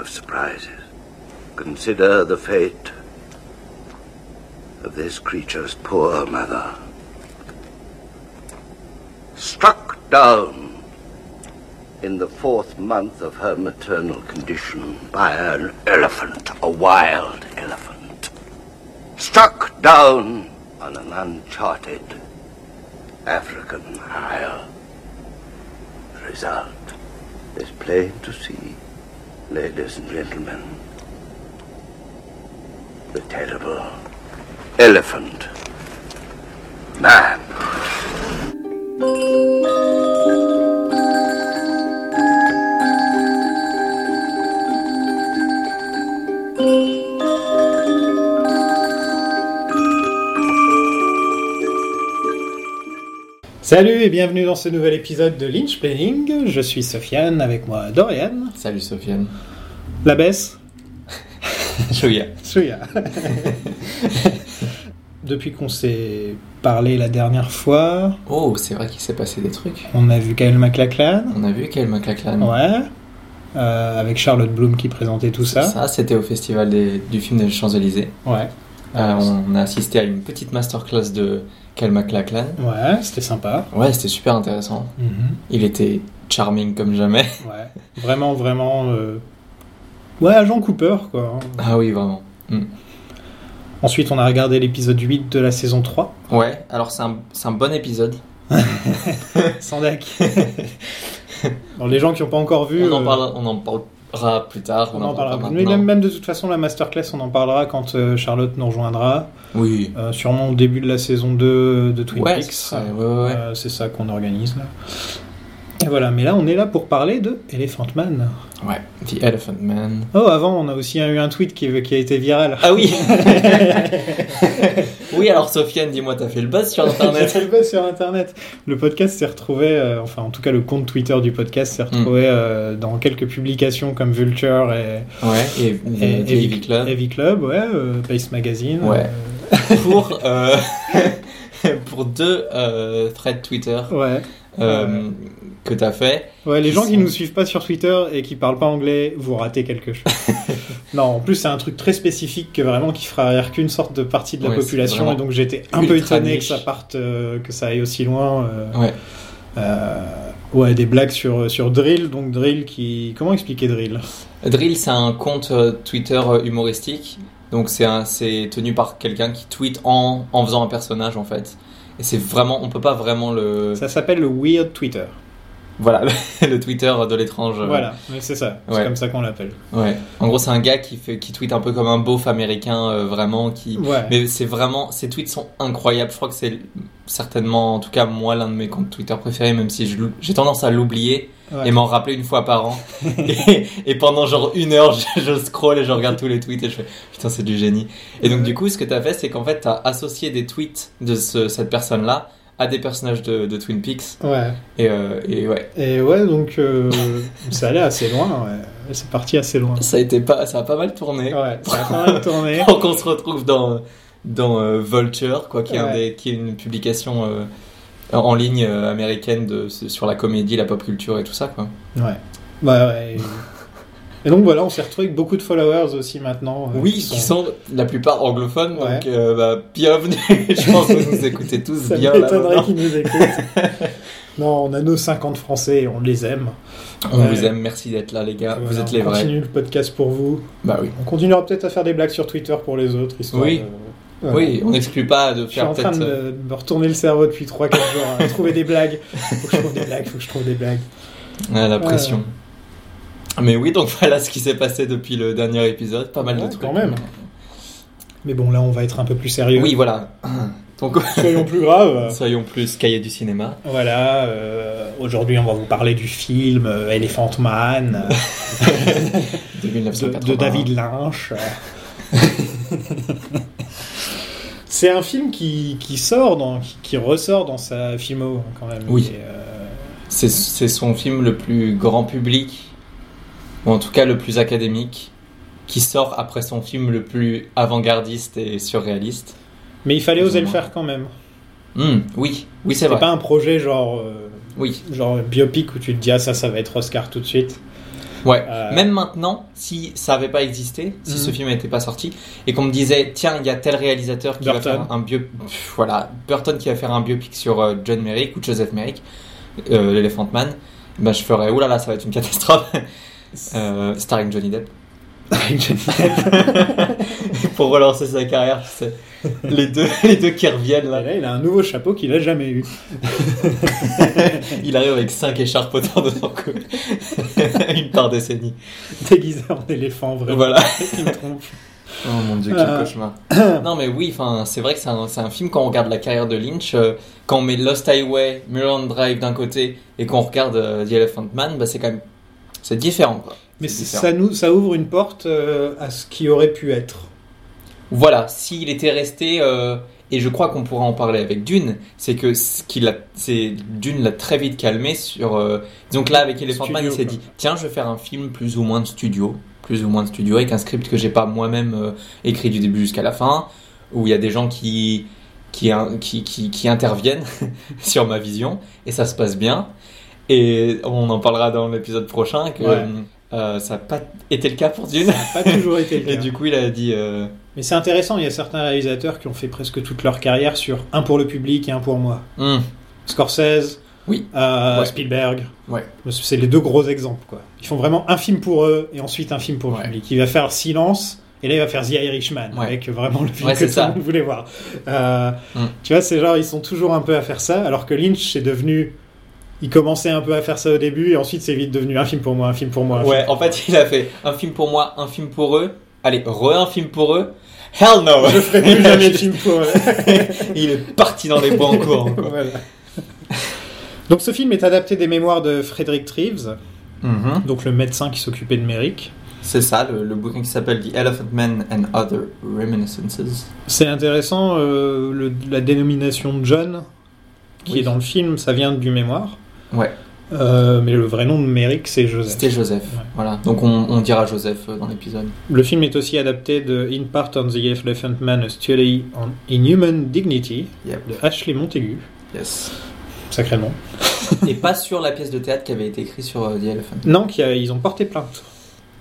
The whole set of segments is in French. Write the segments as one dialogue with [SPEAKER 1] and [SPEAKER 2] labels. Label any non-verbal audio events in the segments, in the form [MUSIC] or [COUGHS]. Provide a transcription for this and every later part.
[SPEAKER 1] of surprises. Consider the fate of this creature's poor mother. Struck down in the fourth month of her maternal condition by an elephant, a wild elephant. Struck down on an uncharted African isle. The result is plain to see, ladies and gentlemen. The terrible elephant man.
[SPEAKER 2] Salut et bienvenue dans ce nouvel épisode de Lynch Planning. Je suis Sofiane, avec moi Dorian, [LAUGHS]
[SPEAKER 3] Salut Sofiane.
[SPEAKER 2] la baisse,
[SPEAKER 3] Chouïa.
[SPEAKER 2] Suya. [LAUGHS] Depuis qu'on s'est parlé la dernière fois,
[SPEAKER 3] Oh, c'est vrai qu'il s'est passé des trucs.
[SPEAKER 2] on a vu Kyle MacLachlan,
[SPEAKER 3] On a vu quel McLachlan.
[SPEAKER 2] ouais, euh, avec Charlotte Bloom qui présentait tout ça,
[SPEAKER 3] Ça, c'était au festival des- du film des Champs-Élysées.
[SPEAKER 2] ouais,
[SPEAKER 3] Euh, on a assisté à une petite masterclass de Cal McLachlan.
[SPEAKER 2] ouais, c'était sympa,
[SPEAKER 3] Ouais, c'était super intéressant.
[SPEAKER 2] Mhm.
[SPEAKER 3] Il était charming comme jamais. [LAUGHS]
[SPEAKER 2] ouais, vraiment, vraiment, euh, ouais, Jean Cooper quoi. hein.
[SPEAKER 3] Ah oui, vraiment.
[SPEAKER 2] Ensuite, on a regardé l'épisode 8 de la saison 3,
[SPEAKER 3] Ouais, alors c'est un, c'est un bon épisode.
[SPEAKER 2] [LAUGHS] sans deck. [LAUGHS] Bon, les gens qui n'ont pas encore vu,
[SPEAKER 3] on, en
[SPEAKER 2] euh,
[SPEAKER 3] parle- on en parlera plus tard.
[SPEAKER 2] On en parlera.
[SPEAKER 3] parle
[SPEAKER 2] Mais
[SPEAKER 3] maintenant.
[SPEAKER 2] même, même de toute façon, la masterclass, on en parlera quand euh, Charlotte nous rejoindra.
[SPEAKER 3] Oui.
[SPEAKER 2] Euh, sûrement au début de la saison 2 de Twin
[SPEAKER 3] Ouais,
[SPEAKER 2] Peaks.
[SPEAKER 3] c'est- ouais, ouais, ouais.
[SPEAKER 2] Euh, c'est ça qu'on organise là. Et voilà, mais là on est là pour parler de Elephant Man.
[SPEAKER 3] Ouais, The Elephant Man.
[SPEAKER 2] Oh, avant on a aussi eu un tweet qui, qui a été viral.
[SPEAKER 3] Ah
[SPEAKER 2] [LAUGHS]
[SPEAKER 3] oui [LAUGHS] Oui, alors Sofiane, dis-moi, t'as fait le buzz sur
[SPEAKER 2] [LAUGHS] J'ai
[SPEAKER 3] Internet
[SPEAKER 2] fait le buzz sur internet. Le podcast s'est retrouvé, euh, enfin en tout cas le compte Twitter du podcast s'est retrouvé
[SPEAKER 3] Hmm.
[SPEAKER 2] euh, dans quelques publications comme Vulture et,
[SPEAKER 3] Ouais, et,
[SPEAKER 2] et-
[SPEAKER 3] et Heavy Club.
[SPEAKER 2] Heavy Club, ouais, euh, Base Magazine.
[SPEAKER 3] Ouais.
[SPEAKER 2] euh,
[SPEAKER 3] [LAUGHS] pour, euh, pour deux euh, threads Twitter
[SPEAKER 2] [LAUGHS] ouais.
[SPEAKER 3] euh, que t'as fait.
[SPEAKER 2] Ouais, les
[SPEAKER 3] Qui
[SPEAKER 2] gens qui
[SPEAKER 3] sont-
[SPEAKER 2] nous suivent pas sur Twitter et qui parlent pas anglais, vous ratez quelque
[SPEAKER 3] [LAUGHS]
[SPEAKER 2] chose. non, en plus c'est un truc très spécifique que vraiment qui fera rire qu'une sorte de partie de la
[SPEAKER 3] Ouais, c'est
[SPEAKER 2] population
[SPEAKER 3] vraiment
[SPEAKER 2] et donc j'étais un peu
[SPEAKER 3] ultra
[SPEAKER 2] étonné que
[SPEAKER 3] niche.
[SPEAKER 2] ça parte, euh, que ça aille aussi loin. euh,
[SPEAKER 3] Ouais.
[SPEAKER 2] euh, ouais, des blagues sur euh, sur Drill, donc Drill qui, comment expliquer Drill
[SPEAKER 3] Drill, c'est un compte euh, Twitter euh, humoristique. Donc c'est un- c'est tenu par quelqu'un qui tweet en, en faisant un personnage en fait. Et c'est vraiment, on peut pas vraiment le.
[SPEAKER 2] Ça s'appelle le Weird Twitter.
[SPEAKER 3] Voilà, [LAUGHS] le Twitter de l'étrange. euh,
[SPEAKER 2] Voilà, mais c'est ça, c'est
[SPEAKER 3] Ouais.
[SPEAKER 2] comme ça qu'on l'appelle.
[SPEAKER 3] Ouais. En gros, c'est un gars qui, fait, qui tweet un peu comme un beauf américain, euh, vraiment, qui,
[SPEAKER 2] Ouais.
[SPEAKER 3] Mais c'est vraiment, ces tweets sont incroyables. Je crois que c'est certainement, en tout cas moi, l'un de mes comptes Twitter préférés, même si je l'ou- j'ai tendance à l'oublier
[SPEAKER 2] Ouais.
[SPEAKER 3] et m'en rappeler une
[SPEAKER 2] [LAUGHS]
[SPEAKER 3] fois par an. et, et pendant genre une heure, je, je scroll et je regarde tous les tweets et je fais putain, c'est du génie. Et donc,
[SPEAKER 2] Ouais.
[SPEAKER 3] du coup, ce que t'as fait, c'est qu'en fait, t'as associé des tweets de ce- cette personne-là à des personnages de, de Twin Peaks.
[SPEAKER 2] Ouais.
[SPEAKER 3] Et, euh, et ouais,
[SPEAKER 2] Et ouais, donc euh, ça allait assez loin. ouais. C'est parti assez
[SPEAKER 3] [LAUGHS]
[SPEAKER 2] loin.
[SPEAKER 3] ça a, été pas, ça a pas mal tourné.
[SPEAKER 2] Ouais, ça a pas mal tourné.
[SPEAKER 3] Pour [LAUGHS] qu'on se retrouve dans, dans euh, Vulture, quoi, qui, est un
[SPEAKER 2] Ouais.
[SPEAKER 3] des- qui est une publication euh, en ligne euh, américaine de, sur la comédie, la pop culture et tout ça. Quoi.
[SPEAKER 2] Ouais. Bah ouais. Et donc voilà, on s'est retrouvé avec beaucoup de followers aussi maintenant. euh,
[SPEAKER 3] oui, qui sont... la plupart anglophones,
[SPEAKER 2] Ouais.
[SPEAKER 3] donc euh, bah, bienvenue. [LAUGHS] Je pense que vous écoutez tous
[SPEAKER 2] Ça
[SPEAKER 3] bien. là,
[SPEAKER 2] m'étonnerait
[SPEAKER 3] maintenant.
[SPEAKER 2] qu'ils nous écoutent.
[SPEAKER 3] [LAUGHS]
[SPEAKER 2] non, on a nos 50 Français et on les aime.
[SPEAKER 3] On
[SPEAKER 2] Ouais.
[SPEAKER 3] vous aime, merci d'être là, les gars. Ah, vous
[SPEAKER 2] Voilà,
[SPEAKER 3] êtes les
[SPEAKER 2] on
[SPEAKER 3] vrais.
[SPEAKER 2] continue le podcast pour vous.
[SPEAKER 3] Bah oui.
[SPEAKER 2] On continuera peut-être à faire des blagues sur Twitter pour les autres. histoire
[SPEAKER 3] Oui.
[SPEAKER 2] de- voilà.
[SPEAKER 3] Oui, on n'exclut pas de
[SPEAKER 2] Je suis en
[SPEAKER 3] faire
[SPEAKER 2] train
[SPEAKER 3] peut-être.
[SPEAKER 2] de
[SPEAKER 3] euh,
[SPEAKER 2] me, me retourner le cerveau depuis 3-4 jours
[SPEAKER 3] [LAUGHS]
[SPEAKER 2] à trouver des blagues. Faut que je trouve des blagues, faut que je trouve des blagues.
[SPEAKER 3] Ah, la
[SPEAKER 2] Ouais.
[SPEAKER 3] pression. Mais oui, donc [LAUGHS] voilà ce qui s'est passé depuis le dernier épisode. Pas mal
[SPEAKER 2] Ouais,
[SPEAKER 3] de trucs.
[SPEAKER 2] quand même. Mais bon, là, on va être un peu plus sérieux.
[SPEAKER 3] Oui, voilà. [CLEARS THROAT] Donc,
[SPEAKER 2] Soyons plus graves.
[SPEAKER 3] soyons plus cahiers du cinéma.
[SPEAKER 2] Voilà, euh, aujourd'hui, on va vous parler du film euh, Elephant Man.
[SPEAKER 3] de
[SPEAKER 2] de,
[SPEAKER 3] 1980.
[SPEAKER 2] de David
[SPEAKER 3] hein. [LAUGHS]
[SPEAKER 2] Lynch. C'est un film qui, qui sort, dans, qui, qui ressort dans sa filmo quand même.
[SPEAKER 3] Oui.
[SPEAKER 2] Et, euh,
[SPEAKER 3] C'est c'est son film le plus grand public, ou en tout cas le plus académique, qui sort après son film le plus avant-gardiste et surréaliste.
[SPEAKER 2] mais il fallait
[SPEAKER 3] Plus ou
[SPEAKER 2] oser le
[SPEAKER 3] moins.
[SPEAKER 2] faire quand même.
[SPEAKER 3] Hmm, oui, oui c'est
[SPEAKER 2] C'est
[SPEAKER 3] vrai.
[SPEAKER 2] pas un projet genre, euh,
[SPEAKER 3] Oui, [LAUGHS]
[SPEAKER 2] genre biopic où tu te dis ah ça, ça va être Oscar tout de suite.
[SPEAKER 3] Ouais.
[SPEAKER 2] Euh,
[SPEAKER 3] Même maintenant, si ça n'avait pas existé, si
[SPEAKER 2] Mhm.
[SPEAKER 3] ce film n'était pas sorti, et qu'on me disait, tiens, il y a tel réalisateur qui
[SPEAKER 2] Burton.
[SPEAKER 3] va faire un bio, Pff, voilà, Burton qui va faire un biopic sur euh, John Merrick ou Joseph Merrick, euh, l'Elephant Man, ben je ferais, oulala, ça va être une [LAUGHS] catastrophe, euh, starring Johnny Depp.
[SPEAKER 2] avec Johnny
[SPEAKER 3] [LAUGHS] Pour relancer sa carrière, tu sais. les deux, [LAUGHS] les deux qui reviennent là.
[SPEAKER 2] Depp, là, il a un nouveau chapeau qu'il a jamais
[SPEAKER 3] [LAUGHS]
[SPEAKER 2] eu.
[SPEAKER 3] Il arrive avec cinq écharpes autour de son cou. [LAUGHS] Une par décennie.
[SPEAKER 2] Déguisé en éléphant, vraiment.
[SPEAKER 3] Voilà.
[SPEAKER 2] [LAUGHS] Il me trompe.
[SPEAKER 3] Oh mon dieu, quel
[SPEAKER 2] Ah. [COUGHS]
[SPEAKER 3] cauchemar. Non mais oui, enfin, c'est vrai que c'est un, c'est un film quand on regarde la carrière de Lynch, euh, quand on met Lost Highway, Mulholland Drive d'un côté et qu'on regarde euh, The Elephant Man, bah c'est quand même c'est différent quoi.
[SPEAKER 2] Mais
[SPEAKER 3] C'est
[SPEAKER 2] ça, nous, ça ouvre une porte euh, à ce qui aurait pu être.
[SPEAKER 3] Voilà, s'il était resté euh, et je crois qu'on pourra en parler avec Dune, c'est que ce qu'il a c'est Dune l'a très vite calmé sur euh, donc là avec Elephant Man,
[SPEAKER 2] Studio,
[SPEAKER 3] il s'est
[SPEAKER 2] quoi.
[SPEAKER 3] dit tiens, je vais faire un film plus ou moins de studio, plus ou moins de studio avec un script que j'ai pas moi-même euh, écrit du début jusqu'à la fin où il y a des gens qui qui, qui, qui, qui interviennent [LAUGHS] sur ma vision et ça se passe bien. Et on en parlera dans l'épisode prochain que
[SPEAKER 2] Ouais.
[SPEAKER 3] euh, ça n'a pas été le cas pour Dune.
[SPEAKER 2] Pas toujours été le
[SPEAKER 3] [LAUGHS] Et
[SPEAKER 2] cas.
[SPEAKER 3] du coup, il a dit euh,
[SPEAKER 2] Mais c'est intéressant, il y a certains réalisateurs qui ont fait presque toute leur carrière sur un pour le public et un pour moi.
[SPEAKER 3] Hum,
[SPEAKER 2] Scorsese,
[SPEAKER 3] Oui.
[SPEAKER 2] euh,
[SPEAKER 3] Ouais.
[SPEAKER 2] Spielberg.
[SPEAKER 3] Ouais.
[SPEAKER 2] C'est les deux gros exemples. Quoi. Ils font vraiment un film pour eux et ensuite un film pour le
[SPEAKER 3] Ouais.
[SPEAKER 2] public. Il va faire Silence et là il va faire The Irishman
[SPEAKER 3] Ouais.
[SPEAKER 2] avec vraiment le film
[SPEAKER 3] Ouais,
[SPEAKER 2] que
[SPEAKER 3] c'est
[SPEAKER 2] tout
[SPEAKER 3] ça.
[SPEAKER 2] le monde voulait voir. Euh,
[SPEAKER 3] Mm.
[SPEAKER 2] Tu vois, c'est genre ils sont toujours un peu à faire ça alors que Lynch c'est devenu. Il commençait un peu à faire ça au début et ensuite c'est vite devenu un film pour moi, un film pour moi. un
[SPEAKER 3] Ouais, en fait, il a fait un film pour moi, un film pour eux. Allez, re un film pour eux. Hell no!
[SPEAKER 2] film- Je [LAUGHS] ferai
[SPEAKER 3] [LAUGHS]
[SPEAKER 2] plus jamais de film pour eux.
[SPEAKER 3] il est parti dans les bois en courant. quoi.
[SPEAKER 2] Voilà. [LAUGHS] Donc ce film est adapté des mémoires de Frederick Treves,
[SPEAKER 3] Mhm.
[SPEAKER 2] donc le médecin qui s'occupait de Merrick.
[SPEAKER 3] C'est ça, le, le bouquin qui s'appelle The Elephant Man and Other Reminiscences.
[SPEAKER 2] C'est intéressant, euh, le- la dénomination de John, qui
[SPEAKER 3] Oui.
[SPEAKER 2] est dans le film, ça vient du mémoire.
[SPEAKER 3] Ouais.
[SPEAKER 2] Euh, mais le vrai nom de Merrick, c'est Joseph.
[SPEAKER 3] C'était Joseph.
[SPEAKER 2] Ouais.
[SPEAKER 3] Voilà. Donc on, on dira Joseph euh, dans l'épisode.
[SPEAKER 2] Le film est aussi adapté de In Part on the Elephant Man, a Study on Inhuman Dignity,
[SPEAKER 3] Yep.
[SPEAKER 2] de Ashley Montaigu,
[SPEAKER 3] Yes.
[SPEAKER 2] sacrément.
[SPEAKER 3] Et pas sur la pièce de théâtre qui avait été écrite sur euh, The Elephant.
[SPEAKER 2] Non, qui a- ils ont porté plainte.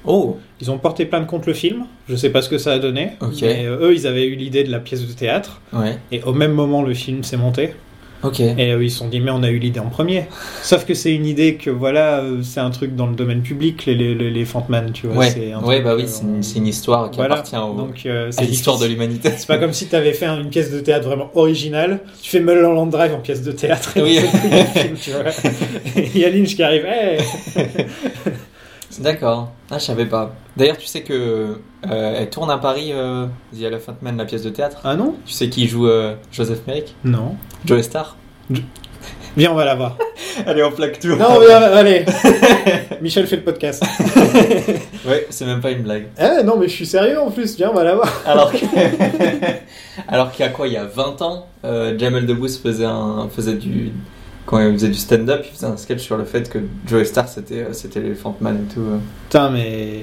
[SPEAKER 3] Oh!
[SPEAKER 2] Ils ont porté plainte contre le film, je sais pas ce que ça a donné,
[SPEAKER 3] Ok.
[SPEAKER 2] mais euh, eux, ils avaient eu l'idée de la pièce de théâtre,
[SPEAKER 3] Ouais.
[SPEAKER 2] et au même moment, le film s'est monté.
[SPEAKER 3] Ok.
[SPEAKER 2] Et euh, ils se sont dit, mais on a eu l'idée en premier. Sauf que c'est une idée que, voilà, euh, c'est un truc dans le domaine public, les, les, les, les Fantman, tu vois. c'est
[SPEAKER 3] Ouais,
[SPEAKER 2] un
[SPEAKER 3] ouais
[SPEAKER 2] truc,
[SPEAKER 3] bah
[SPEAKER 2] euh,
[SPEAKER 3] oui, c'est une, c'est une histoire qui
[SPEAKER 2] Voilà.
[SPEAKER 3] appartient au-
[SPEAKER 2] Donc, euh,
[SPEAKER 3] à
[SPEAKER 2] c'est
[SPEAKER 3] l'histoire de
[SPEAKER 2] difficile.
[SPEAKER 3] l'humanité.
[SPEAKER 2] C'est pas comme si t'avais fait une pièce de théâtre vraiment originale. Tu fais Mulholland Drive en pièce de théâtre. et
[SPEAKER 3] Oui.
[SPEAKER 2] [LAUGHS] c'est plus le film, tu vois.
[SPEAKER 3] [LAUGHS]
[SPEAKER 2] Et Il y a Lynch qui arrive. Hey
[SPEAKER 3] D'accord. Ah, je savais pas. D'ailleurs, tu sais que euh, elle tourne à Paris, euh, The Elephant Man, la pièce de théâtre.
[SPEAKER 2] Ah non
[SPEAKER 3] Tu sais qui joue euh, Joseph Merrick
[SPEAKER 2] Non.
[SPEAKER 3] Joe Star
[SPEAKER 2] Viens, on va la
[SPEAKER 3] [LAUGHS]
[SPEAKER 2] voir.
[SPEAKER 3] Elle est en plaque tour.
[SPEAKER 2] Non, viens, allez. [LAUGHS] Michel fait le podcast.
[SPEAKER 3] [LAUGHS] Ouais, c'est même pas une blague.
[SPEAKER 2] Eh, non, mais je suis sérieux en plus. Viens, on va la voir.
[SPEAKER 3] Alors que... [LAUGHS] Alors qu'il y a quoi Il y a 20 ans, euh, Jamel Debbouze faisait un faisait du quand il faisait du stand-up, il faisait un sketch sur le fait que Joe Star c'était euh, c'était l'Elephant Man et tout. euh.
[SPEAKER 2] Putain, mais.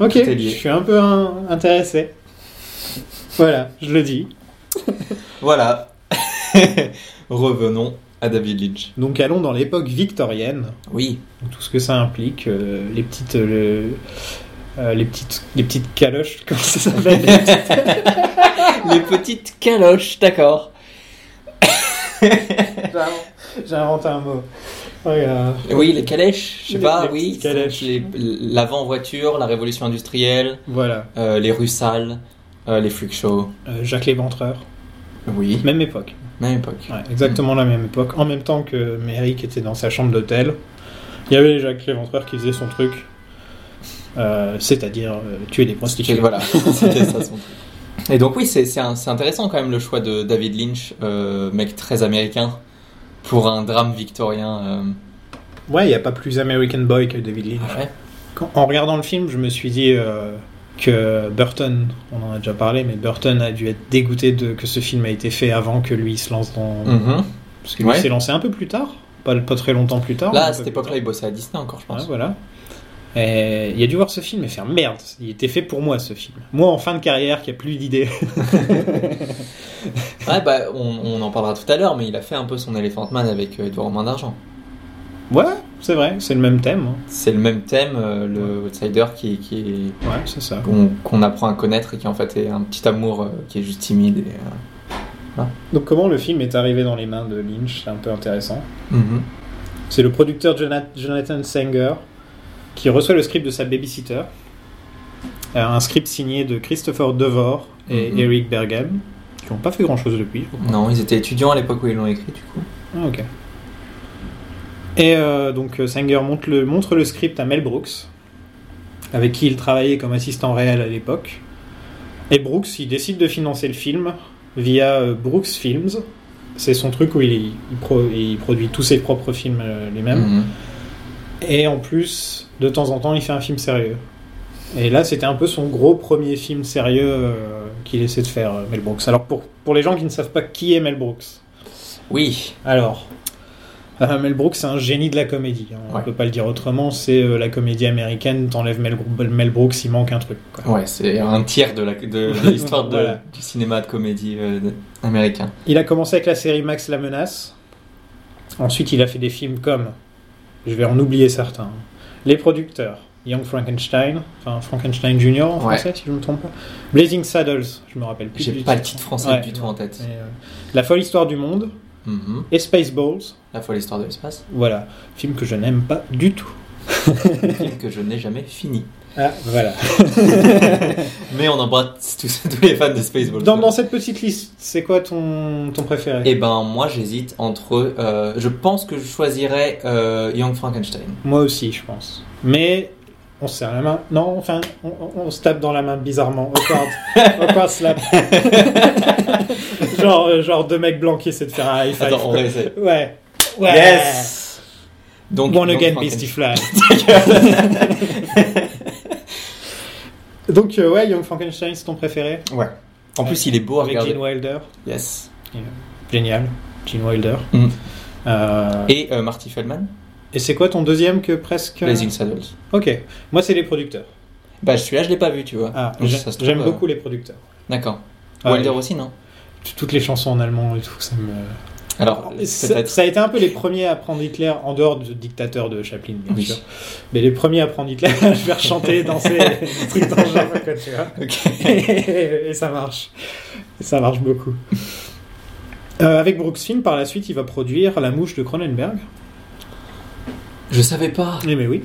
[SPEAKER 2] Ok,
[SPEAKER 3] Tout est lié.
[SPEAKER 2] je suis un peu hein, intéressé. Voilà, je le dis.
[SPEAKER 3] Voilà. [LAUGHS] Revenons à David Lynch.
[SPEAKER 2] Donc allons dans l'époque victorienne,
[SPEAKER 3] Oui.
[SPEAKER 2] donc tout ce que ça implique, euh, les petites, euh, le- euh, les petites, les petites caloches, [LAUGHS] comment ça s'appelle
[SPEAKER 3] Les petites caloches, d'accord. [LAUGHS]
[SPEAKER 2] J'ai inventé un mot. Regarde.
[SPEAKER 3] Oui, les calèches, je sais
[SPEAKER 2] Les-
[SPEAKER 3] pas,
[SPEAKER 2] les
[SPEAKER 3] oui.
[SPEAKER 2] petites calèches.
[SPEAKER 3] c'est les- L'avant-voiture, la révolution industrielle,
[SPEAKER 2] Voilà,
[SPEAKER 3] euh, les rues sales, euh, les freak shows.
[SPEAKER 2] euh, Jacques Léventreur,
[SPEAKER 3] Oui.
[SPEAKER 2] même époque,
[SPEAKER 3] Même époque.
[SPEAKER 2] Ouais, exactement la même époque, en même temps que Merrick était dans sa chambre d'hôtel, il y avait Jacques Léventreur qui faisait son truc, euh, c'est-à-dire euh, tuer des prostituées.
[SPEAKER 3] Et voilà, [LAUGHS] c'était ça son truc. Et donc oui, c'est c'est un- c'est intéressant quand même le choix de David Lynch, euh, mec très américain, pour un drame victorien. euh,
[SPEAKER 2] Ouais, il n'y a pas plus American Boy que David Lynch.
[SPEAKER 3] ah ouais.
[SPEAKER 2] Quand- en regardant le film, je me suis dit euh, que Burton, on en a déjà parlé, mais Burton a dû être dégoûté de que ce film a été fait avant que lui il se lance dans.
[SPEAKER 3] Mhm.
[SPEAKER 2] Parce qu'il
[SPEAKER 3] Ouais.
[SPEAKER 2] s'est lancé un peu plus tard, pas, pas très longtemps plus tard.
[SPEAKER 3] Là,
[SPEAKER 2] mais un
[SPEAKER 3] à
[SPEAKER 2] peu
[SPEAKER 3] cette
[SPEAKER 2] plus
[SPEAKER 3] époque-là,
[SPEAKER 2] tard.
[SPEAKER 3] il bossait à Disney encore, je
[SPEAKER 2] Ouais,
[SPEAKER 3] pense.
[SPEAKER 2] voilà. Et il a dû voir ce film et faire merde, il était fait pour moi ce film. Moi en fin de carrière qui a plus
[SPEAKER 3] [LAUGHS]
[SPEAKER 2] d'idées.
[SPEAKER 3] Ouais, bah, on, on en parlera tout à l'heure, mais il a fait un peu son Elephant Man avec euh, Edouard Main d'Argent.
[SPEAKER 2] Ouais, c'est vrai, c'est le même thème. hein.
[SPEAKER 3] C'est le même thème, euh, le outsider qui, qui est-
[SPEAKER 2] Ouais, c'est ça.
[SPEAKER 3] qu'on qu'on apprend à connaître et qui en fait est un petit amour euh, qui est juste timide. Et, euh,
[SPEAKER 2] Donc comment le film est arrivé dans les mains de Lynch, c'est un peu intéressant.
[SPEAKER 3] mhm.
[SPEAKER 2] C'est le producteur Jona- Jonathan Sanger qui reçoit le script de sa babysitter. Euh, Un script signé de Christopher Devor et
[SPEAKER 3] Mhm.
[SPEAKER 2] Eric Bergam, qui n'ont pas fait grand-chose depuis.
[SPEAKER 3] Non, ils étaient étudiants à l'époque où ils l'ont écrit, du coup.
[SPEAKER 2] Ah, ok. Et euh, donc euh, Sanger montre le, montre le script à Mel Brooks, avec qui il travaillait comme assistant réel à l'époque. Et Brooks, il décide de financer le film via euh, Brooks Films. C'est son truc où il, il pro- il produit tous ses propres films euh, lui-même.
[SPEAKER 3] Mhm.
[SPEAKER 2] Et en plus, de temps en temps, il fait un film sérieux. Et là, c'était un peu son gros premier film sérieux euh, qu'il essaie de faire, euh, Mel Brooks. Alors, pour, pour les gens qui ne savent pas qui est Mel Brooks,
[SPEAKER 3] Oui,
[SPEAKER 2] alors, euh, Mel Brooks, c'est un génie de la comédie. hein. On
[SPEAKER 3] Ouais.
[SPEAKER 2] peut pas le dire autrement. C'est euh, la comédie américaine. T'enlèves Mel, Mel Brooks, il manque un truc. quoi.
[SPEAKER 3] ouais, c'est un tiers de la-
[SPEAKER 2] [LAUGHS]
[SPEAKER 3] de- de l'histoire de,
[SPEAKER 2] Voilà.
[SPEAKER 3] du cinéma de comédie euh, de- américain.
[SPEAKER 2] Il a commencé avec la série Max la menace. Ensuite, il a fait des films comme, je vais en oublier certains, hein. Les producteurs, Young Frankenstein, enfin Frankenstein Junior en
[SPEAKER 3] Ouais.
[SPEAKER 2] français si je ne me trompe pas, Blazing Saddles, je me rappelle plus.
[SPEAKER 3] J'ai
[SPEAKER 2] du
[SPEAKER 3] pas le titre français
[SPEAKER 2] Ouais.
[SPEAKER 3] du tout en tête.
[SPEAKER 2] Mais, euh, la folle histoire du monde
[SPEAKER 3] Mhm.
[SPEAKER 2] et Spaceballs.
[SPEAKER 3] La folle histoire de
[SPEAKER 2] [LAUGHS]
[SPEAKER 3] l'espace,
[SPEAKER 2] Voilà, film que je n'aime pas du tout.
[SPEAKER 3] film que je n'ai jamais fini.
[SPEAKER 2] Ah, voilà.
[SPEAKER 3] Mais on embrasse tous, [LAUGHS] tous les fans de Spaceballs.
[SPEAKER 2] Dans, dans cette petite liste, c'est quoi ton, ton préféré
[SPEAKER 3] Eh ben, moi j'hésite entre. euh, je pense que je choisirais euh, Young Frankenstein.
[SPEAKER 2] Moi aussi, je pense. Mais on se serre la main. Non, enfin, on, on- on se tape dans la main bizarrement.
[SPEAKER 3] [LAUGHS]
[SPEAKER 2] Awkward, awkward slap. [LAUGHS] genre, euh, genre deux mecs blancs qui essaient de faire un high five.
[SPEAKER 3] Attends, on
[SPEAKER 2] quoi.
[SPEAKER 3] va essayer.
[SPEAKER 2] Ouais. Ouais.
[SPEAKER 3] Yes Donc,
[SPEAKER 2] One
[SPEAKER 3] Young
[SPEAKER 2] again,
[SPEAKER 3] Franken-
[SPEAKER 2] Beastie Fly. Donc, euh, ouais, Young Frankenstein, c'est ton préféré
[SPEAKER 3] [LAUGHS] Ouais. En plus, il est beau à
[SPEAKER 2] Avec
[SPEAKER 3] regarder.
[SPEAKER 2] Gene Wilder.
[SPEAKER 3] Yes.
[SPEAKER 2] Génial. Gene Wilder.
[SPEAKER 3] Mm.
[SPEAKER 2] Euh, et
[SPEAKER 3] Et euh, Marty Feldman,
[SPEAKER 2] c'est quoi ton deuxième que presque.
[SPEAKER 3] Blazing Saddles.
[SPEAKER 2] Ok. Moi, c'est les producteurs.
[SPEAKER 3] Bah, celui-là, je l'ai pas vu, tu vois.
[SPEAKER 2] Ah,
[SPEAKER 3] Donc,
[SPEAKER 2] j'ai-
[SPEAKER 3] ça se trouve,
[SPEAKER 2] j'aime
[SPEAKER 3] euh,
[SPEAKER 2] beaucoup les producteurs.
[SPEAKER 3] D'accord.
[SPEAKER 2] Ouais.
[SPEAKER 3] Wilder aussi, non
[SPEAKER 2] Toutes les chansons en allemand et tout, ça me.
[SPEAKER 3] Alors,
[SPEAKER 2] Ah, Ça,
[SPEAKER 3] peut-être.
[SPEAKER 2] ça a été un peu les premiers à prendre Hitler en dehors du dictateur de Chaplin, bien
[SPEAKER 3] Oui.
[SPEAKER 2] sûr. Mais les premiers à prendre Hitler, [LAUGHS] à le faire chanter, danser, des trucs dans le genre, quoi, tu vois.
[SPEAKER 3] Ok. [LAUGHS]
[SPEAKER 2] Et, ça marche. Et ça marche beaucoup. Euh, avec Brooks Film, par la suite, il va produire La Mouche de Cronenberg.
[SPEAKER 3] Je savais pas.
[SPEAKER 2] Eh mais oui.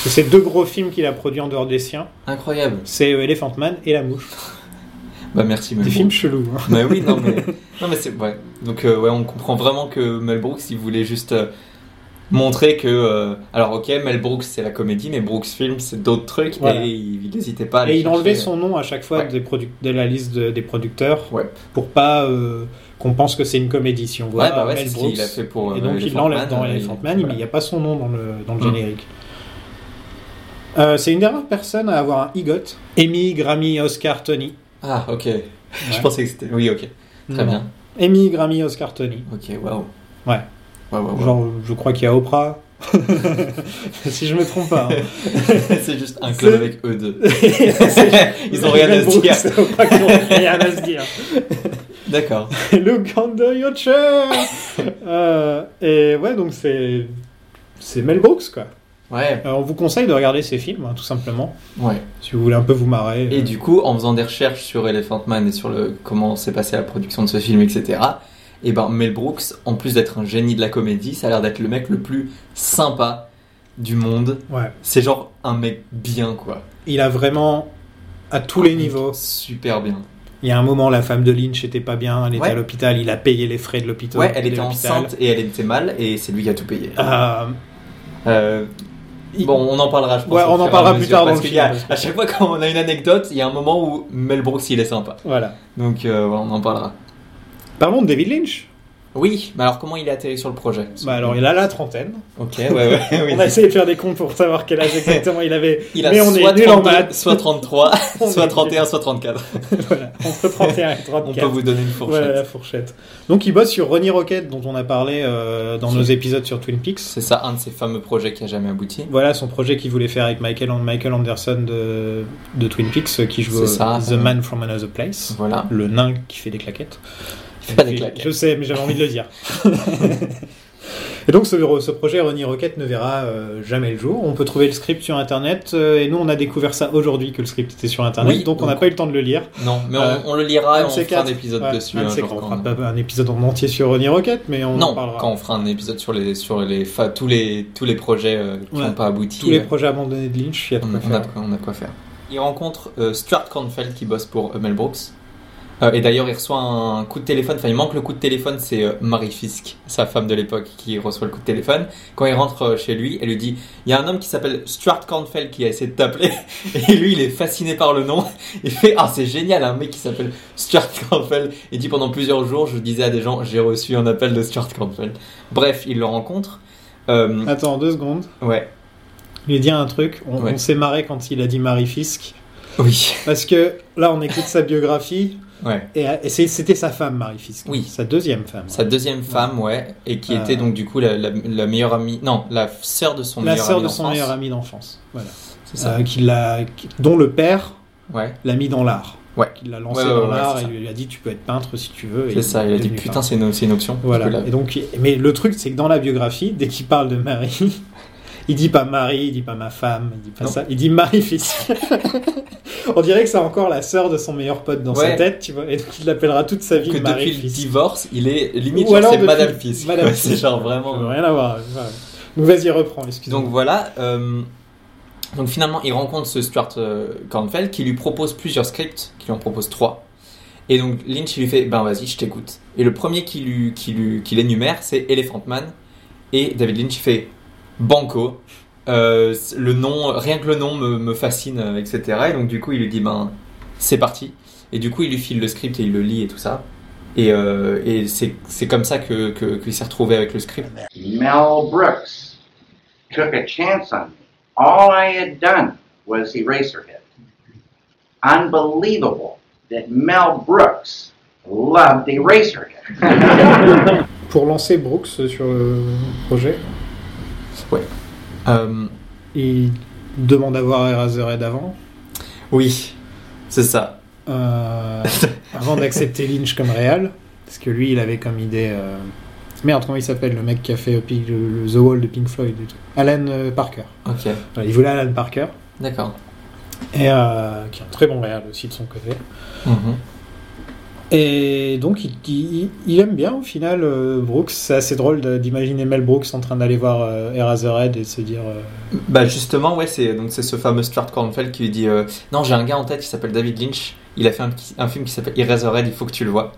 [SPEAKER 2] C'est ces deux gros films qu'il a produits en dehors des siens.
[SPEAKER 3] Incroyable.
[SPEAKER 2] C'est euh, Elephant Man et La Mouche.
[SPEAKER 3] Bah, merci, Mel
[SPEAKER 2] Des
[SPEAKER 3] Brooks.
[SPEAKER 2] films chelous. hein.
[SPEAKER 3] Bah oui, non, mais, non, mais c'est. Ouais. Donc, euh, ouais, on comprend vraiment que Mel Brooks, il voulait juste euh, montrer que. euh, alors, ok, Mel Brooks, c'est la comédie, mais Brooks Film, c'est d'autres trucs,
[SPEAKER 2] Voilà.
[SPEAKER 3] et il il n'hésitait pas à aller
[SPEAKER 2] Et il enlevait
[SPEAKER 3] chercher-
[SPEAKER 2] son nom à chaque fois
[SPEAKER 3] Ouais.
[SPEAKER 2] des produc- de la liste de- des producteurs
[SPEAKER 3] Ouais.
[SPEAKER 2] pour pas euh, qu'on pense que c'est une comédie. Si on voit
[SPEAKER 3] Ouais, bah ouais,
[SPEAKER 2] Mel
[SPEAKER 3] c'est ce
[SPEAKER 2] Brooks,
[SPEAKER 3] qu'il a fait pour.
[SPEAKER 2] et
[SPEAKER 3] euh,
[SPEAKER 2] donc il
[SPEAKER 3] Elephant
[SPEAKER 2] l'enlève
[SPEAKER 3] Man,
[SPEAKER 2] dans
[SPEAKER 3] et-
[SPEAKER 2] Elephant Man, mais
[SPEAKER 3] voilà.
[SPEAKER 2] il n'y a pas son nom dans le, dans le
[SPEAKER 3] Mm.
[SPEAKER 2] générique. Euh, c'est une dernière personne à avoir un IGOT. Emmy, Grammy, Oscar, Tony.
[SPEAKER 3] Ah, ok. Je pensais que c'était. Oui, ok.
[SPEAKER 2] Non.
[SPEAKER 3] Très bien.
[SPEAKER 2] Emmy, Grammy, Oscar, Tony.
[SPEAKER 3] Ok, waouh.
[SPEAKER 2] Ouais.
[SPEAKER 3] Ouais, ouais, ouais.
[SPEAKER 2] Genre, je crois qu'il y a Oprah. [LAUGHS] si je me trompe pas. hein.
[SPEAKER 3] c'est juste un club
[SPEAKER 2] C'est-
[SPEAKER 3] avec
[SPEAKER 2] [LAUGHS]
[SPEAKER 3] eux deux. [LAUGHS] Ils ont rien à se dire.
[SPEAKER 2] C'est Oprah qui ont rien à se dire.
[SPEAKER 3] D'accord.
[SPEAKER 2] Hello Gander Yotcher
[SPEAKER 3] [LAUGHS]
[SPEAKER 2] Euh, Et ouais, donc c'est. C'est Mel Brooks, quoi.
[SPEAKER 3] Ouais.
[SPEAKER 2] Euh, on vous conseille de regarder ses films, hein, tout simplement,
[SPEAKER 3] Ouais.
[SPEAKER 2] si vous voulez un peu vous marrer.
[SPEAKER 3] Et
[SPEAKER 2] euh.
[SPEAKER 3] du coup, en faisant des recherches sur Elephant Man et sur le, comment s'est passée la production de ce film, etc., et ben Mel Brooks, en plus d'être un génie de la comédie, ça a l'air d'être le mec le plus sympa du monde.
[SPEAKER 2] euh, Ouais.
[SPEAKER 3] C'est genre un mec bien, quoi.
[SPEAKER 2] Il a vraiment. À tous les niveaux.
[SPEAKER 3] Super bien.
[SPEAKER 2] Il y a un moment, la femme de Lynch était pas bien, elle était
[SPEAKER 3] Ouais.
[SPEAKER 2] à l'hôpital, il a payé les frais de l'hôpital.
[SPEAKER 3] Ouais, elle
[SPEAKER 2] euh, de
[SPEAKER 3] était
[SPEAKER 2] l'hôpital.
[SPEAKER 3] enceinte et elle était mal, et c'est lui qui a tout payé.
[SPEAKER 2] Euh,
[SPEAKER 3] Euh,
[SPEAKER 2] il-
[SPEAKER 3] Bon, on en parlera, je pense.
[SPEAKER 2] Ouais,
[SPEAKER 3] au
[SPEAKER 2] on en
[SPEAKER 3] fur et à
[SPEAKER 2] parlera
[SPEAKER 3] mesure,
[SPEAKER 2] plus tard dans
[SPEAKER 3] parce
[SPEAKER 2] le
[SPEAKER 3] qu'il y a-
[SPEAKER 2] film.
[SPEAKER 3] À chaque fois quand on a une anecdote, il y a un moment où Mel Brooks, il est sympa.
[SPEAKER 2] Voilà.
[SPEAKER 3] Donc, euh, voilà, on en parlera.
[SPEAKER 2] Parlons de David Lynch.
[SPEAKER 3] Oui, mais alors comment il est atterri sur le projet
[SPEAKER 2] Bah alors, il a la trentaine.
[SPEAKER 3] Ok, ouais, [LAUGHS] ouais, oui.
[SPEAKER 2] On a essayé de faire des comptes pour savoir quel
[SPEAKER 3] [LAUGHS]
[SPEAKER 2] âge exactement il avait.
[SPEAKER 3] Il a
[SPEAKER 2] mais on
[SPEAKER 3] soit
[SPEAKER 2] est nul en
[SPEAKER 3] 32,
[SPEAKER 2] maths. [LAUGHS]
[SPEAKER 3] soit 33,
[SPEAKER 2] On
[SPEAKER 3] soit
[SPEAKER 2] est-
[SPEAKER 3] 31, soit 34.
[SPEAKER 2] Voilà, entre 31 et 34.
[SPEAKER 3] On peut vous donner une fourchette.
[SPEAKER 2] Voilà, la fourchette. Donc il bosse sur Ronnie Rocket dont on a parlé euh, dans
[SPEAKER 3] Qui-
[SPEAKER 2] nos épisodes sur Twin Peaks.
[SPEAKER 3] C'est ça, un de ces fameux projets qui a jamais abouti.
[SPEAKER 2] Voilà son projet qu'il voulait faire avec Michael, Michael Anderson de, de Twin Peaks euh, qui joue
[SPEAKER 3] C'est
[SPEAKER 2] euh,
[SPEAKER 3] ça.
[SPEAKER 2] The Man from Another Place.
[SPEAKER 3] Voilà.
[SPEAKER 2] Le nain qui fait des claquettes.
[SPEAKER 3] Il fait pas des
[SPEAKER 2] Je-
[SPEAKER 3] claques. [LAUGHS]
[SPEAKER 2] Je sais, mais j'avais envie de le dire. Et donc ce, ce projet Ronnie Rocket ne verra euh, jamais le jour. On peut trouver le script sur Internet euh, et nous on a découvert ça aujourd'hui que le script était sur Internet,
[SPEAKER 3] Oui,
[SPEAKER 2] donc on
[SPEAKER 3] donc-
[SPEAKER 2] n'a pas eu le temps de le lire.
[SPEAKER 3] Non, mais on-
[SPEAKER 2] Euh,
[SPEAKER 3] on, le lira et
[SPEAKER 2] un
[SPEAKER 3] on
[SPEAKER 2] de ces
[SPEAKER 3] fera un
[SPEAKER 2] quatre.
[SPEAKER 3] épisode
[SPEAKER 2] Ouais,
[SPEAKER 3] dessus.
[SPEAKER 2] un de
[SPEAKER 3] un
[SPEAKER 2] ces
[SPEAKER 3] jour
[SPEAKER 2] quatre. on
[SPEAKER 3] quand
[SPEAKER 2] fera
[SPEAKER 3] on-
[SPEAKER 2] pas un épisode en entier sur Ronnie Rocket, mais on en
[SPEAKER 3] Non,
[SPEAKER 2] parlera.
[SPEAKER 3] quand on fera un épisode sur les, sur les, enfin, tous, les, tous les projets euh, qui
[SPEAKER 2] Ouais.
[SPEAKER 3] n'ont pas abouti,
[SPEAKER 2] Tous les
[SPEAKER 3] euh,
[SPEAKER 2] projets abandonnés de Lynch, il y a de
[SPEAKER 3] on,
[SPEAKER 2] quoi
[SPEAKER 3] on a
[SPEAKER 2] faire.
[SPEAKER 3] de quoi, on a de quoi faire. Il rencontre euh, Stuart Kornfeld qui bosse pour euh, Mel Brooks. Euh, et d'ailleurs, il reçoit un coup de téléphone. Enfin, il manque le coup de téléphone. C'est euh, Marie Fisk, sa femme de l'époque, qui reçoit le coup de téléphone. Quand il rentre euh, chez lui, elle lui dit Il y a un homme qui s'appelle Stuart Kornfeld qui a essayé de t'appeler. [LAUGHS] Et lui, il est fasciné par le nom. Il fait Ah, c'est génial, un mec qui s'appelle Stuart Kornfeld. Il dit Pendant plusieurs jours, je disais à des gens J'ai reçu un appel de Stuart Kornfeld. Bref, il le rencontre. Euh,
[SPEAKER 2] Attends deux secondes.
[SPEAKER 3] ouais,
[SPEAKER 2] Il lui dit un truc. On,
[SPEAKER 3] Ouais.
[SPEAKER 2] on s'est marré quand il a dit Marie Fisk
[SPEAKER 3] oui,
[SPEAKER 2] parce que là on écoute sa biographie
[SPEAKER 3] ouais.
[SPEAKER 2] et, euh, et c'est- c'était sa femme Marie Fisk.
[SPEAKER 3] Oui.
[SPEAKER 2] Sa deuxième femme.
[SPEAKER 3] Sa deuxième femme, ouais, et qui
[SPEAKER 2] Euh.
[SPEAKER 3] était donc du coup la, la- la meilleure amie, non, la sœur de son
[SPEAKER 2] La
[SPEAKER 3] meilleur
[SPEAKER 2] sœur
[SPEAKER 3] ami.
[SPEAKER 2] de son
[SPEAKER 3] d'enfance.
[SPEAKER 2] meilleur ami d'enfance. Voilà.
[SPEAKER 3] C'est ça.
[SPEAKER 2] Euh, qui l'a- qui- dont le père
[SPEAKER 3] Ouais,
[SPEAKER 2] l'a mis dans l'art.
[SPEAKER 3] Ouais.
[SPEAKER 2] Il l'a lancé
[SPEAKER 3] Ouais, ouais,
[SPEAKER 2] dans
[SPEAKER 3] ouais,
[SPEAKER 2] l'art
[SPEAKER 3] c'est
[SPEAKER 2] et
[SPEAKER 3] ça.
[SPEAKER 2] lui a dit tu peux être peintre si tu veux. et
[SPEAKER 3] c'est ça. Il a
[SPEAKER 2] est
[SPEAKER 3] dit
[SPEAKER 2] devenu
[SPEAKER 3] putain,
[SPEAKER 2] peintre.
[SPEAKER 3] c'est une, c'est une option. Je peux
[SPEAKER 2] Voilà.
[SPEAKER 3] la-
[SPEAKER 2] Et donc, mais le truc c'est que dans la biographie, dès qu'il parle de Marie, [LAUGHS] il dit pas Marie, il dit pas ma femme, il dit pas
[SPEAKER 3] Non.
[SPEAKER 2] ça, il dit Marie fils. [LAUGHS] On dirait que c'est encore la sœur de son meilleur pote dans sa
[SPEAKER 3] Ouais.
[SPEAKER 2] tête, tu vois, et donc il l'appellera toute sa vie
[SPEAKER 3] que
[SPEAKER 2] Marie
[SPEAKER 3] depuis le
[SPEAKER 2] fils.
[SPEAKER 3] divorce, il est limite
[SPEAKER 2] Ou
[SPEAKER 3] genre,
[SPEAKER 2] alors
[SPEAKER 3] c'est
[SPEAKER 2] depuis-
[SPEAKER 3] Madame Fisk.
[SPEAKER 2] Madame
[SPEAKER 3] Ouais, [LAUGHS] c'est
[SPEAKER 2] Fisk.
[SPEAKER 3] genre
[SPEAKER 2] Ça
[SPEAKER 3] vraiment.
[SPEAKER 2] veut rien à voir. ouais. Donc vas-y reprends, excuse-moi.
[SPEAKER 3] Donc voilà. euh, donc finalement, il rencontre ce Stuart euh, Kornfeld qui lui propose plusieurs scripts, qui lui en propose trois. Et donc Lynch il lui fait ben vas-y, je t'écoute. Et le premier qui lui qui lui qui l'énumère, c'est Elephant Man. Et David Lynch il fait Banco. Euh, le nom, rien que le nom me, me fascine, euh, etc. Et donc du coup il lui dit ben c'est parti. Et du coup il lui file le script et il le lit et tout ça. Et, euh, et c'est c'est comme ça que que- qu'il s'est retrouvé avec le script.
[SPEAKER 1] Mel Brooks took a chance on me. All I had done was Eraserhead. Unbelievable that Mel Brooks loved
[SPEAKER 2] [LAUGHS]
[SPEAKER 1] Eraserhead.
[SPEAKER 2] Pour lancer Brooks sur le projet,
[SPEAKER 3] Euh,
[SPEAKER 2] il demande à voir Eraserhead avant.
[SPEAKER 3] oui, c'est ça.
[SPEAKER 2] Euh, avant d'accepter Lynch comme réal, parce que lui, il avait comme idée. euh, Merde, comment il s'appelle le mec qui a fait euh, Pink- le- le The Wall de Pink Floyd et tout. Alan euh, Parker.
[SPEAKER 3] Ok,
[SPEAKER 2] Voilà, il voulait Alan Parker,
[SPEAKER 3] d'accord.
[SPEAKER 2] et, euh, qui est un très bon réal aussi de son côté. Et donc, il, il- il aime bien au final euh, Brooks. C'est assez drôle de- d'imaginer Mel Brooks en train d'aller voir euh, Eraserhead et de se dire. euh,
[SPEAKER 3] Bah justement, ouais, c'est donc c'est ce fameux Stuart Kornfeld qui lui dit euh, non, j'ai un gars en tête qui s'appelle David Lynch. Il a fait un, petit- un film qui s'appelle Eraserhead. Il faut que tu le vois.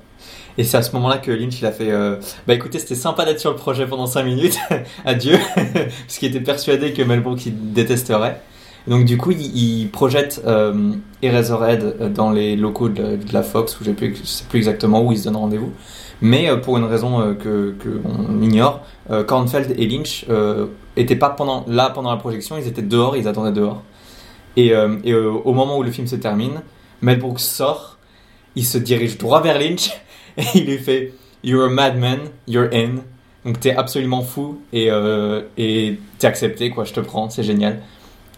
[SPEAKER 3] Et c'est à ce moment-là que Lynch il a fait euh, bah écoutez, c'était sympa d'être sur le projet pendant 5 minutes. [LAUGHS] Adieu, parce qu'il était persuadé que Mel Brooks il détesterait. Donc du coup, il, il projette euh, Eraserhead euh, dans les locaux de, la- de la Fox, où j'ai plus- je sais plus exactement où ils se donnent rendez-vous. Mais euh, pour une raison euh, que qu'on ignore, euh, Kornfeld et Lynch euh, étaient pas pendant, là pendant la projection, ils étaient dehors, ils attendaient dehors. Et, euh, et, euh, au moment où le film se termine, Mel Brooks sort, il se dirige droit vers Lynch [LAUGHS] et il lui fait You're a madman, you're in. Donc t'es absolument fou et euh, et t'es accepté, quoi, je te prends, c'est génial.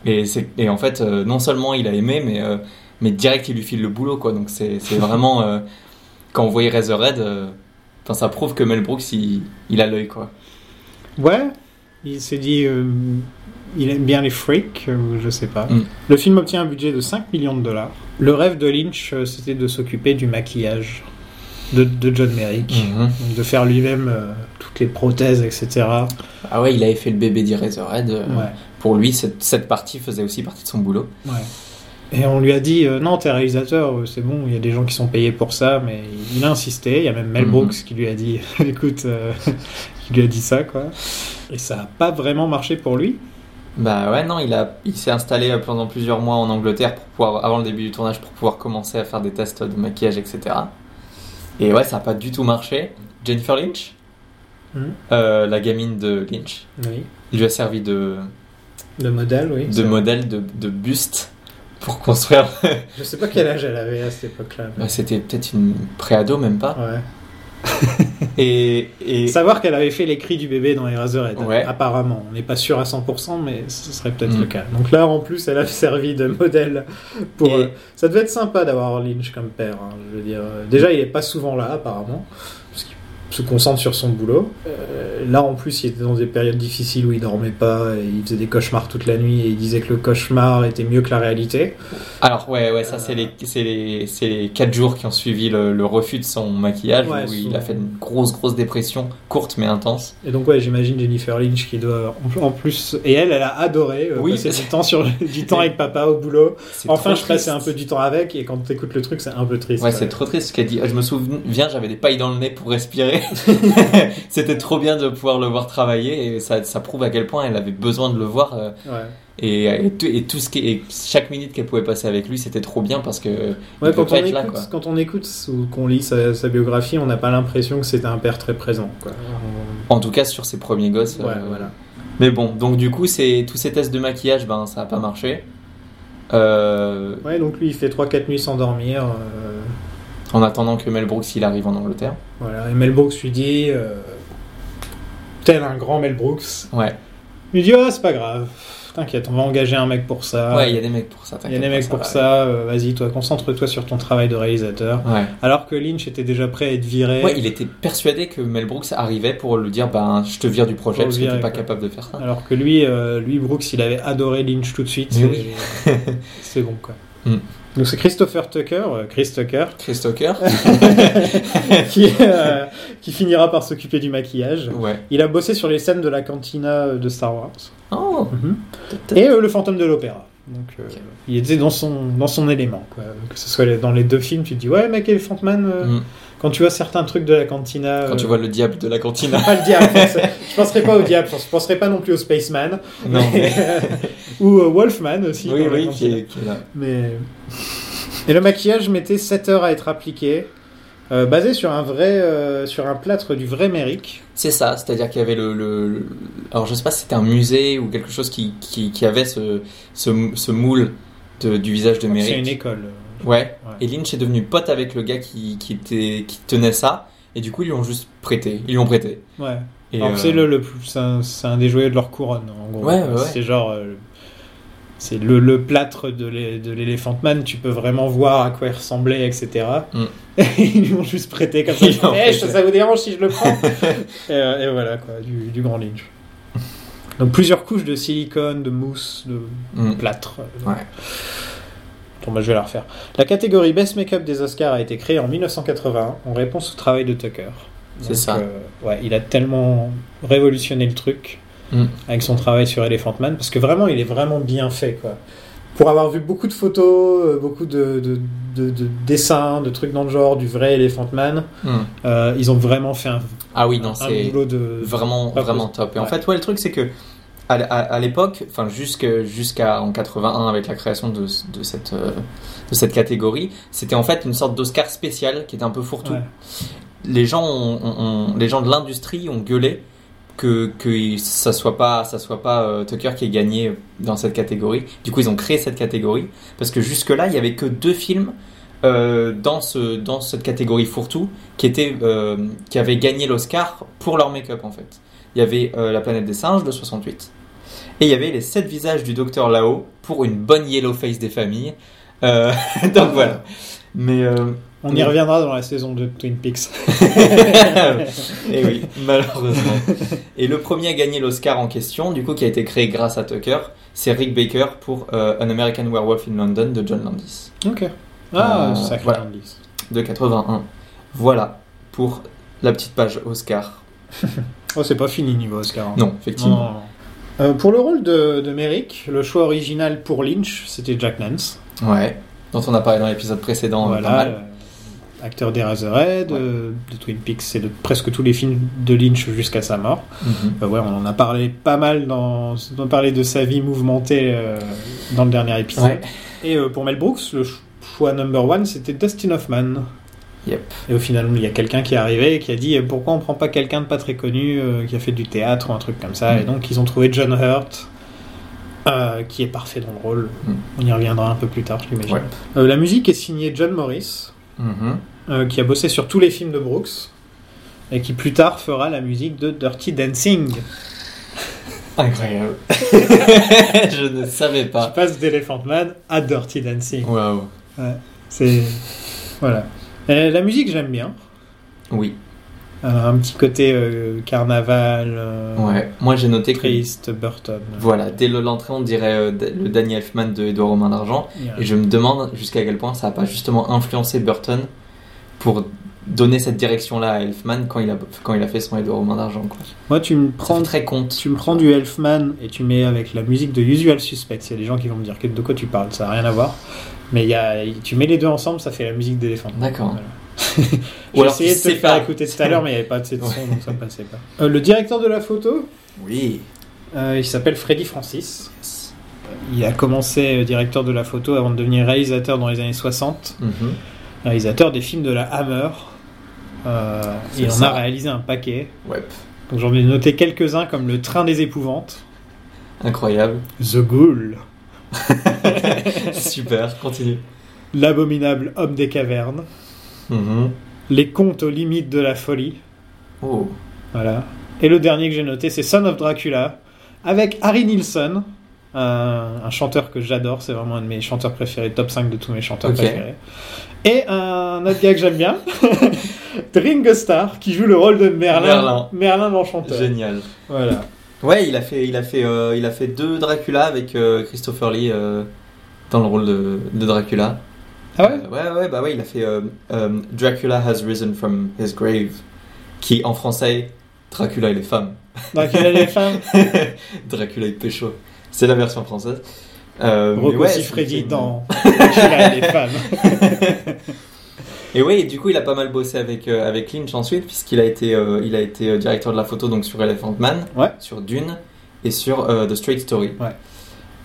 [SPEAKER 3] Et, c'est- et en fait, euh, non seulement il a aimé, mais, euh, mais direct il lui file le boulot, quoi. Donc c'est c'est vraiment. euh, quand on voyait Razorhead, euh, enfin, ça prouve que Mel Brooks il, il a l'œil, quoi.
[SPEAKER 2] Ouais, il s'est dit euh, il aime bien les freaks, euh, je sais pas.
[SPEAKER 3] Mm.
[SPEAKER 2] Le film obtient un budget de 5 millions de dollars. Le rêve de Lynch, euh, c'était de s'occuper du maquillage de, de John Merrick,
[SPEAKER 3] Mm.
[SPEAKER 2] Donc de faire lui-même euh, toutes les prothèses, etc.
[SPEAKER 3] Ah ouais, il avait fait le bébé d'Eraserhead. euh,
[SPEAKER 2] Ouais,
[SPEAKER 3] Pour lui, cette, cette partie faisait aussi partie de son boulot.
[SPEAKER 2] ouais. Et on lui a dit euh, non, t'es réalisateur, euh, c'est bon, il y a des gens qui sont payés pour ça, mais il a insisté. Il y a même Mel
[SPEAKER 3] Mhm.
[SPEAKER 2] Brooks qui lui a dit [LAUGHS] écoute, euh, qui lui a dit ça, quoi. Et ça n'a pas vraiment marché pour lui.
[SPEAKER 3] Bah ouais, non, il, a, il s'est installé euh, pendant plusieurs mois en Angleterre pour pouvoir, avant le début du tournage pour pouvoir commencer à faire des tests de maquillage, etc. Et ouais, ça n'a pas du tout marché. Jennifer Lynch,
[SPEAKER 2] Mhm.
[SPEAKER 3] euh, la gamine de Lynch,
[SPEAKER 2] Oui.
[SPEAKER 3] il lui a servi de,
[SPEAKER 2] Le modèle, oui.
[SPEAKER 3] de
[SPEAKER 2] c'est-
[SPEAKER 3] modèle, de, de buste pour construire.
[SPEAKER 2] Je sais pas quel âge elle avait à cette époque-là. mais-
[SPEAKER 3] Bah, C'était peut-être une pré-ado, même pas.
[SPEAKER 2] Ouais.
[SPEAKER 3] Et, et...
[SPEAKER 2] Savoir qu'elle avait fait les cris du bébé dans Eraserhead,
[SPEAKER 3] Ouais.
[SPEAKER 2] apparemment. On n'est pas sûr à 100%, mais ce serait peut-être
[SPEAKER 3] Mm.
[SPEAKER 2] le cas. Donc là, en plus, elle a servi de modèle pour.
[SPEAKER 3] Et-
[SPEAKER 2] euh, Ça devait être sympa d'avoir Lynch comme père. hein, je veux dire, euh, déjà, il est pas souvent là, apparemment, parce qu'il se concentre sur son boulot. Euh, là, en plus, il était dans des périodes difficiles où il dormait pas, et il faisait des cauchemars toute la nuit, et il disait que le cauchemar était mieux que la réalité.
[SPEAKER 3] Alors, ouais, ouais, ça, c'est les, c'est les, c'est les 4 jours qui ont suivi le, le refus de son maquillage,
[SPEAKER 2] Ouais,
[SPEAKER 3] où il
[SPEAKER 2] son-
[SPEAKER 3] a fait une grosse, grosse dépression, courte mais intense.
[SPEAKER 2] Et donc, ouais, j'imagine Jennifer Lynch qui doit, en- en plus, et elle, elle a adoré euh,
[SPEAKER 3] Oui,
[SPEAKER 2] passer
[SPEAKER 3] c'est-
[SPEAKER 2] du temps, sur, du temps avec papa au boulot.
[SPEAKER 3] [LAUGHS] C'est
[SPEAKER 2] Enfin,
[SPEAKER 3] trop
[SPEAKER 2] je passais
[SPEAKER 3] triste.
[SPEAKER 2] un peu du temps avec, et quand t'écoutes le truc, c'est un peu triste.
[SPEAKER 3] Ouais, c'est trop triste ce qu'elle dit. Je me souviens, j'avais des pailles dans le nez pour respirer. C'était trop bien de pouvoir le voir travailler et ça, ça prouve à quel point elle avait besoin de le voir. euh,
[SPEAKER 2] Ouais.
[SPEAKER 3] Et, et tout, et tout ce qui, et chaque minute qu'elle pouvait passer avec lui, c'était trop bien parce que
[SPEAKER 2] Ouais,
[SPEAKER 3] il peut
[SPEAKER 2] quand, on
[SPEAKER 3] pas être
[SPEAKER 2] écoute,
[SPEAKER 3] là. Quoi.
[SPEAKER 2] quand on écoute ou qu'on lit sa, sa biographie, on n'a pas l'impression que c'était un père très présent. Quoi. On-
[SPEAKER 3] En tout cas, sur ses premiers gosses.
[SPEAKER 2] Ouais,
[SPEAKER 3] euh,
[SPEAKER 2] voilà.
[SPEAKER 3] Mais bon, donc du coup, c'est tous ces tests de maquillage, ben ça a pas marché. Euh,
[SPEAKER 2] Ouais, donc lui, il fait 3-4 nuits sans dormir. euh,
[SPEAKER 3] en attendant que Mel Brooks il arrive en Angleterre.
[SPEAKER 2] voilà. Et Mel Brooks lui dit, euh, tel un grand Mel Brooks,
[SPEAKER 3] Ouais.
[SPEAKER 2] il lui dit Ah, c'est pas grave, t'inquiète, on va engager un mec pour ça.
[SPEAKER 3] ouais, il y a des mecs pour ça.
[SPEAKER 2] Ah. il y a
[SPEAKER 3] t'inquiète
[SPEAKER 2] des
[SPEAKER 3] pas,
[SPEAKER 2] mecs pour
[SPEAKER 3] va.
[SPEAKER 2] ça, euh, vas-y, toi, concentre-toi sur ton travail de réalisateur.
[SPEAKER 3] Ouais.
[SPEAKER 2] Alors que Lynch était déjà prêt à être viré.
[SPEAKER 3] Ouais, il était persuadé que Mel Brooks arrivait pour lui dire ben je te vire du projet
[SPEAKER 2] Pour
[SPEAKER 3] parce
[SPEAKER 2] le
[SPEAKER 3] que t'es
[SPEAKER 2] virer,
[SPEAKER 3] pas
[SPEAKER 2] quoi.
[SPEAKER 3] capable de faire ça.
[SPEAKER 2] Alors que lui, euh, lui, Brooks, il avait adoré Lynch tout de suite.
[SPEAKER 3] Mais
[SPEAKER 2] et-
[SPEAKER 3] oui.
[SPEAKER 2] [LAUGHS] C'est bon quoi.
[SPEAKER 3] Hmm.
[SPEAKER 2] Donc c'est Christopher Tucker, euh, Chris
[SPEAKER 3] [LAUGHS]
[SPEAKER 2] Tucker,
[SPEAKER 3] Chris Tucker.
[SPEAKER 2] qui, euh, qui finira par s'occuper du maquillage.
[SPEAKER 3] ouais.
[SPEAKER 2] Il a bossé sur les scènes de la cantina euh, de Star Wars.
[SPEAKER 3] Oh.
[SPEAKER 2] Et euh, le fantôme de l'opéra. Donc euh, il était dans son, dans son élément. Quoi. Que ce soit les- dans les deux films, tu te dis ouais mec et Fantman, euh,
[SPEAKER 3] Hmm.
[SPEAKER 2] quand tu vois certains trucs de la cantina...
[SPEAKER 3] Quand
[SPEAKER 2] euh,
[SPEAKER 3] tu vois le diable de la
[SPEAKER 2] [LAUGHS]
[SPEAKER 3] cantine.
[SPEAKER 2] Pas le diable, je pense- je penserais pas au diable, je penserais pas non plus au Spaceman,
[SPEAKER 3] non. [LAUGHS] Mais...
[SPEAKER 2] [LAUGHS] ou au Wolfman aussi.
[SPEAKER 3] oui,
[SPEAKER 2] dans la
[SPEAKER 3] oui, qui
[SPEAKER 2] cantina.
[SPEAKER 3] est, qui est là.
[SPEAKER 2] Mais... euh. Et le maquillage mettait 7 heures à être appliqué, euh, basé sur un vrai, euh, sur un plâtre du vrai Méric.
[SPEAKER 3] C'est ça, c'est-à-dire qu'il y avait le, le- le- Alors je sais pas si c'était un musée ou quelque chose qui, qui, qui avait ce, ce, ce moule de- du visage de
[SPEAKER 2] C'est une
[SPEAKER 3] Merrick.
[SPEAKER 2] école. euh.
[SPEAKER 3] Ouais.
[SPEAKER 2] Ouais.
[SPEAKER 3] Et Lynch est devenu pote avec le gars qui, qui, était, qui tenait ça. Et du coup, ils lui ont juste prêté. Ils lui ont prêté.
[SPEAKER 2] Ouais.
[SPEAKER 3] Et,
[SPEAKER 2] Alors,
[SPEAKER 3] euh,
[SPEAKER 2] c'est le, le plus, c'est un, c'est un des joyaux de leur couronne en gros.
[SPEAKER 3] Ouais, ouais, ouais.
[SPEAKER 2] C'est genre, euh, c'est le, le plâtre de l'é- de l'éléphant man. Tu peux vraiment voir à quoi il ressemblait, etc.
[SPEAKER 3] Mm.
[SPEAKER 2] Et [LAUGHS] ils lui ont juste prêté comme ça.
[SPEAKER 3] [LAUGHS] Ils lui ont
[SPEAKER 2] Eh,
[SPEAKER 3] prêté.
[SPEAKER 2] ça vous dérange si je le
[SPEAKER 3] [LAUGHS]
[SPEAKER 2] prends et, euh, et voilà quoi, du, du grand Lynch. Donc plusieurs couches de silicone, de mousse, de,
[SPEAKER 3] Mm.
[SPEAKER 2] plâtre.
[SPEAKER 3] Ouais.
[SPEAKER 2] Bon, bah, je vais la refaire. La catégorie Best Make-up des Oscars a été créée en 1981 en réponse au travail de Tucker.
[SPEAKER 3] C'est
[SPEAKER 2] Donc,
[SPEAKER 3] ça.
[SPEAKER 2] euh, ouais, il a tellement révolutionné le truc
[SPEAKER 3] Mm.
[SPEAKER 2] avec son travail sur Elephant Man parce que vraiment, il est vraiment bien fait. quoi. Pour avoir vu beaucoup de photos, euh, beaucoup de, de- de- de dessins, de trucs dans le genre, du vrai Elephant Man,
[SPEAKER 3] Mm.
[SPEAKER 2] euh, ils ont vraiment fait un,
[SPEAKER 3] Ah oui, non,
[SPEAKER 2] un
[SPEAKER 3] c'est.
[SPEAKER 2] boulot de.
[SPEAKER 3] vraiment
[SPEAKER 2] Pas
[SPEAKER 3] vraiment
[SPEAKER 2] possible.
[SPEAKER 3] top. Et en
[SPEAKER 2] Ouais.
[SPEAKER 3] fait, ouais, le truc c'est que à, à- à l'époque, enfin jusque- jusqu'à en 81 avec la création de, ce- de cette euh, de cette catégorie, c'était en fait une sorte d'Oscar spécial qui était un peu fourre-tout.
[SPEAKER 2] Ouais.
[SPEAKER 3] Les gens ont- ont- ont- les gens de l'industrie ont gueulé que que ça soit pas ça soit pas euh, Tucker qui ait gagné dans cette catégorie. Du coup, ils ont créé cette catégorie parce que jusque là, il y avait que deux films euh, dans ce dans cette catégorie fourre-tout qui étaient euh, qui avaient gagné l'Oscar pour leur make-up en fait il y avait euh, La planète des singes de 68. Et il y avait les 7 visages du docteur là-haut pour une bonne yellow face des familles. Euh, [LAUGHS] donc voilà. Mais. euh, [LAUGHS]
[SPEAKER 2] On y reviendra dans la saison de Twin Peaks.
[SPEAKER 3] eh oui, malheureusement. Et le premier à gagner l'Oscar en question, du coup, qui a été créé grâce à Tucker, c'est Rick Baker pour euh, An American Werewolf in London de John Landis.
[SPEAKER 2] Ok. Ah,
[SPEAKER 3] Euh,
[SPEAKER 2] sacré
[SPEAKER 3] voilà.
[SPEAKER 2] indice.
[SPEAKER 3] De 81. Voilà pour la petite page Oscar.
[SPEAKER 2] Oh, c'est pas fini niveau Oscar. hein.
[SPEAKER 3] Non, effectivement.
[SPEAKER 2] Non, non, non. Euh, pour le rôle de, de Merrick, le choix original pour Lynch, c'était Jack Nance.
[SPEAKER 3] Ouais. Dont on a parlé dans l'épisode précédent. euh, pas
[SPEAKER 2] voilà,
[SPEAKER 3] mal.
[SPEAKER 2] euh, acteur des Razorhead,
[SPEAKER 3] Ouais.
[SPEAKER 2] euh, de Twin Peaks et de presque tous les films de Lynch jusqu'à sa mort.
[SPEAKER 3] Mhm.
[SPEAKER 2] Euh, ouais, on en a parlé pas mal dans. On a parlé de sa vie mouvementée euh, dans le dernier épisode.
[SPEAKER 3] Ouais.
[SPEAKER 2] Et euh, pour Mel Brooks, le ch- choix number one, c'était Dustin Hoffman.
[SPEAKER 3] Yep.
[SPEAKER 2] Et au final, il y a quelqu'un qui est arrivé et qui a dit euh, pourquoi on prend pas quelqu'un de pas très connu euh, qui a fait du théâtre ou un truc comme ça.
[SPEAKER 3] Mm.
[SPEAKER 2] Et donc ils ont trouvé John Hurt, euh, qui est parfait dans le rôle.
[SPEAKER 3] Mm.
[SPEAKER 2] On y reviendra un peu plus tard, j'imagine.
[SPEAKER 3] Ouais.
[SPEAKER 2] Euh, la musique est signée John Morris,
[SPEAKER 3] Mhm.
[SPEAKER 2] euh, qui a bossé sur tous les films de Brooks et qui plus tard fera la musique de Dirty Dancing.
[SPEAKER 3] Incroyable. [LAUGHS] je ne savais
[SPEAKER 2] Tu
[SPEAKER 3] pas.
[SPEAKER 2] passes d'Elephant Man à Dirty Dancing.
[SPEAKER 3] Waouh.
[SPEAKER 2] C'est voilà. Euh, la musique j'aime bien.
[SPEAKER 3] Oui.
[SPEAKER 2] Euh, un petit côté euh, carnaval, euh,
[SPEAKER 3] Ouais. Moi, j'ai noté que.
[SPEAKER 2] triste, Burton.
[SPEAKER 3] Voilà, dès le- l'entrée, on dirait euh, d- le Danny Elfman de Edouard Romain d'Argent.
[SPEAKER 2] Il y a-
[SPEAKER 3] Et je me demande jusqu'à quel point ça n'a pas justement influencé Burton pour donner cette direction-là à Elfman quand il a, quand il a fait son Edouard Romain d'Argent. quoi.
[SPEAKER 2] Moi, tu me
[SPEAKER 3] Ça fait
[SPEAKER 2] prends,
[SPEAKER 3] très compte.
[SPEAKER 2] tu me prends du Elfman et tu mets avec la musique de Usual Suspects. Il y a des gens qui vont me dire que de quoi tu parles, ça n'a rien à voir. Mais il y a, tu mets les deux ensemble, ça fait la musique d'éléphant.
[SPEAKER 3] D'accord. [LAUGHS]
[SPEAKER 2] Voilà.
[SPEAKER 3] Ou
[SPEAKER 2] J'ai
[SPEAKER 3] alors tu
[SPEAKER 2] essayé de te le faire
[SPEAKER 3] sépares.
[SPEAKER 2] écouter tout à l'heure, mais il n'y avait pas assez de son,
[SPEAKER 3] Ouais.
[SPEAKER 2] donc ça ne passait pas. Euh, le directeur de la photo,
[SPEAKER 3] Oui.
[SPEAKER 2] euh, il s'appelle Freddy Francis. Il a commencé euh, directeur de la photo avant de devenir réalisateur dans les années 60,
[SPEAKER 3] Mhm.
[SPEAKER 2] réalisateur des films de la Hammer. Euh,
[SPEAKER 3] C'est
[SPEAKER 2] il en
[SPEAKER 3] ça.
[SPEAKER 2] a réalisé un paquet.
[SPEAKER 3] Ouais.
[SPEAKER 2] Donc j'en ai noté quelques-uns comme Le Train des Épouvantes,
[SPEAKER 3] Incroyable. [LAUGHS]
[SPEAKER 2] The Ghoul,
[SPEAKER 3] Super, continue.
[SPEAKER 2] L'Abominable Homme des Cavernes,
[SPEAKER 3] Mhm.
[SPEAKER 2] Les Contes aux Limites de la Folie,
[SPEAKER 3] Oh.
[SPEAKER 2] voilà. Et le dernier que j'ai noté, c'est Son of Dracula, avec Harry Nilsson, euh, un, un chanteur que j'adore, c'est vraiment un de mes chanteurs préférés, top 5 de tous mes chanteurs
[SPEAKER 3] Ok.
[SPEAKER 2] préférés. Et un autre gars que j'aime bien, [LAUGHS] Ringo Starr, qui joue le rôle de Merlin,
[SPEAKER 3] Merlin.
[SPEAKER 2] Merlin, l'Enchanteur.
[SPEAKER 3] Génial.
[SPEAKER 2] Voilà.
[SPEAKER 3] Ouais, il a fait, il a fait, euh, il a fait deux Dracula avec euh, Christopher Lee euh, dans le rôle de, de Dracula.
[SPEAKER 2] Ah ouais
[SPEAKER 3] Euh, Ouais, ouais, bah ouais, il a fait euh, euh, Dracula has risen from his grave, qui en français Dracula et les femmes. [LAUGHS]
[SPEAKER 2] Dracula et les femmes
[SPEAKER 3] Dracula et pécho. C'est la version française. Euh, mais ouais,
[SPEAKER 2] Rocco
[SPEAKER 3] c'est-
[SPEAKER 2] Freddy
[SPEAKER 3] c'est- [LAUGHS]
[SPEAKER 2] dans Dracula et les femmes.
[SPEAKER 3] [LAUGHS] Et ouais, et du coup, il a pas mal bossé avec, euh, avec Lynch ensuite, puisqu'il a été, euh, il a été euh, directeur de la photo donc sur Elephant Man,
[SPEAKER 2] Ouais.
[SPEAKER 3] sur Dune et sur euh, The Straight Story.
[SPEAKER 2] Ouais.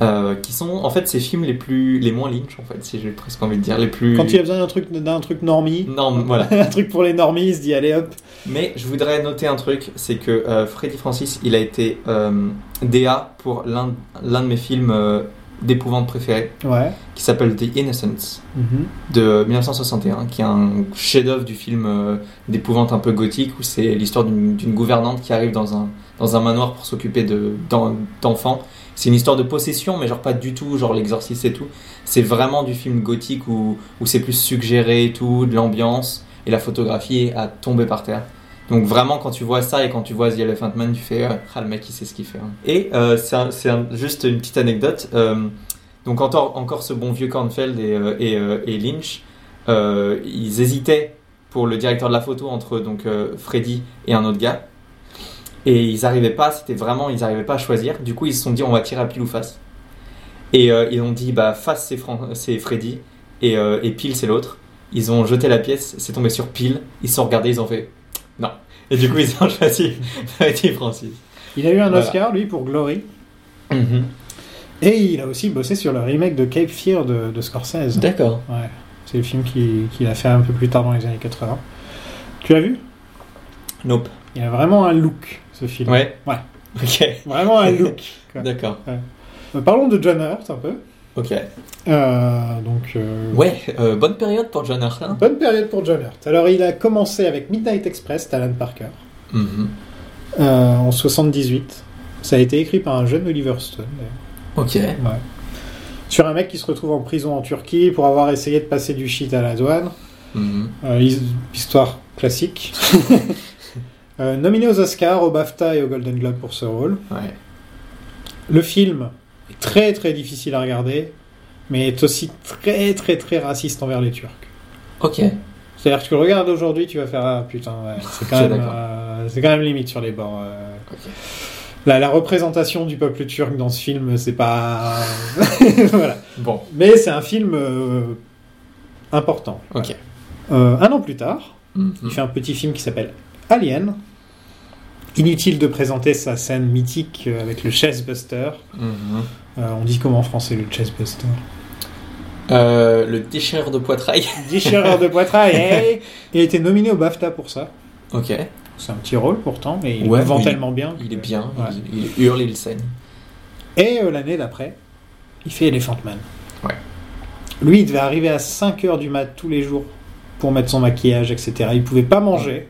[SPEAKER 3] Euh, qui sont en fait ses films les plus les moins Lynch en fait si j'ai presque envie de dire les plus
[SPEAKER 2] Quand il a besoin d'un truc, d'un truc normie,
[SPEAKER 3] non voilà
[SPEAKER 2] [LAUGHS]
[SPEAKER 3] [LAUGHS]
[SPEAKER 2] un truc pour les normies, il se dit allez hop.
[SPEAKER 3] mais je voudrais noter un truc c'est que euh, Freddy Francis il a été euh, DA pour l'un l'un de mes films euh, d'épouvante préférés
[SPEAKER 2] Ouais.
[SPEAKER 3] qui s'appelle The Innocents
[SPEAKER 2] Mhm.
[SPEAKER 3] de 1961, qui est un chef-d'œuvre du film euh, d'épouvante un peu gothique, où c'est l'histoire d'une d'une gouvernante qui arrive dans un, dans un manoir pour s'occuper de- d'en- d'enfants. c'est une histoire de possession, mais genre pas du tout, genre l'exorciste et tout. C'est vraiment du film gothique où, où c'est plus suggéré et tout, de l'ambiance, et la photographie est à tomber par terre. Donc vraiment, quand tu vois ça et quand tu vois The Elephant Man, tu fais euh, ah le mec il sait ce qu'il fait. hein. Et euh, c'est un- c'est un- juste une petite anecdote. euh, donc encore, encore ce bon vieux Kornfeld et, euh, et, euh, et Lynch, euh, ils hésitaient pour le directeur de la photo entre donc euh, Freddy et un autre gars. Et ils n'arrivaient pas, c'était vraiment, ils n'arrivaient pas à choisir. Du coup, ils se sont dit, on va tirer à pile ou face. Et euh, ils ont dit, bah face c'est, Fran- c'est Freddy et, euh, et pile c'est l'autre. Ils ont jeté la pièce, c'est tombé sur pile. Ils se sont regardés, ils ont fait non. Et du coup, ils ont [LAUGHS] choisi Freddy Francis.
[SPEAKER 2] Il a eu un
[SPEAKER 3] Voilà.
[SPEAKER 2] Oscar lui pour Glory. Mhm. Et il a aussi bossé sur le remake de Cape Fear de, de Scorsese.
[SPEAKER 3] D'accord.
[SPEAKER 2] Ouais. C'est le film qui- qu'il a fait un peu plus tard dans les années 80. Tu l'as vu
[SPEAKER 3] Nope.
[SPEAKER 2] Il a vraiment un look, ce film.
[SPEAKER 3] Ouais.
[SPEAKER 2] Ouais.
[SPEAKER 3] Ok.
[SPEAKER 2] Vraiment un
[SPEAKER 3] [LAUGHS]
[SPEAKER 2] look. quoi.
[SPEAKER 3] D'accord.
[SPEAKER 2] Euh, Parlons de John Hurt un peu.
[SPEAKER 3] Ok.
[SPEAKER 2] Euh, donc. euh,
[SPEAKER 3] Ouais, euh, bonne période pour John Arlin.
[SPEAKER 2] Bonne période pour John Hurt. Alors, il a commencé avec Midnight Express d'Alan Parker
[SPEAKER 3] Mm-hmm.
[SPEAKER 2] euh, en 78. Ça a été écrit par un jeune Oliver Stone. d'ailleurs.
[SPEAKER 3] Ok.
[SPEAKER 2] Ouais. Sur un mec qui se retrouve en prison en Turquie pour avoir essayé de passer du shit à la douane.
[SPEAKER 3] Mhm.
[SPEAKER 2] Euh, his- histoire
[SPEAKER 3] [LAUGHS]
[SPEAKER 2] classique. Euh, nominé aux Oscars, au BAFTA et au Golden Globe pour ce rôle.
[SPEAKER 3] Ouais.
[SPEAKER 2] Le film est très très difficile à regarder, mais est aussi très très très raciste envers les Turcs.
[SPEAKER 3] Ok.
[SPEAKER 2] C'est-à-dire que tu le regardes aujourd'hui, tu vas faire ah putain, ouais,
[SPEAKER 3] [LAUGHS]
[SPEAKER 2] c'est quand,
[SPEAKER 3] Je suis
[SPEAKER 2] même,
[SPEAKER 3] d'accord.
[SPEAKER 2] euh, c'est quand même limite sur les bords. euh.
[SPEAKER 3] Ok.
[SPEAKER 2] La, la représentation du peuple turc dans ce film, c'est pas. [LAUGHS] voilà.
[SPEAKER 3] Bon.
[SPEAKER 2] Mais c'est un film euh, important.
[SPEAKER 3] Ok.
[SPEAKER 2] Euh, un an plus tard, il
[SPEAKER 3] Mhm.
[SPEAKER 2] fait un petit film qui s'appelle Alien. Inutile de présenter sa scène mythique euh, avec le chessbuster.
[SPEAKER 3] Mhm.
[SPEAKER 2] Euh, on dit comment en français le chessbuster
[SPEAKER 3] Euh, le déchireur de poitrail.
[SPEAKER 2] Déchireur de poitrail,
[SPEAKER 3] [LAUGHS]
[SPEAKER 2] hey Il a été nominé au BAFTA pour ça.
[SPEAKER 3] Ok.
[SPEAKER 2] C'est un petit rôle pourtant, mais il
[SPEAKER 3] Ouais,
[SPEAKER 2] le vend
[SPEAKER 3] il-
[SPEAKER 2] tellement bien.
[SPEAKER 3] Il
[SPEAKER 2] que-
[SPEAKER 3] est bien.
[SPEAKER 2] Ouais.
[SPEAKER 3] Il, il hurle, il saigne.
[SPEAKER 2] Et euh, l'année d'après, il fait Elephant Man.
[SPEAKER 3] Ouais.
[SPEAKER 2] Lui, il devait arriver à 5h du mat tous les jours pour mettre son maquillage, etc. Il pouvait pas manger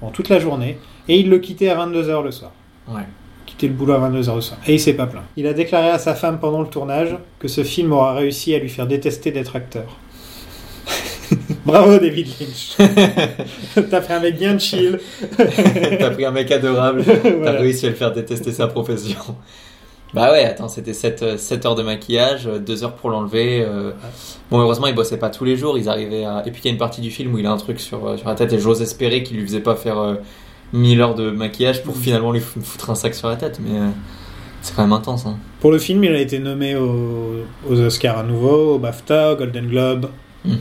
[SPEAKER 2] pendant toute la journée et il le quittait à 22h le soir.
[SPEAKER 3] Ouais.
[SPEAKER 2] Quitter le boulot à 22h le soir. Et il s'est pas plaint. Il a déclaré à sa femme pendant le tournage que ce film aura réussi à lui faire détester d'être acteur. [LAUGHS] Bravo David Lynch. [LAUGHS]
[SPEAKER 3] [LAUGHS]
[SPEAKER 2] T'as fait un mec bien chill.
[SPEAKER 3] T'as pris un mec adorable. T'as
[SPEAKER 2] Voilà.
[SPEAKER 3] réussi à le faire détester sa profession. Bah ouais, attends, c'était 7, heures de maquillage, 2 heures pour l'enlever. euh. Bon, heureusement, ils bossaient pas tous les jours. Ils arrivaient à... Et puis, il y a une partie du film où il a un truc sur, euh, sur la tête et j'ose espérer qu'il lui faisait pas faire euh, 1000 heures de maquillage pour finalement lui f- foutre un sac sur la tête. Mais euh, c'est quand même intense. Hein.
[SPEAKER 2] Pour le film, il a été nommé aux, aux Oscars à nouveau, au BAFTA, au Golden Globe.
[SPEAKER 3] Mhm.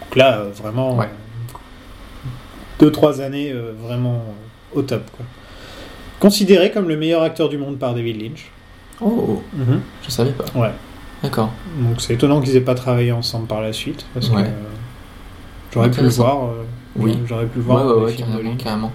[SPEAKER 2] Donc là, euh, vraiment,
[SPEAKER 3] Ouais.
[SPEAKER 2] 2-3 années euh, vraiment euh, au top. Quoi. Considéré comme le meilleur acteur du monde par David Lynch.
[SPEAKER 3] Oh,
[SPEAKER 2] Mhm.
[SPEAKER 3] je savais pas.
[SPEAKER 2] Ouais.
[SPEAKER 3] D'accord.
[SPEAKER 2] Donc c'est étonnant qu'ils aient pas travaillé ensemble par la suite. Parce
[SPEAKER 3] Ouais.
[SPEAKER 2] que euh, j'aurais pu le
[SPEAKER 3] Intéressant.
[SPEAKER 2] voir. euh,
[SPEAKER 3] Oui.
[SPEAKER 2] J'aurais pu le
[SPEAKER 3] Ouais,
[SPEAKER 2] voir. dans
[SPEAKER 3] ouais,
[SPEAKER 2] les
[SPEAKER 3] ouais,
[SPEAKER 2] films de
[SPEAKER 3] carrément,
[SPEAKER 2] Lynch.
[SPEAKER 3] carrément.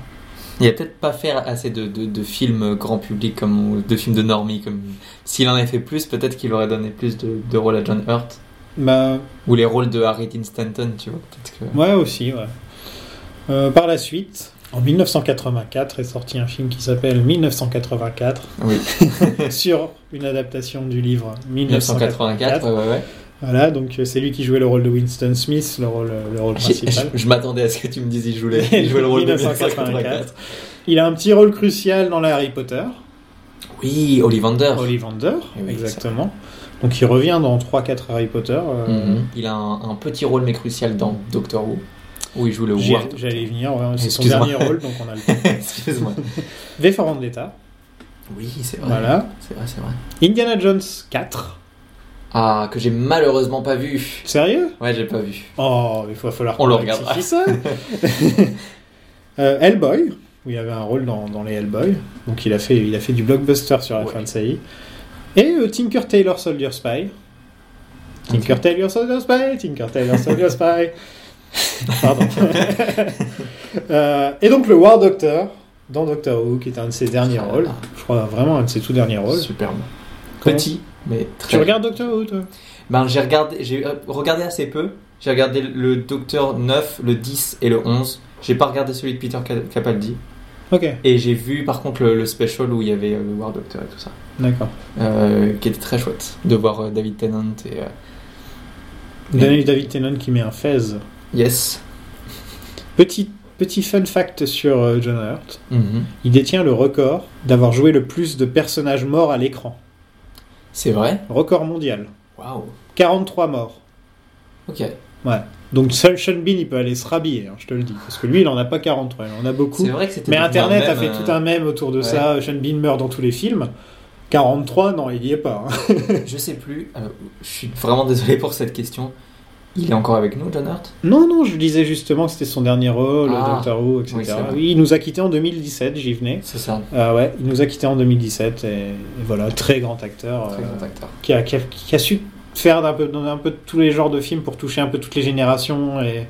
[SPEAKER 3] Il a peut-être pas fait assez de, de, de films euh, grand public comme ou de films de normie. Comme s'il en avait fait plus, peut-être qu'il aurait donné plus de, de rôles à John Hurt
[SPEAKER 2] Bah,
[SPEAKER 3] ou les rôles de Harry Dean Stanton, tu vois. Peut-être que.
[SPEAKER 2] Ouais, aussi, ouais. Euh, par la suite, en 1984, est sorti un film qui s'appelle 1984,
[SPEAKER 3] Oui.
[SPEAKER 2] [LAUGHS] sur une adaptation du livre 1984.
[SPEAKER 3] 1984. Ouais, ouais, ouais.
[SPEAKER 2] Voilà, donc euh, c'est lui qui jouait le rôle de Winston Smith, le rôle, euh, le
[SPEAKER 3] [LAUGHS]
[SPEAKER 2] rôle
[SPEAKER 3] J'ai-
[SPEAKER 2] principal.
[SPEAKER 3] Je, je m'attendais à ce que tu me dises. Il jouait, il jouait le rôle de
[SPEAKER 2] [LAUGHS]
[SPEAKER 3] 1984.
[SPEAKER 2] Il a un petit rôle crucial dans les Harry Potter,
[SPEAKER 3] Oui, Ollivander.
[SPEAKER 2] Ollivander,
[SPEAKER 3] Eh oui,
[SPEAKER 2] exactement. Donc il revient dans 3-4 Harry Potter. euh,
[SPEAKER 3] Mhm. Il a un, un petit rôle mais crucial dans Doctor Who où il joue le
[SPEAKER 2] j'y-
[SPEAKER 3] Ward.
[SPEAKER 2] J'allais y venir, ouais, c'est son
[SPEAKER 3] Excuse-moi.
[SPEAKER 2] dernier rôle, donc on a le
[SPEAKER 3] [LAUGHS]
[SPEAKER 2] temps.
[SPEAKER 3] Excuse-moi.
[SPEAKER 2] V for Vendetta,
[SPEAKER 3] Oui, c'est vrai.
[SPEAKER 2] voilà.
[SPEAKER 3] C'est vrai, c'est vrai.
[SPEAKER 2] Indiana Jones 4.
[SPEAKER 3] Ah, que j'ai malheureusement pas vu.
[SPEAKER 2] Sérieux
[SPEAKER 3] Ouais, j'ai pas vu.
[SPEAKER 2] Oh, il va falloir
[SPEAKER 3] On le
[SPEAKER 2] rectifie
[SPEAKER 3] regardera.
[SPEAKER 2] ça.
[SPEAKER 3] [LAUGHS]
[SPEAKER 2] Euh, Hellboy, où il avait un rôle dans, dans les Hellboy. Donc il a fait, il a fait du blockbuster sur la
[SPEAKER 3] Ouais.
[SPEAKER 2] fin de série. Et euh, Tinker Taylor Soldier Spy. Tinker Taylor Soldier Spy, Tinker Taylor Soldier Spy.
[SPEAKER 3] [LAUGHS]
[SPEAKER 2] Pardon. [LAUGHS] Euh, et donc le War Doctor dans Doctor Who, qui est un de ses derniers
[SPEAKER 3] Ah là
[SPEAKER 2] rôles.
[SPEAKER 3] là.
[SPEAKER 2] Je crois vraiment un de ses tout derniers rôles.
[SPEAKER 3] Superbe.
[SPEAKER 2] Comment
[SPEAKER 3] Petit, mais très.
[SPEAKER 2] Tu regardes Doctor Who, toi
[SPEAKER 3] Ben, j'ai regardé, j'ai euh, regardé assez peu. J'ai regardé le Docteur 9, le 10 et le 11. J'ai pas regardé celui de Peter Cap- Capaldi.
[SPEAKER 2] Ok,
[SPEAKER 3] Et j'ai vu par contre le, le special où il y avait euh, le War Doctor et tout ça.
[SPEAKER 2] d'accord.
[SPEAKER 3] Euh, qui était très chouette de voir euh, David Tennant et. euh,
[SPEAKER 2] Daniel David Tennant qui met un fez.
[SPEAKER 3] Yes.
[SPEAKER 2] Petit, petit fun fact sur euh, John Hurt.
[SPEAKER 3] Mhm.
[SPEAKER 2] Il détient le record d'avoir joué le plus de personnages morts à l'écran.
[SPEAKER 3] C'est vrai.
[SPEAKER 2] Record mondial.
[SPEAKER 3] Waouh.
[SPEAKER 2] 43 morts.
[SPEAKER 3] Ok.
[SPEAKER 2] Donc seul Sean Bean, il peut aller se rhabiller, hein, je te le dis. Parce que lui, il en a pas 43, il en a beaucoup.
[SPEAKER 3] C'est vrai que c'était.
[SPEAKER 2] Mais
[SPEAKER 3] devenu
[SPEAKER 2] Internet a
[SPEAKER 3] mème,
[SPEAKER 2] fait
[SPEAKER 3] euh,
[SPEAKER 2] tout un mème autour de
[SPEAKER 3] ouais.
[SPEAKER 2] ça. Sean Bean meurt dans tous les films. 43, non, il y est pas. hein. [LAUGHS]
[SPEAKER 3] Je sais plus. euh, je suis vraiment désolé pour cette question. Il est encore avec nous, John Hurt
[SPEAKER 2] Non, non, je disais justement que c'était son dernier rôle,
[SPEAKER 3] Ah.
[SPEAKER 2] Doctor Who, etc.
[SPEAKER 3] Oui, c'est vrai.
[SPEAKER 2] oui, il nous a quittés en 2017, j'y venais.
[SPEAKER 3] C'est ça.
[SPEAKER 2] Ah ouais, il nous a quittés en 2017 et, et voilà, très grand acteur,
[SPEAKER 3] Très
[SPEAKER 2] euh,
[SPEAKER 3] grand acteur.
[SPEAKER 2] qui, a, qui a- qui a su faire d'un peu, d'un peu tous les genres de films pour toucher un peu toutes les générations et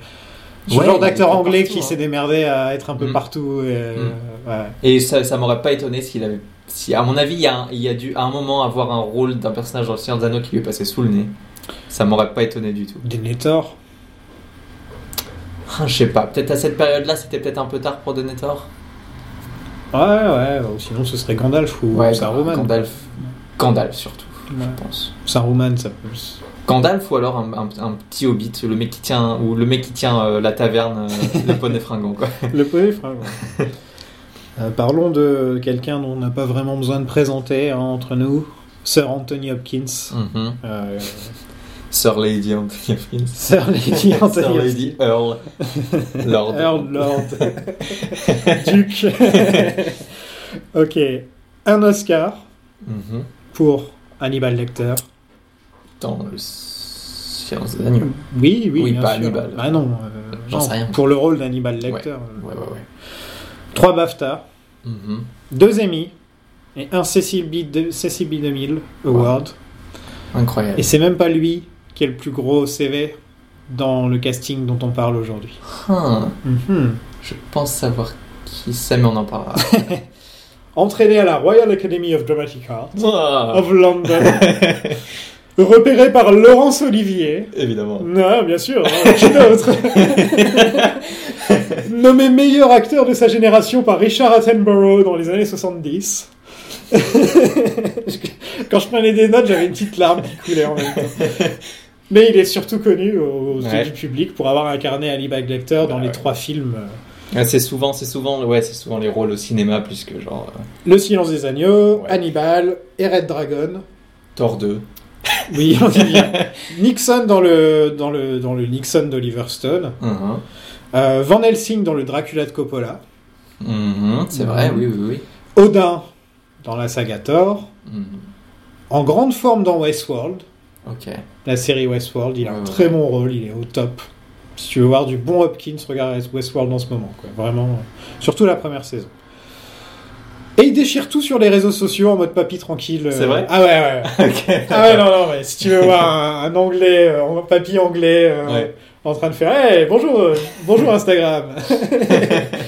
[SPEAKER 2] ce
[SPEAKER 3] Ouais, il
[SPEAKER 2] genre
[SPEAKER 3] est
[SPEAKER 2] d'acteur
[SPEAKER 3] partout,
[SPEAKER 2] anglais qui
[SPEAKER 3] hein.
[SPEAKER 2] s'est démerdé à être un peu
[SPEAKER 3] Mm.
[SPEAKER 2] partout. et, euh, ouais.
[SPEAKER 3] Et ça, ça m'aurait pas étonné s'il avait. Si, à mon avis, il y, a un- il y a dû à un moment avoir un rôle d'un personnage dans le Seigneur des Anneaux qui lui est passé sous le nez. Ça m'aurait pas étonné du tout. [LAUGHS]
[SPEAKER 2] Denethor.
[SPEAKER 3] Ah, je sais pas, peut-être à cette période-là, c'était peut-être un peu tard pour donner tort.
[SPEAKER 2] Ouais, ouais, ou sinon ce serait Gandalf ou Saruman.
[SPEAKER 3] Gandalf. Gandalf surtout,
[SPEAKER 2] Ouais.
[SPEAKER 3] je pense.
[SPEAKER 2] Saruman, ça peut.
[SPEAKER 3] [LAUGHS] Gandalf ou alors un, un- un petit hobbit, le mec qui tient, ou le mec qui tient euh, la taverne, euh,
[SPEAKER 2] [LAUGHS]
[SPEAKER 3] le poney fringant quoi.
[SPEAKER 2] Le poney fringant. Euh, parlons de quelqu'un dont on n'a pas vraiment besoin de présenter hein, entre nous, Sir Anthony Hopkins.
[SPEAKER 3] Mhm.
[SPEAKER 2] Euh,
[SPEAKER 3] Sir Lady Anthony Hopkins.
[SPEAKER 2] Sir Lady Anthony
[SPEAKER 3] [LAUGHS] Sir
[SPEAKER 2] Hopkins.
[SPEAKER 3] Lady
[SPEAKER 2] [LAUGHS]
[SPEAKER 3] Earl. Lord.
[SPEAKER 2] Earl Lord.
[SPEAKER 3] [LAUGHS]
[SPEAKER 2] Duc. [LAUGHS] ok. Un Oscar
[SPEAKER 3] Mhm.
[SPEAKER 2] pour Hannibal Lecter.
[SPEAKER 3] Dans le Silence des Agneaux.
[SPEAKER 2] Oui, oui,
[SPEAKER 3] Oui,
[SPEAKER 2] bien
[SPEAKER 3] pas
[SPEAKER 2] sûr.
[SPEAKER 3] Hannibal.
[SPEAKER 2] Ah non, euh,
[SPEAKER 3] J'en
[SPEAKER 2] non,
[SPEAKER 3] sais rien.
[SPEAKER 2] pour le rôle d'Hannibal Lecter. euh,
[SPEAKER 3] Ouais, ouais, ouais.
[SPEAKER 2] Trois BAFTA,
[SPEAKER 3] Mhm.
[SPEAKER 2] deux Emmy et un Cecil B, de- Cecil B. 2000 Award.
[SPEAKER 3] Incroyable.
[SPEAKER 2] Et c'est même pas lui qui est le plus gros CV dans le casting dont on parle aujourd'hui.
[SPEAKER 3] Ah,
[SPEAKER 2] Mhm.
[SPEAKER 3] je pense savoir qui c'est, mais on en parlera.
[SPEAKER 2] Entraîné à la Royal Academy of Dramatic Art
[SPEAKER 3] [LAUGHS] Ah,
[SPEAKER 2] of London, [LAUGHS] repéré par Laurence Olivier,
[SPEAKER 3] Évidemment.
[SPEAKER 2] Non, bien sûr, hein, [LAUGHS] qui
[SPEAKER 3] [LAUGHS]
[SPEAKER 2] d'autre Nommé meilleur acteur de sa génération par Richard Attenborough dans les années [LAUGHS] 70. Quand je prenais des notes, j'avais une petite larme qui coulait en même temps. Mais il est surtout connu aux yeux
[SPEAKER 3] Ouais.
[SPEAKER 2] du public pour avoir incarné Ali Lecter dans
[SPEAKER 3] Bah
[SPEAKER 2] les
[SPEAKER 3] ouais.
[SPEAKER 2] trois films euh,
[SPEAKER 3] Ouais, Ah, c'est souvent, c'est souvent, ouais, c'est souvent les rôles au cinéma plus que genre euh,
[SPEAKER 2] Le Silence des Agneaux,
[SPEAKER 3] Ouais.
[SPEAKER 2] Hannibal et Red Dragon.
[SPEAKER 3] Thor 2.
[SPEAKER 2] Oui, on y vient. Nixon dans le, dans le, dans le Nixon d'Oliver Stone.
[SPEAKER 3] Mhm.
[SPEAKER 2] Euh, Van Helsing dans le Dracula de Coppola.
[SPEAKER 3] Mhm, c'est vrai, oui, oui,
[SPEAKER 2] Odin dans la saga Thor.
[SPEAKER 3] oui. Mhm.
[SPEAKER 2] En grande forme dans Westworld.
[SPEAKER 3] Ok.
[SPEAKER 2] La série Westworld, il a un
[SPEAKER 3] Ouais,
[SPEAKER 2] très
[SPEAKER 3] ouais.
[SPEAKER 2] bon rôle, il est au top. Si tu veux voir du bon Hopkins, regarde Westworld en ce moment. quoi. Vraiment, euh, surtout la première saison. Et il déchire tout sur les réseaux sociaux en mode papy tranquille. euh,
[SPEAKER 3] C'est vrai
[SPEAKER 2] Ah ouais, ouais, ouais.
[SPEAKER 3] Ok.
[SPEAKER 2] Ah ouais, non, non, mais si tu veux voir un, un anglais, euh, un papy anglais euh,
[SPEAKER 3] Ouais.
[SPEAKER 2] en train de faire Hey, bonjour, euh, bonjour
[SPEAKER 3] [LAUGHS]
[SPEAKER 2] Instagram.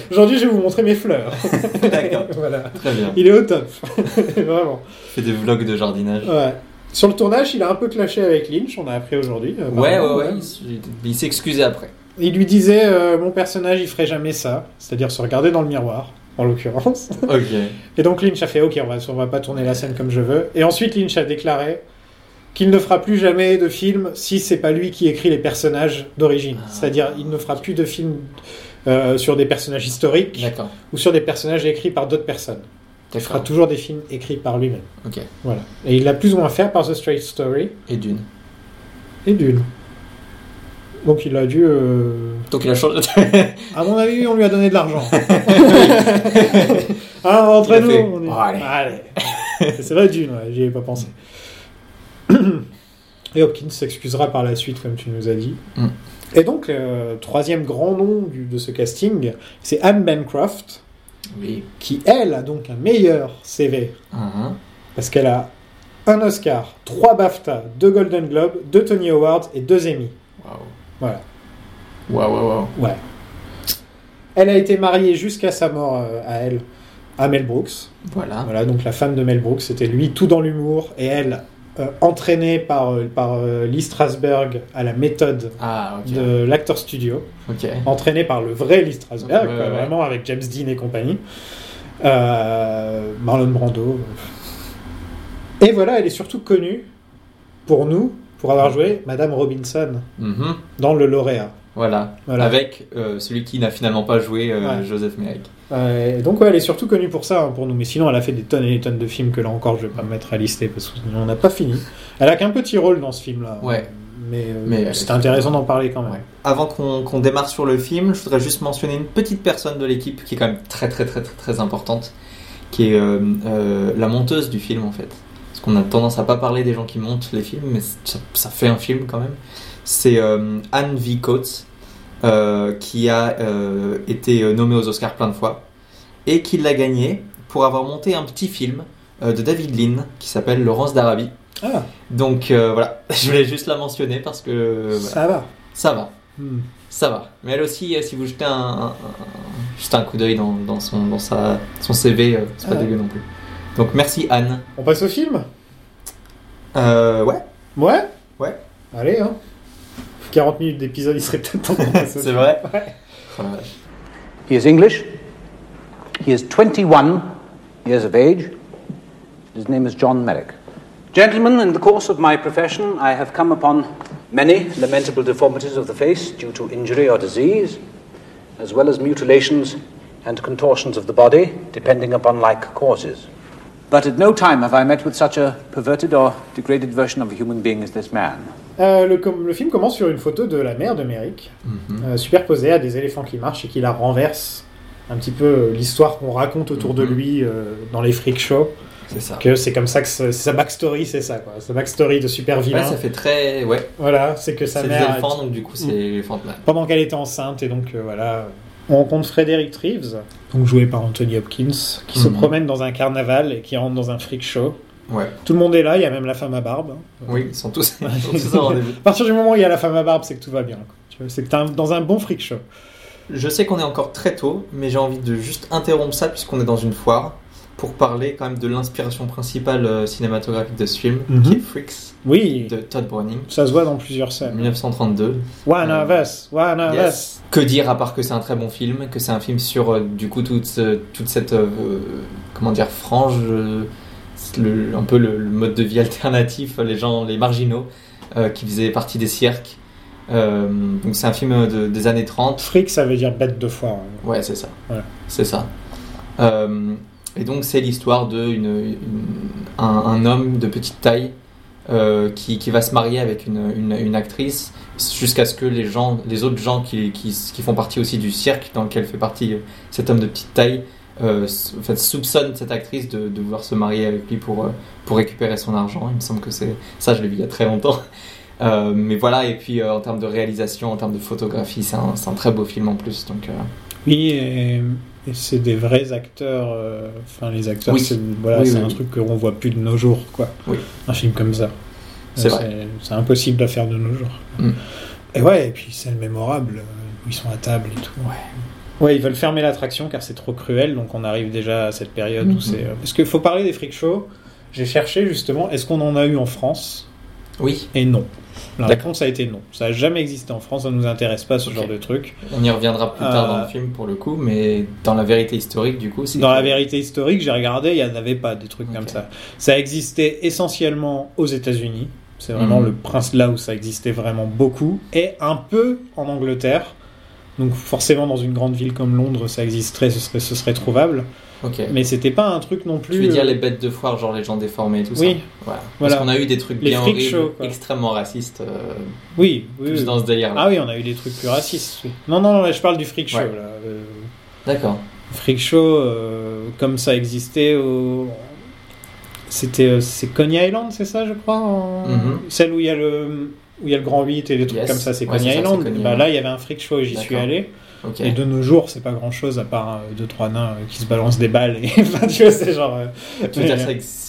[SPEAKER 2] Aujourd'hui, je vais vous montrer mes fleurs.
[SPEAKER 3] [LAUGHS] D'accord.
[SPEAKER 2] [LAUGHS] voilà.
[SPEAKER 3] Très bien.
[SPEAKER 2] Il est au top. [LAUGHS] Vraiment.
[SPEAKER 3] Il fait des vlogs de jardinage.
[SPEAKER 2] Ouais. Sur le tournage, il a un peu clashé avec Lynch, on a appris aujourd'hui. euh,
[SPEAKER 3] Ouais, ouais,
[SPEAKER 2] apparemment,
[SPEAKER 3] Ah, ouais.
[SPEAKER 2] ouais.
[SPEAKER 3] il s- Il s'excusait après.
[SPEAKER 2] Il lui disait euh, Mon personnage, il ferait jamais ça. C'est-à-dire se regarder dans le miroir, en l'occurrence.
[SPEAKER 3] Ok.
[SPEAKER 2] Et donc Lynch a fait OK, on va, on va pas tourner la scène comme je veux. Et ensuite Lynch a déclaré qu'il ne fera plus jamais de film si c'est pas lui qui écrit les personnages d'origine.
[SPEAKER 3] Ah.
[SPEAKER 2] C'est-à-dire il ne fera plus de film euh, sur des personnages historiques
[SPEAKER 3] D'accord. Ah.
[SPEAKER 2] ou sur des personnages écrits par d'autres personnes. Il fera
[SPEAKER 3] D'accord.
[SPEAKER 2] toujours des films écrits par lui-même.
[SPEAKER 3] Ok.
[SPEAKER 2] Voilà. Et il l'a plus ou moins fait par The Straight Story
[SPEAKER 3] Et d'une.
[SPEAKER 2] et Dune. Donc il a dû. euh,
[SPEAKER 3] Donc il a changé.
[SPEAKER 2] À mon avis, on lui a donné de
[SPEAKER 3] [LAUGHS]
[SPEAKER 2] l'argent. ah, entre
[SPEAKER 3] Il a
[SPEAKER 2] nous,
[SPEAKER 3] fait,
[SPEAKER 2] on est-
[SPEAKER 3] Oh, allez.
[SPEAKER 2] Allez. C'est vrai, Dune, ouais, j'y ai pas pensé. [CLEARS THROAT] Et Hopkins s'excusera par la suite, comme tu nous as dit.
[SPEAKER 3] Mm.
[SPEAKER 2] Et donc, euh, troisième grand nom du- de ce casting, c'est Anne Bancroft,
[SPEAKER 3] oui.
[SPEAKER 2] qui, elle, a donc un meilleur CV,
[SPEAKER 3] Mhm.
[SPEAKER 2] parce qu'elle a un Oscar, trois BAFTA, deux Golden Globes, deux Tony Awards et deux Emmy.
[SPEAKER 3] Waouh.
[SPEAKER 2] Voilà.
[SPEAKER 3] Waouh, waouh, waouh.
[SPEAKER 2] Ouais. Elle a été mariée jusqu'à sa mort euh, à elle, à Mel Brooks.
[SPEAKER 3] Voilà.
[SPEAKER 2] Voilà, donc la femme de Mel Brooks, c'était lui tout dans l'humour, et elle, euh, entraînée par, euh, par euh, Lee Strasberg à la méthode
[SPEAKER 3] Ah, ok.
[SPEAKER 2] de l'acteur studio,
[SPEAKER 3] Ok.
[SPEAKER 2] entraînée par le vrai Lee Strasberg,
[SPEAKER 3] Ouais,
[SPEAKER 2] quoi,
[SPEAKER 3] ouais.
[SPEAKER 2] vraiment avec James Dean et compagnie, Euh, Marlon Brando. Et voilà, elle est surtout connue pour nous, pour
[SPEAKER 3] Mm.
[SPEAKER 2] avoir joué Madame Robinson
[SPEAKER 3] Mhm.
[SPEAKER 2] dans Le Lauréat.
[SPEAKER 3] Voilà.
[SPEAKER 2] Voilà.
[SPEAKER 3] Avec euh, celui qui n'a finalement pas joué euh,
[SPEAKER 2] Ouais.
[SPEAKER 3] Joseph Merrick.
[SPEAKER 2] Euh, et donc ouais, elle est surtout connue pour ça, hein, pour nous. Mais sinon, elle a fait des tonnes et des tonnes de films que là encore, je vais pas me mettre à lister parce qu'on n'a pas fini. Elle a qu'un petit rôle dans ce film-là. hein.
[SPEAKER 3] Ouais.
[SPEAKER 2] Mais, euh,
[SPEAKER 3] Mais elle
[SPEAKER 2] c'était
[SPEAKER 3] est-
[SPEAKER 2] intéressant d'en parler quand même.
[SPEAKER 3] Ouais. Avant qu'on qu'on démarre sur le film, je voudrais juste mentionner une petite personne de l'équipe qui est quand même très très très très, très importante, qui est euh, euh, la monteuse du film en fait. Parce qu'on a tendance à pas parler des gens qui montent les films, mais ça, ça fait un film quand même. C'est euh, Anne V. Coates, euh, qui a euh, été nommée aux Oscars plein de fois, et qui l'a gagné pour avoir monté un petit film euh, de David Lean qui s'appelle Laurence d'Arabie.
[SPEAKER 2] Ah,
[SPEAKER 3] Donc euh, voilà, [LAUGHS] je voulais juste la mentionner parce que euh, voilà.
[SPEAKER 2] ça va.
[SPEAKER 3] ça va.
[SPEAKER 2] Hmm.
[SPEAKER 3] Ça va. Mais elle aussi, euh, si vous jetez un, un- un- juste un coup d'œil dans, dans son, dans sa, son CV, euh, c'est pas
[SPEAKER 2] Ah ouais.
[SPEAKER 3] dégueu non plus. Donc merci Anne.
[SPEAKER 2] On passe au film
[SPEAKER 3] Euh, ouais,
[SPEAKER 2] Ouais
[SPEAKER 3] Ouais.
[SPEAKER 2] Allez, hein. 40 minutes d'épisode, il serait peut-être temps qu'on passe au
[SPEAKER 3] [LAUGHS] c'est
[SPEAKER 2] film.
[SPEAKER 3] vrai.
[SPEAKER 2] Ouais.
[SPEAKER 3] Oh la vache.
[SPEAKER 4] He is English. He is 21 years of age. His name is John Merrick. Gentlemen, in the course of my profession, I have come upon many lamentable deformities of the face due to injury or disease, as well as mutilations and contortions of the body, depending upon like causes. But at no time have I met with such a perverted or degraded version of a human being as this man.
[SPEAKER 2] Euh, le, com- le film commence sur une photo de la mère de Merrick,
[SPEAKER 3] Mhm.
[SPEAKER 2] euh, superposée à des éléphants qui marchent et qui la renverse. Un petit peu euh, l'histoire qu'on raconte autour
[SPEAKER 3] Mhm.
[SPEAKER 2] de lui euh, dans les freak shows.
[SPEAKER 3] C'est ça.
[SPEAKER 2] que c'est comme ça que ce- sa backstory, c'est ça, quoi. Sa backstory de super
[SPEAKER 3] Ouais,
[SPEAKER 2] vilain.
[SPEAKER 3] ça fait très. Ouais,
[SPEAKER 2] voilà, c'est que sa
[SPEAKER 3] c'est des
[SPEAKER 2] mère. Mm.
[SPEAKER 3] éléphants, donc du coup, c'est Elephant Man.
[SPEAKER 2] Pendant qu'elle était enceinte, et donc euh, voilà. On rencontre Frédéric Treves, donc joué par Anthony Hopkins, qui se
[SPEAKER 3] Mhm.
[SPEAKER 2] promène dans un carnaval et qui rentre dans un freak show.
[SPEAKER 3] Ouais,
[SPEAKER 2] Tout le monde est là, il y a même la femme à barbe. hein.
[SPEAKER 3] oui, ils
[SPEAKER 2] [LAUGHS]
[SPEAKER 3] sont tous, ils sont tous en rendez-vous.
[SPEAKER 2] à partir du moment où il y a la femme à barbe, c'est que tout va bien. quoi. Tu vois, C'est que t'es un- dans un bon freak show.
[SPEAKER 3] Je sais qu'on est encore très tôt, mais j'ai envie de juste interrompre ça, puisqu'on est dans une foire, pour parler quand même de l'inspiration principale euh, cinématographique de ce film,
[SPEAKER 2] Mhm.
[SPEAKER 3] qui est Freaks,
[SPEAKER 2] Oui,
[SPEAKER 3] de Todd Browning,
[SPEAKER 2] ça se voit dans plusieurs scènes.
[SPEAKER 3] 1932.
[SPEAKER 2] One
[SPEAKER 3] Euh,
[SPEAKER 2] of us, one of us.
[SPEAKER 3] Mhm. Yes. Que dire à part que c'est un très bon film, que c'est un film sur euh, du coup toute, ce- toute cette euh, comment dire frange, euh, le- un peu le, le mode de vie alternatif, les gens, les marginaux, euh, qui faisait partie des cirques. Euh, donc c'est un film de- des années 30.
[SPEAKER 2] Fric, ça veut dire bête de foire. hein.
[SPEAKER 3] Ouais, c'est ça.
[SPEAKER 2] Ouais.
[SPEAKER 3] C'est ça. Euh, et donc c'est l'histoire de une, une- un, un homme de petite taille euh, qui, qui va se marier avec une, une, une actrice jusqu'à ce que les gens, les autres gens qui, qui, qui font partie aussi du cirque dans lequel fait partie euh, cet homme de petite taille euh, s- en fait, soupçonnent cette actrice de, de vouloir se marier avec lui pour, euh, pour récupérer son argent. Il me semble que c'est ça, je l'ai vu il y a très longtemps. Euh, mais voilà, et puis euh, en termes de réalisation, en termes de photographie, c'est un, c'est un très beau film en plus. Donc, euh,
[SPEAKER 2] Oui, et, et c'est des vrais acteurs. euh, Enfin, les acteurs,
[SPEAKER 3] Oui.
[SPEAKER 2] c'est voilà,
[SPEAKER 3] Oui,
[SPEAKER 2] c'est
[SPEAKER 3] oui,
[SPEAKER 2] un
[SPEAKER 3] oui.
[SPEAKER 2] truc qu'on voit plus de nos jours, quoi.
[SPEAKER 3] Oui.
[SPEAKER 2] Un film comme ça.
[SPEAKER 3] C'est
[SPEAKER 2] Euh,
[SPEAKER 3] vrai.
[SPEAKER 2] C'est impossible à faire de nos jours.
[SPEAKER 3] Mm.
[SPEAKER 2] Et ouais, et puis c'est le mémorable. euh, où Ils sont à table et tout. Ouais. ils veulent fermer l'attraction car c'est trop cruel. Donc on arrive déjà à cette période où
[SPEAKER 3] Mhm.
[SPEAKER 2] c'est. euh, Parce qu'il faut parler des freak shows. J'ai cherché justement, est-ce qu'on en a eu en France
[SPEAKER 3] oui,
[SPEAKER 2] Et non. La
[SPEAKER 3] D'accord.
[SPEAKER 2] réponse a été non. Ça n'a jamais existé en France. Ça ne nous intéresse pas ce
[SPEAKER 3] Ok.
[SPEAKER 2] genre de truc.
[SPEAKER 3] on y reviendra plus
[SPEAKER 2] Euh,
[SPEAKER 3] tard dans le film pour le coup, mais dans la vérité historique, du coup, c'est.
[SPEAKER 2] Dans
[SPEAKER 3] que-
[SPEAKER 2] la vérité historique, j'ai regardé, il n'y en avait pas des trucs comme
[SPEAKER 3] Ok.
[SPEAKER 2] ça. Ça existait essentiellement aux États-Unis. C'est vraiment
[SPEAKER 3] Mhm.
[SPEAKER 2] le prince là où ça existait vraiment beaucoup. Et un peu en Angleterre. Donc forcément, dans une grande ville comme Londres, ça existerait, ce serait, ce serait trouvable.
[SPEAKER 3] Ok.
[SPEAKER 2] Mais c'était pas un truc non plus.
[SPEAKER 3] Tu veux dire
[SPEAKER 2] euh,
[SPEAKER 3] les bêtes de foire, genre les gens déformés et tout ça
[SPEAKER 2] Oui.
[SPEAKER 3] Voilà.
[SPEAKER 2] Voilà.
[SPEAKER 3] Parce qu'on a eu des trucs
[SPEAKER 2] Les
[SPEAKER 3] bien
[SPEAKER 2] freak
[SPEAKER 3] horribles,
[SPEAKER 2] shows, quoi.
[SPEAKER 3] extrêmement racistes, euh,
[SPEAKER 2] Oui, oui,
[SPEAKER 3] plus
[SPEAKER 2] oui.
[SPEAKER 3] dans ce délire-là.
[SPEAKER 2] Ah oui, on a eu des trucs plus racistes. oui. Non, non, non, là, je parle du freak show.
[SPEAKER 3] Ouais.
[SPEAKER 2] là. Euh,
[SPEAKER 3] D'accord.
[SPEAKER 2] freak show, euh, comme ça existait au. C'était euh, c'est Coney Island, c'est ça, je crois en-
[SPEAKER 3] Mhm.
[SPEAKER 2] Celle où il y a le où il y a le grand 8 et des trucs
[SPEAKER 3] Yes.
[SPEAKER 2] comme ça, c'est
[SPEAKER 3] Ouais,
[SPEAKER 2] Coney
[SPEAKER 3] c'est ça, c'est
[SPEAKER 2] Island.
[SPEAKER 3] Coney
[SPEAKER 2] Bah,
[SPEAKER 3] Island.
[SPEAKER 2] là, il y avait un freak show et j'y suis
[SPEAKER 3] D'accord.
[SPEAKER 2] allé.
[SPEAKER 3] Ok.
[SPEAKER 2] Et de nos jours, c'est pas grand chose à part euh, deux trois nains euh, qui se balancent des balles. Et... [LAUGHS] enfin, tu vois, c'est genre. euh,
[SPEAKER 3] Tu veux dire
[SPEAKER 2] mais-
[SPEAKER 3] ça existe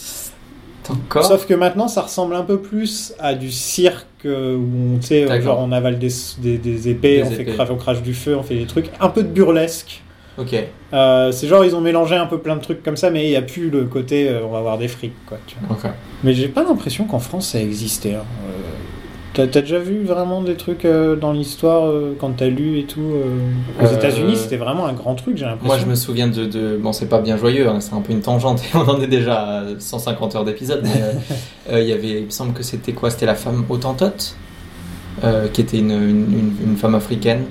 [SPEAKER 3] encore
[SPEAKER 2] Sauf que maintenant, ça ressemble un peu plus à du cirque euh, où on, tu sais, euh,
[SPEAKER 3] D'accord.
[SPEAKER 2] genre on avale des, des, des épées,
[SPEAKER 3] Des
[SPEAKER 2] on fait
[SPEAKER 3] épées.
[SPEAKER 2] crache, on crache du feu, on fait des trucs un peu de burlesque.
[SPEAKER 3] Ok.
[SPEAKER 2] Euh, c'est genre ils ont mélangé un peu plein de trucs comme ça, mais il n'y a plus le côté euh, on va avoir des frics quoi. Tu vois.
[SPEAKER 3] Ok.
[SPEAKER 2] Mais j'ai pas l'impression qu'en France ça existait. hein. Euh, t'as, t'as déjà vu vraiment des trucs euh, dans l'histoire euh, quand t'as lu et tout euh, Aux
[SPEAKER 3] Euh,
[SPEAKER 2] États-Unis, c'était vraiment un grand truc, j'ai l'impression.
[SPEAKER 3] Moi, je me souviens de. de- Bon, c'est pas bien joyeux, hein, c'est un peu une tangente, [LAUGHS] et on en est déjà à 150 heures d'épisode, mais euh, euh, il y avait. Il me semble que c'était quoi C'était la femme Hottentote, euh, qui était une, une- une- une femme africaine,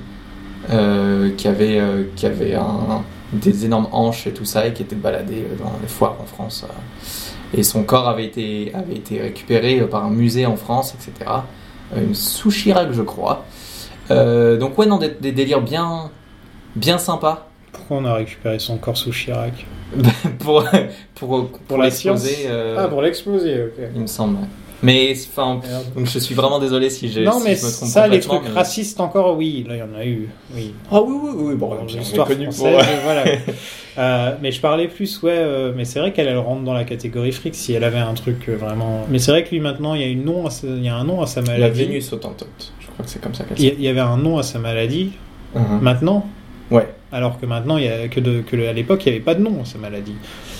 [SPEAKER 3] euh, qui avait, euh, qui avait un- des énormes hanches et tout ça, et qui était baladée euh, dans les foires en France. euh. Et son corps avait été, avait été récupéré euh, par un musée en France, etc. Euh, Une sous Chirac, je crois. Euh, donc, ouais, non, des, des délires bien, bien sympas
[SPEAKER 2] Pourquoi on a récupéré son corps sous Chirac
[SPEAKER 3] pour, pour, pour,
[SPEAKER 2] la
[SPEAKER 3] l'exposer,
[SPEAKER 2] science
[SPEAKER 3] euh,
[SPEAKER 2] Ah, pour l'exploser, ok.
[SPEAKER 3] il me semble. Mais enfin,
[SPEAKER 2] Merde.
[SPEAKER 3] donc je suis vraiment désolé si j'ai
[SPEAKER 2] Non,
[SPEAKER 3] si
[SPEAKER 2] mais
[SPEAKER 3] je me trompe
[SPEAKER 2] ça, les
[SPEAKER 3] complètement,
[SPEAKER 2] trucs
[SPEAKER 3] mais-
[SPEAKER 2] racistes encore, oui, là, il y en a eu. Oui.
[SPEAKER 3] Ah oui oui oui bon,
[SPEAKER 2] Dans
[SPEAKER 3] on est
[SPEAKER 2] l'histoire
[SPEAKER 3] connu
[SPEAKER 2] française, euh, voilà.
[SPEAKER 3] [LAUGHS]
[SPEAKER 2] Euh, mais je parlais plus, ouais, euh, mais c'est vrai qu'elle elle rentre dans la catégorie fric si elle avait un truc euh, vraiment. Mais c'est vrai que lui maintenant, il y a, une nom à sa- il y a un nom à sa
[SPEAKER 3] la
[SPEAKER 2] maladie.
[SPEAKER 3] Vénus autantote. Je crois que c'est comme ça qu'elle
[SPEAKER 2] Il y a-
[SPEAKER 3] s'appelle.
[SPEAKER 2] il y avait un nom à sa maladie.
[SPEAKER 3] Mhm.
[SPEAKER 2] Maintenant,
[SPEAKER 3] Ouais.
[SPEAKER 2] alors que maintenant, il y a que, de, que le- à l'époque, il n'y avait pas de nom à sa maladie.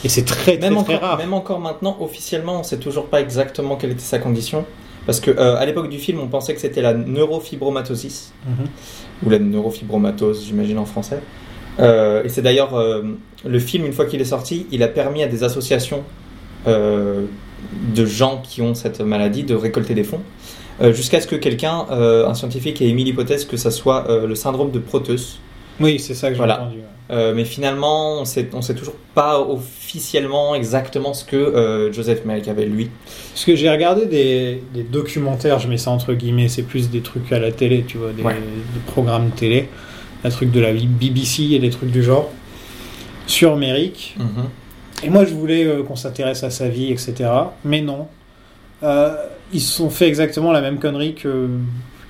[SPEAKER 2] Et c'est très, très,
[SPEAKER 3] Même
[SPEAKER 2] très
[SPEAKER 3] encore,
[SPEAKER 2] rare.
[SPEAKER 3] même encore maintenant, officiellement, on sait toujours pas exactement quelle était sa condition. Parce que euh, à l'époque du film, on pensait que c'était la neurofibromatosis.
[SPEAKER 2] Mhm.
[SPEAKER 3] ou la neurofibromatose, j'imagine en français. Euh, et c'est d'ailleurs euh, le film, une fois qu'il est sorti, il a permis à des associations euh, de gens qui ont cette maladie de récolter des fonds, euh, jusqu'à ce que quelqu'un, euh, un scientifique, ait émis l'hypothèse que ça soit euh, le syndrome de Proteus.
[SPEAKER 2] Oui, c'est ça que j'ai
[SPEAKER 3] Voilà.
[SPEAKER 2] entendu. ouais.
[SPEAKER 3] Euh, mais finalement, on sait, on sait toujours pas officiellement exactement ce que euh, Joseph Merrick avait lui.
[SPEAKER 2] Parce que j'ai regardé des, des documentaires, je mets ça entre guillemets, c'est plus des trucs à la télé, tu vois, des,
[SPEAKER 3] Ouais.
[SPEAKER 2] des programmes télé, un truc de la BBC et des trucs du genre, sur Merrick. Et moi, je voulais euh, qu'on s'intéresse à sa vie, etc. Mais non. Euh, ils se sont fait exactement la même connerie que,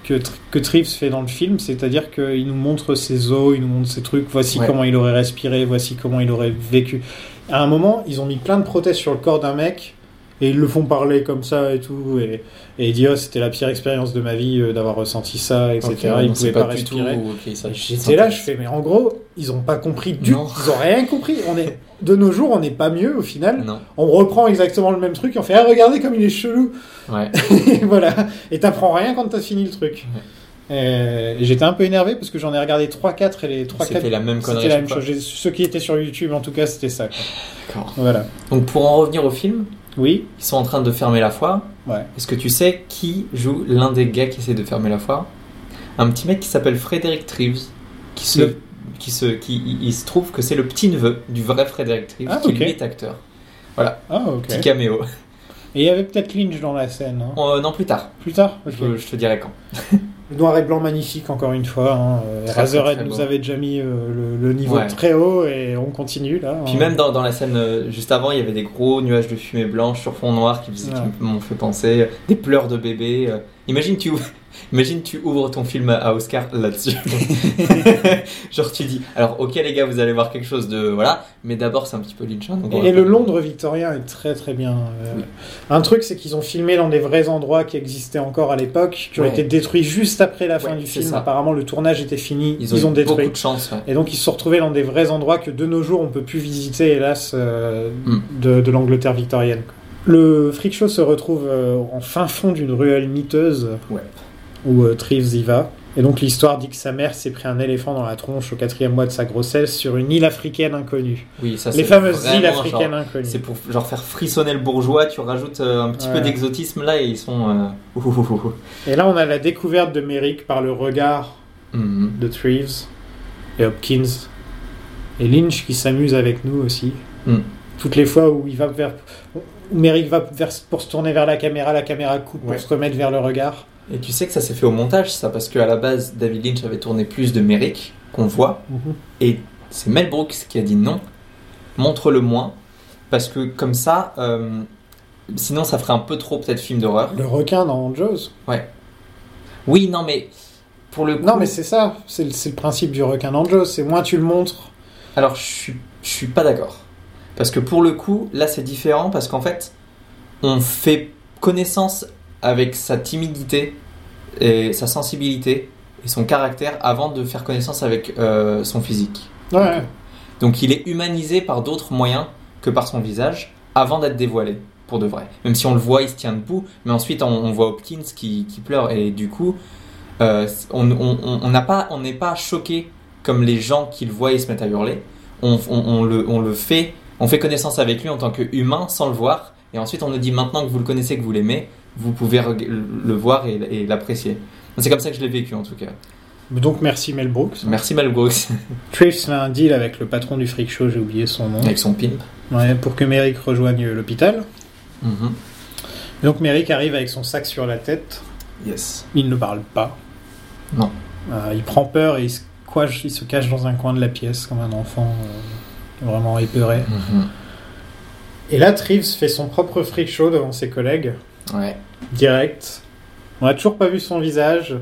[SPEAKER 2] que, Tr- que Treves fait dans le film, c'est-à-dire qu'il nous montre ses os, il nous montre ses trucs, voici
[SPEAKER 3] Ouais.
[SPEAKER 2] comment il aurait respiré, voici comment il aurait vécu. À un moment, ils ont mis plein de prothèses sur le corps d'un mec. Et ils le font parler comme ça et tout. Et, et il dit Oh, c'était la pire expérience de ma vie euh, d'avoir ressenti ça, etc. il pouvait pas, respirer.
[SPEAKER 3] ça
[SPEAKER 2] J'étais là, je fais, mais en gros, ils ont pas compris du
[SPEAKER 3] Non.
[SPEAKER 2] Ils ont rien compris. On
[SPEAKER 3] [LAUGHS]
[SPEAKER 2] est, de nos jours, on n'est pas mieux au final.
[SPEAKER 3] Non.
[SPEAKER 2] On reprend exactement le même truc et on fait, ah, regardez comme il est
[SPEAKER 3] [LAUGHS]
[SPEAKER 2] chelou.
[SPEAKER 3] Ouais.
[SPEAKER 2] et voilà. Et t'apprends rien quand t'as fini le truc.
[SPEAKER 3] Mm.
[SPEAKER 2] Euh, et J'étais un peu énervé parce que j'en ai regardé 3-4 et les 3-4.
[SPEAKER 3] C'était la même connerie.
[SPEAKER 2] C'était
[SPEAKER 3] je
[SPEAKER 2] la même
[SPEAKER 3] crois.
[SPEAKER 2] chose. J'ai- Ceux qui étaient sur YouTube, en tout cas, c'était ça. quoi.
[SPEAKER 3] D'accord.
[SPEAKER 2] Voilà.
[SPEAKER 3] Donc pour en revenir au film,
[SPEAKER 2] Oui,
[SPEAKER 3] Ils sont en train de fermer la foire.
[SPEAKER 2] ouais.
[SPEAKER 3] Est-ce que tu sais qui joue l'un des gars qui essaie de fermer la foire Un petit mec qui s'appelle Frédéric Treves, qui se,
[SPEAKER 2] Le-
[SPEAKER 3] qui se, qui, il- il se trouve que c'est le petit neveu du vrai Frédéric Treves,
[SPEAKER 2] Ah,
[SPEAKER 3] qui
[SPEAKER 2] ok.
[SPEAKER 3] lui est acteur.
[SPEAKER 2] Ah, ok.
[SPEAKER 3] Petit caméo.
[SPEAKER 2] Et il y avait peut-être Lynch dans la scène. hein.
[SPEAKER 3] Euh, non, plus tard.
[SPEAKER 2] Plus tard Ok.
[SPEAKER 3] Je, je te dirai quand.
[SPEAKER 2] Le noir et blanc magnifique, encore une fois. hein. Euh,
[SPEAKER 3] Très, très,
[SPEAKER 2] Razorhead
[SPEAKER 3] très
[SPEAKER 2] nous
[SPEAKER 3] beau.
[SPEAKER 2] avait déjà mis euh, le, le niveau
[SPEAKER 3] Ouais.
[SPEAKER 2] très haut et on continue là. hein.
[SPEAKER 3] Puis
[SPEAKER 2] On-
[SPEAKER 3] même dans, dans la scène euh, juste avant, il y avait des gros nuages de fumée blanche sur fond noir qui, faisaient- qui
[SPEAKER 2] Ouais.
[SPEAKER 3] m'ont fait penser euh, des pleurs de bébé. euh. Imagine tu ouvres, [LAUGHS] imagine tu ouvres ton film à- à Oscar
[SPEAKER 2] [LAUGHS]
[SPEAKER 3] là-dessus. [LAUGHS] Genre tu dis alors ok les gars vous allez voir quelque chose de voilà, mais d'abord c'est un petit peu Lynch. hein, donc on va
[SPEAKER 2] Et, et le
[SPEAKER 3] pas-
[SPEAKER 2] Londres victorien est très très bien. euh,
[SPEAKER 3] Oui.
[SPEAKER 2] Un truc, c'est qu'ils ont filmé dans des vrais endroits qui existaient encore à l'époque, qui ont
[SPEAKER 3] Ouais.
[SPEAKER 2] été détruits juste après la fin
[SPEAKER 3] Ouais,
[SPEAKER 2] du
[SPEAKER 3] c'est
[SPEAKER 2] film.
[SPEAKER 3] ça.
[SPEAKER 2] Apparemment, le tournage était fini, ils,
[SPEAKER 3] Ils ont, eu
[SPEAKER 2] ont détruit.
[SPEAKER 3] beaucoup de chance. ouais.
[SPEAKER 2] Et donc, ils se sont retrouvés dans des vrais endroits que de nos jours, on peut plus visiter, hélas, euh,
[SPEAKER 3] Hmm.
[SPEAKER 2] de, de l'Angleterre victorienne. Le freak show se retrouve euh, en fin fond d'une ruelle miteuse
[SPEAKER 3] Ouais.
[SPEAKER 2] où euh, Treves y va. Et donc, l'histoire dit que sa mère s'est pris un éléphant dans la tronche au quatrième mois de sa grossesse sur une île africaine inconnue.
[SPEAKER 3] Oui ça.
[SPEAKER 2] Les
[SPEAKER 3] c'est
[SPEAKER 2] fameuses îles
[SPEAKER 3] vraiment, genre,
[SPEAKER 2] africaines inconnues.
[SPEAKER 3] C'est pour genre faire frissonner le bourgeois. Tu rajoutes euh, un petit
[SPEAKER 2] Ouais.
[SPEAKER 3] peu d'exotisme là et ils sont. euh, [LAUGHS] ouh, ouh, ouh, ouh.
[SPEAKER 2] Et là, on a la découverte de Merrick par le regard
[SPEAKER 3] Mhm.
[SPEAKER 2] de Treves et Hopkins et Lynch qui s'amuse avec nous aussi.
[SPEAKER 3] Mm.
[SPEAKER 2] Toutes les fois où il va vers où Merrick va vers, pour se tourner vers la caméra, la caméra coupe
[SPEAKER 3] Ouais.
[SPEAKER 2] pour se remettre vers le regard.
[SPEAKER 3] Et tu sais que ça s'est fait au montage, ça, parce qu'à la base, David Lynch avait tourné plus de Merrick, qu'on voit,
[SPEAKER 2] Mhm.
[SPEAKER 3] et c'est Mel Brooks qui a dit non, montre-le moins, parce que comme ça, euh, sinon ça ferait un peu trop peut-être film d'horreur.
[SPEAKER 2] Le requin dans Jaws.
[SPEAKER 3] Oui, non, mais pour le coup.
[SPEAKER 2] Non, mais c'est ça, c'est le, c'est le principe du requin dans Jaws. C'est moins tu le montres.
[SPEAKER 3] Alors, je suis, je suis pas d'accord. Parce que pour le coup, là, c'est différent parce qu'en fait, on fait connaissance avec sa timidité et sa sensibilité et son caractère avant de faire connaissance avec euh, son physique.
[SPEAKER 2] Ouais.
[SPEAKER 3] Donc, il est humanisé par d'autres moyens que par son visage avant d'être dévoilé pour de vrai. Même si on le voit, il se tient debout, mais ensuite on, on voit Hopkins qui, qui pleure et du coup, euh, on on- on- on n'a pas- on n'est pas choqué comme les gens qui le voient et se mettent à hurler. On, on- on le, on le fait, on fait connaissance avec lui en tant qu'humain sans le voir, et ensuite on nous dit maintenant que vous le connaissez, que vous l'aimez, vous pouvez reg- le voir et, et l'apprécier. C'est comme ça que je l'ai vécu en tout cas.
[SPEAKER 2] Donc merci Mel Brooks.
[SPEAKER 3] Merci Mel Brooks
[SPEAKER 2] Treves fait un deal avec le patron du freak show, j'ai oublié son nom,
[SPEAKER 3] avec son pimp.
[SPEAKER 2] Ouais, pour que Merrick rejoigne l'hôpital.
[SPEAKER 3] Mhm.
[SPEAKER 2] Donc Merrick arrive avec son sac sur la tête.
[SPEAKER 3] Yes.
[SPEAKER 2] Il ne parle pas.
[SPEAKER 3] Non.
[SPEAKER 2] Euh, il prend peur et il se, coache- il se cache dans un coin de la pièce comme un enfant euh, vraiment épeuré.
[SPEAKER 3] Mhm.
[SPEAKER 2] Et là, Treves fait son propre freak show devant ses collègues,
[SPEAKER 3] Ouais.
[SPEAKER 2] direct. On n'a toujours pas vu son visage,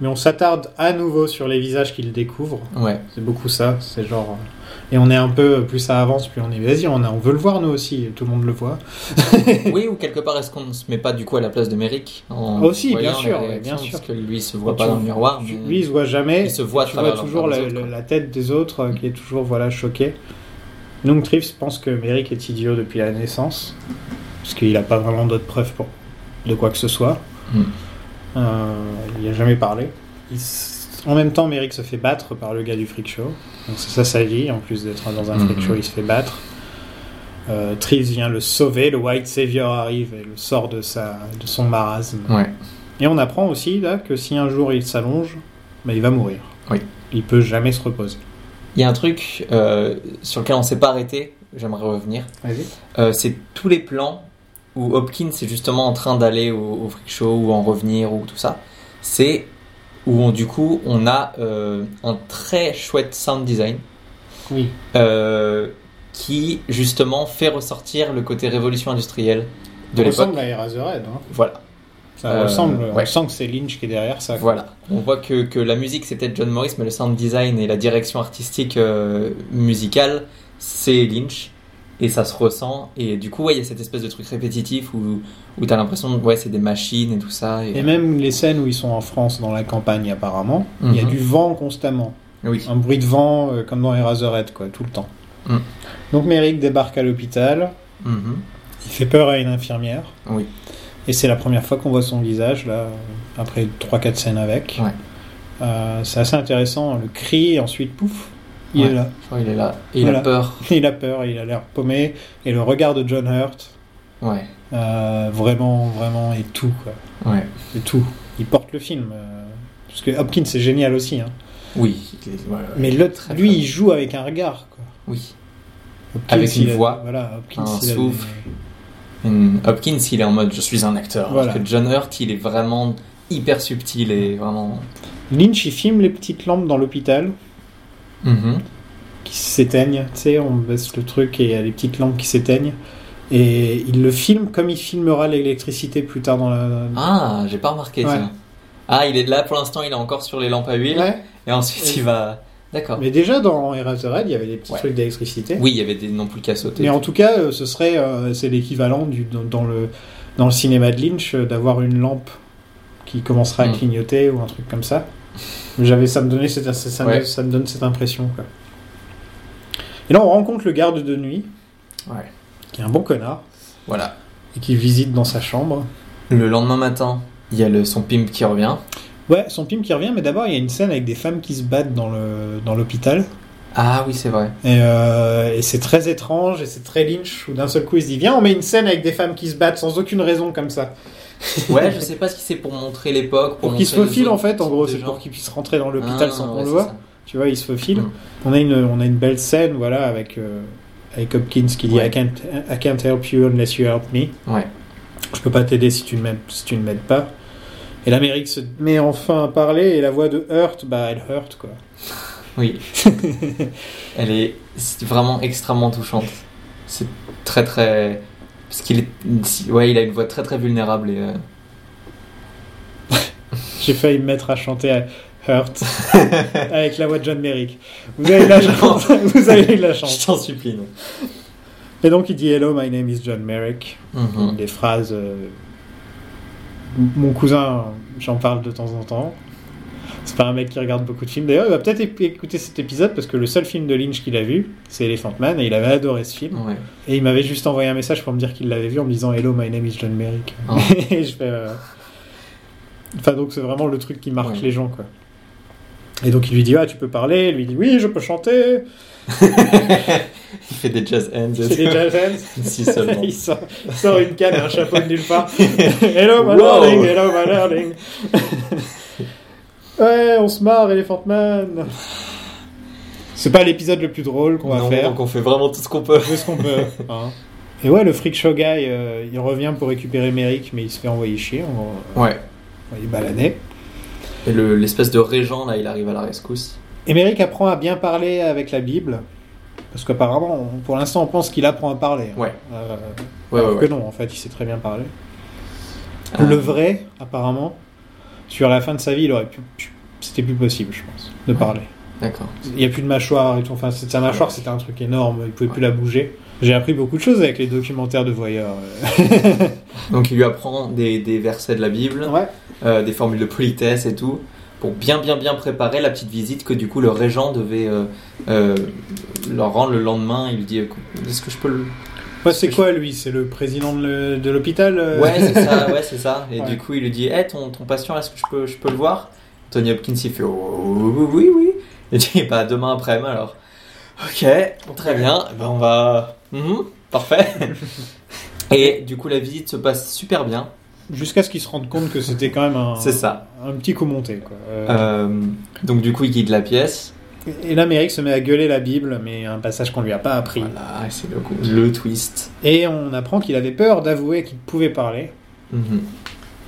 [SPEAKER 2] mais on s'attarde à nouveau sur les visages qu'il découvre.
[SPEAKER 3] Ouais.
[SPEAKER 2] C'est beaucoup ça, c'est genre... euh, Et on est un peu, plus ça avance, plus on est, vas-y, on, a- on veut le voir nous aussi, et tout le monde le voit.
[SPEAKER 3] [COUGHS] Oui, ou quelque part, est-ce qu'on ne se met pas du coup à la place de Merrick en
[SPEAKER 2] Aussi, bien
[SPEAKER 3] voyant
[SPEAKER 2] sûr,
[SPEAKER 3] les
[SPEAKER 2] ouais, bien
[SPEAKER 3] réactions,
[SPEAKER 2] sûr.
[SPEAKER 3] Parce que lui, il se voit
[SPEAKER 2] Et
[SPEAKER 3] pas
[SPEAKER 2] tu-
[SPEAKER 3] dans le miroir. Mais...
[SPEAKER 2] Tu- Lui, il se voit jamais.
[SPEAKER 3] Il se voit à
[SPEAKER 2] tu vois
[SPEAKER 3] travers
[SPEAKER 2] toujours la,
[SPEAKER 3] l'enfer des autres,
[SPEAKER 2] la-
[SPEAKER 3] quoi.
[SPEAKER 2] la tête des autres euh, qui est toujours voilà choquée. Donc Trips pense que Merrick est idiot depuis la naissance, parce qu'il n'a pas vraiment d'autres preuves pour- de quoi que ce soit.
[SPEAKER 3] Mm.
[SPEAKER 2] Euh, il n'a jamais parlé. Il s- En même temps, Merrick se fait battre par le gars du freak show. Donc c'est ça sa vie, en plus d'être dans un freak
[SPEAKER 3] Mhm.
[SPEAKER 2] show, il se fait battre. Euh, Trips vient le sauver, le White Savior arrive et le sort de, sa, de son marasme.
[SPEAKER 3] Ouais.
[SPEAKER 2] Et on apprend aussi là que si un jour il s'allonge, bah, il va mourir.
[SPEAKER 3] Oui.
[SPEAKER 2] Il peut jamais se reposer.
[SPEAKER 3] Il y a un truc euh, sur lequel on s'est pas arrêté, j'aimerais revenir.
[SPEAKER 2] Vas-y.
[SPEAKER 3] Euh, c'est tous les plans où Hopkins est justement en train d'aller au, au freak show ou en revenir ou tout ça. C'est où on- du coup on a euh, un très chouette sound design
[SPEAKER 2] Oui.
[SPEAKER 3] euh, qui justement fait ressortir le côté révolution industrielle de
[SPEAKER 2] ça
[SPEAKER 3] l'époque.
[SPEAKER 2] ressemble à Eraserhead. Hein.
[SPEAKER 3] Voilà.
[SPEAKER 2] Ça
[SPEAKER 3] Euh,
[SPEAKER 2] ressemble. On
[SPEAKER 3] ouais.
[SPEAKER 2] sent que c'est Lynch qui est derrière ça. quoi.
[SPEAKER 3] Voilà, on voit que, que la musique c'est peut-être John Morris, mais le sound design et la direction artistique euh, musicale c'est Lynch et ça se ressent. Et du coup, ouais, il y a cette espèce de truc répétitif où, où t'as l'impression que ouais, c'est des machines et tout ça. Et,
[SPEAKER 2] Et même les scènes où ils sont en France, dans la campagne apparemment, il y a
[SPEAKER 3] Mhm.
[SPEAKER 2] du vent constamment.
[SPEAKER 3] Oui,
[SPEAKER 2] Un bruit de vent euh, comme dans Eraserhead, quoi, tout le temps.
[SPEAKER 3] Mhm.
[SPEAKER 2] Donc Merrick débarque à l'hôpital.
[SPEAKER 3] Mhm.
[SPEAKER 2] Il fait peur à une infirmière.
[SPEAKER 3] Oui.
[SPEAKER 2] Et c'est la première fois qu'on voit son visage, là, après 3-4 scènes avec.
[SPEAKER 3] Ouais.
[SPEAKER 2] Euh, c'est assez intéressant, le cri, et ensuite, pouf, il
[SPEAKER 3] Ouais.
[SPEAKER 2] est là. [LAUGHS]
[SPEAKER 3] Genre, il est là et il
[SPEAKER 2] Voilà.
[SPEAKER 3] a peur.
[SPEAKER 2] Il a peur, il a l'air paumé, et le regard de John Hurt,
[SPEAKER 3] Ouais,
[SPEAKER 2] Euh, vraiment, vraiment, et tout, quoi.
[SPEAKER 3] ouais.
[SPEAKER 2] Et tout. Il porte le film. euh, parce que Hopkins, c'est génial aussi. hein.
[SPEAKER 3] Oui, il est- ouais, ouais.
[SPEAKER 2] Mais l'autre,
[SPEAKER 3] Très
[SPEAKER 2] lui,
[SPEAKER 3] fort.
[SPEAKER 2] il joue avec un regard, quoi.
[SPEAKER 3] oui.
[SPEAKER 2] Hopkins,
[SPEAKER 3] Avec une
[SPEAKER 2] il a-
[SPEAKER 3] voix,
[SPEAKER 2] voilà, Hopkins,
[SPEAKER 3] un
[SPEAKER 2] il a des-
[SPEAKER 3] souffle. Hum, Hopkins, il est en mode je suis un acteur.
[SPEAKER 2] Voilà.
[SPEAKER 3] Alors que John Hurt, il est vraiment hyper subtil et vraiment.
[SPEAKER 2] Lynch, il filme les petites lampes dans l'hôpital
[SPEAKER 3] Mhm.
[SPEAKER 2] qui s'éteignent. Tu sais, on baisse le truc et il y a les petites lampes qui s'éteignent. Et il le filme comme il filmera l'électricité plus tard dans la.
[SPEAKER 3] Ah, j'ai pas remarqué
[SPEAKER 2] Ouais.
[SPEAKER 3] ça. Ah, il est là pour l'instant, il est encore sur les lampes à huile.
[SPEAKER 2] Ouais.
[SPEAKER 3] Et ensuite, il va. Ah, D'accord.
[SPEAKER 2] Mais déjà dans Eraserhead, il y avait des petits
[SPEAKER 3] Ouais.
[SPEAKER 2] trucs d'électricité.
[SPEAKER 3] Oui, il y avait des noms plus qu'à sauter.
[SPEAKER 2] Mais en tout cas, euh, ce serait, euh, c'est l'équivalent du dans, dans le dans le cinéma de Lynch euh, d'avoir une lampe qui commencera à
[SPEAKER 3] Mm.
[SPEAKER 2] clignoter ou un truc comme ça. J'avais, ça me donnait cette, ça, ça me-
[SPEAKER 3] Ouais.
[SPEAKER 2] ça me donne cette impression. quoi. Et là, on rencontre le garde de nuit,
[SPEAKER 3] Ouais.
[SPEAKER 2] qui est un bon connard
[SPEAKER 3] Voilà.
[SPEAKER 2] et qui visite dans sa chambre.
[SPEAKER 3] Le lendemain matin, il y a le, son pimp qui revient.
[SPEAKER 2] Ouais, son pime qui revient, mais d'abord il y a une scène avec des femmes qui se battent dans le dans l'hôpital.
[SPEAKER 3] Ah oui, c'est vrai.
[SPEAKER 2] Et, euh, et c'est très étrange et c'est très Lynch où d'un seul coup il se dit viens on met une scène avec des femmes qui se battent sans aucune raison comme ça
[SPEAKER 3] Ouais, je sais pas ce que c'est pour montrer l'époque.
[SPEAKER 2] pour qu'il se
[SPEAKER 3] montrer les
[SPEAKER 2] faufile
[SPEAKER 3] autres
[SPEAKER 2] en fait en gros
[SPEAKER 3] types
[SPEAKER 2] c'est
[SPEAKER 3] de gens.
[SPEAKER 2] pour qu'il puisse rentrer dans l'hôpital
[SPEAKER 3] Ah,
[SPEAKER 2] sans qu'on
[SPEAKER 3] ouais,
[SPEAKER 2] le
[SPEAKER 3] c'est
[SPEAKER 2] voit
[SPEAKER 3] ça.
[SPEAKER 2] tu vois il se faufile
[SPEAKER 3] Mm.
[SPEAKER 2] on a une on a une belle scène voilà avec euh, avec Hopkins qui dit
[SPEAKER 3] Ouais.
[SPEAKER 2] I can't I can't help you unless you help me
[SPEAKER 3] Ouais.
[SPEAKER 2] je peux pas t'aider si tu ne m'aides si tu ne m'aides pas et l'Amérique se met enfin à parler et la voix de Hurt bah elle Hurt quoi
[SPEAKER 3] Oui.
[SPEAKER 2] [LAUGHS]
[SPEAKER 3] Elle est c'est vraiment extrêmement touchante. C'est très très. Parce qu'il est. Ouais, il a une voix très très vulnérable et. euh,
[SPEAKER 2] J'ai failli me mettre à chanter à Hurt avec la voix de John Merrick. Vous avez de la chance. [LAUGHS] Vous avez de la
[SPEAKER 3] [LAUGHS] Je
[SPEAKER 2] chance.
[SPEAKER 3] t'en supplie. non.
[SPEAKER 2] Et donc il dit Hello, my name is John Merrick.
[SPEAKER 3] Mhm.
[SPEAKER 2] Des phrases. euh, Mon cousin, j'en parle de temps en temps. C'est pas un mec qui regarde beaucoup de films. D'ailleurs, il va peut-être éc- écouter cet épisode parce que le seul film de Lynch qu'il a vu, c'est Elephant Man et il avait adoré ce film.
[SPEAKER 3] Mhm. Ouais. [LAUGHS]
[SPEAKER 2] Et il m'avait juste envoyé un message pour me dire qu'il l'avait vu en me disant Hello, my name is John Merrick.
[SPEAKER 3] Oh.
[SPEAKER 2] [LAUGHS] et je fais. euh, Enfin, donc c'est vraiment le truc qui marque
[SPEAKER 3] Ouais.
[SPEAKER 2] les gens, quoi. Et donc il lui dit Ah, tu peux parler Il lui dit Oui, je peux chanter.
[SPEAKER 3] il fait des jazz hands. et
[SPEAKER 2] C'est
[SPEAKER 3] tout.
[SPEAKER 2] déjà [LAUGHS] jazz.
[SPEAKER 3] [LAUGHS] si seulement.
[SPEAKER 2] il sort, il sort une canne et un chapeau de nulle [LAUGHS] part. hello, my
[SPEAKER 3] Wow.
[SPEAKER 2] darling, hello, my darling. [LAUGHS] ouais, on se marre, Elephant Man. C'est pas l'épisode le plus drôle qu'on va
[SPEAKER 3] Non,
[SPEAKER 2] faire.
[SPEAKER 3] Donc on fait vraiment tout ce
[SPEAKER 2] [LAUGHS]
[SPEAKER 3] qu'on peut.
[SPEAKER 2] On fait ce qu'on peut. hein. Et ouais, le freak show guy, euh, il revient pour récupérer Merrick, mais il se fait envoyer chier. On,
[SPEAKER 3] Ouais.
[SPEAKER 2] on est baladé.
[SPEAKER 3] Et le- l'espèce de régent là, il arrive à la rescousse.
[SPEAKER 2] Et Merrick apprend à bien parler avec la Bible. Parce qu'apparemment, on- pour l'instant, on pense qu'il apprend à parler. hein.
[SPEAKER 3] Ouais.
[SPEAKER 2] Euh,
[SPEAKER 3] Ouais, ouais,
[SPEAKER 2] alors que
[SPEAKER 3] ouais.
[SPEAKER 2] non, en fait, il sait très bien parler.
[SPEAKER 3] Ah.
[SPEAKER 2] Le vrai, apparemment, sur la fin de sa vie, il aurait pu. pu- C'était plus possible, je pense, de
[SPEAKER 3] Ouais.
[SPEAKER 2] parler.
[SPEAKER 3] D'accord.
[SPEAKER 2] Il n'y a plus de mâchoire et tout. Enfin, c'est- sa mâchoire, c'était un truc énorme. Il pouvait plus la bouger. J'ai appris beaucoup de choses avec les documentaires de voyeurs. euh.
[SPEAKER 3] [LAUGHS] Donc il lui apprend des, des versets de la Bible,
[SPEAKER 2] Ouais.
[SPEAKER 3] euh, des formules de politesse et tout, pour bien bien bien préparer la petite visite que du coup le régent devait euh, euh, leur rendre le lendemain. Il lui dit, écoute, est-ce que je peux le...
[SPEAKER 2] Ouais, Bah, c'est quoi lui C'est le président de le- de l'hôpital euh
[SPEAKER 3] Ouais, c'est ça, ouais, c'est ça.
[SPEAKER 2] [LAUGHS]
[SPEAKER 3] Et
[SPEAKER 2] Ouais.
[SPEAKER 3] du coup il lui dit, Eh, ton, ton patient, est-ce que je peux, je peux le voir Tony Hopkins il fait, oh, oui, oui, oui. Et il dit, bah demain après-midi alors. Ok, très bien, ben, on va... Mhm, parfait.
[SPEAKER 2] [LAUGHS]
[SPEAKER 3] Et du coup la visite se passe super bien.
[SPEAKER 2] Jusqu'à ce qu'ils se rendent compte que c'était quand même un,
[SPEAKER 3] C'est ça.
[SPEAKER 2] un petit coup monté. Quoi. Euh,
[SPEAKER 3] Euh, donc du coup il quitte la pièce.
[SPEAKER 2] Et l'Amérique se met à gueuler la Bible, mais un passage qu'on lui a pas appris.
[SPEAKER 3] Voilà, c'est le, coup- le twist.
[SPEAKER 2] Et on apprend qu'il avait peur d'avouer qu'il pouvait parler.
[SPEAKER 3] Mhm.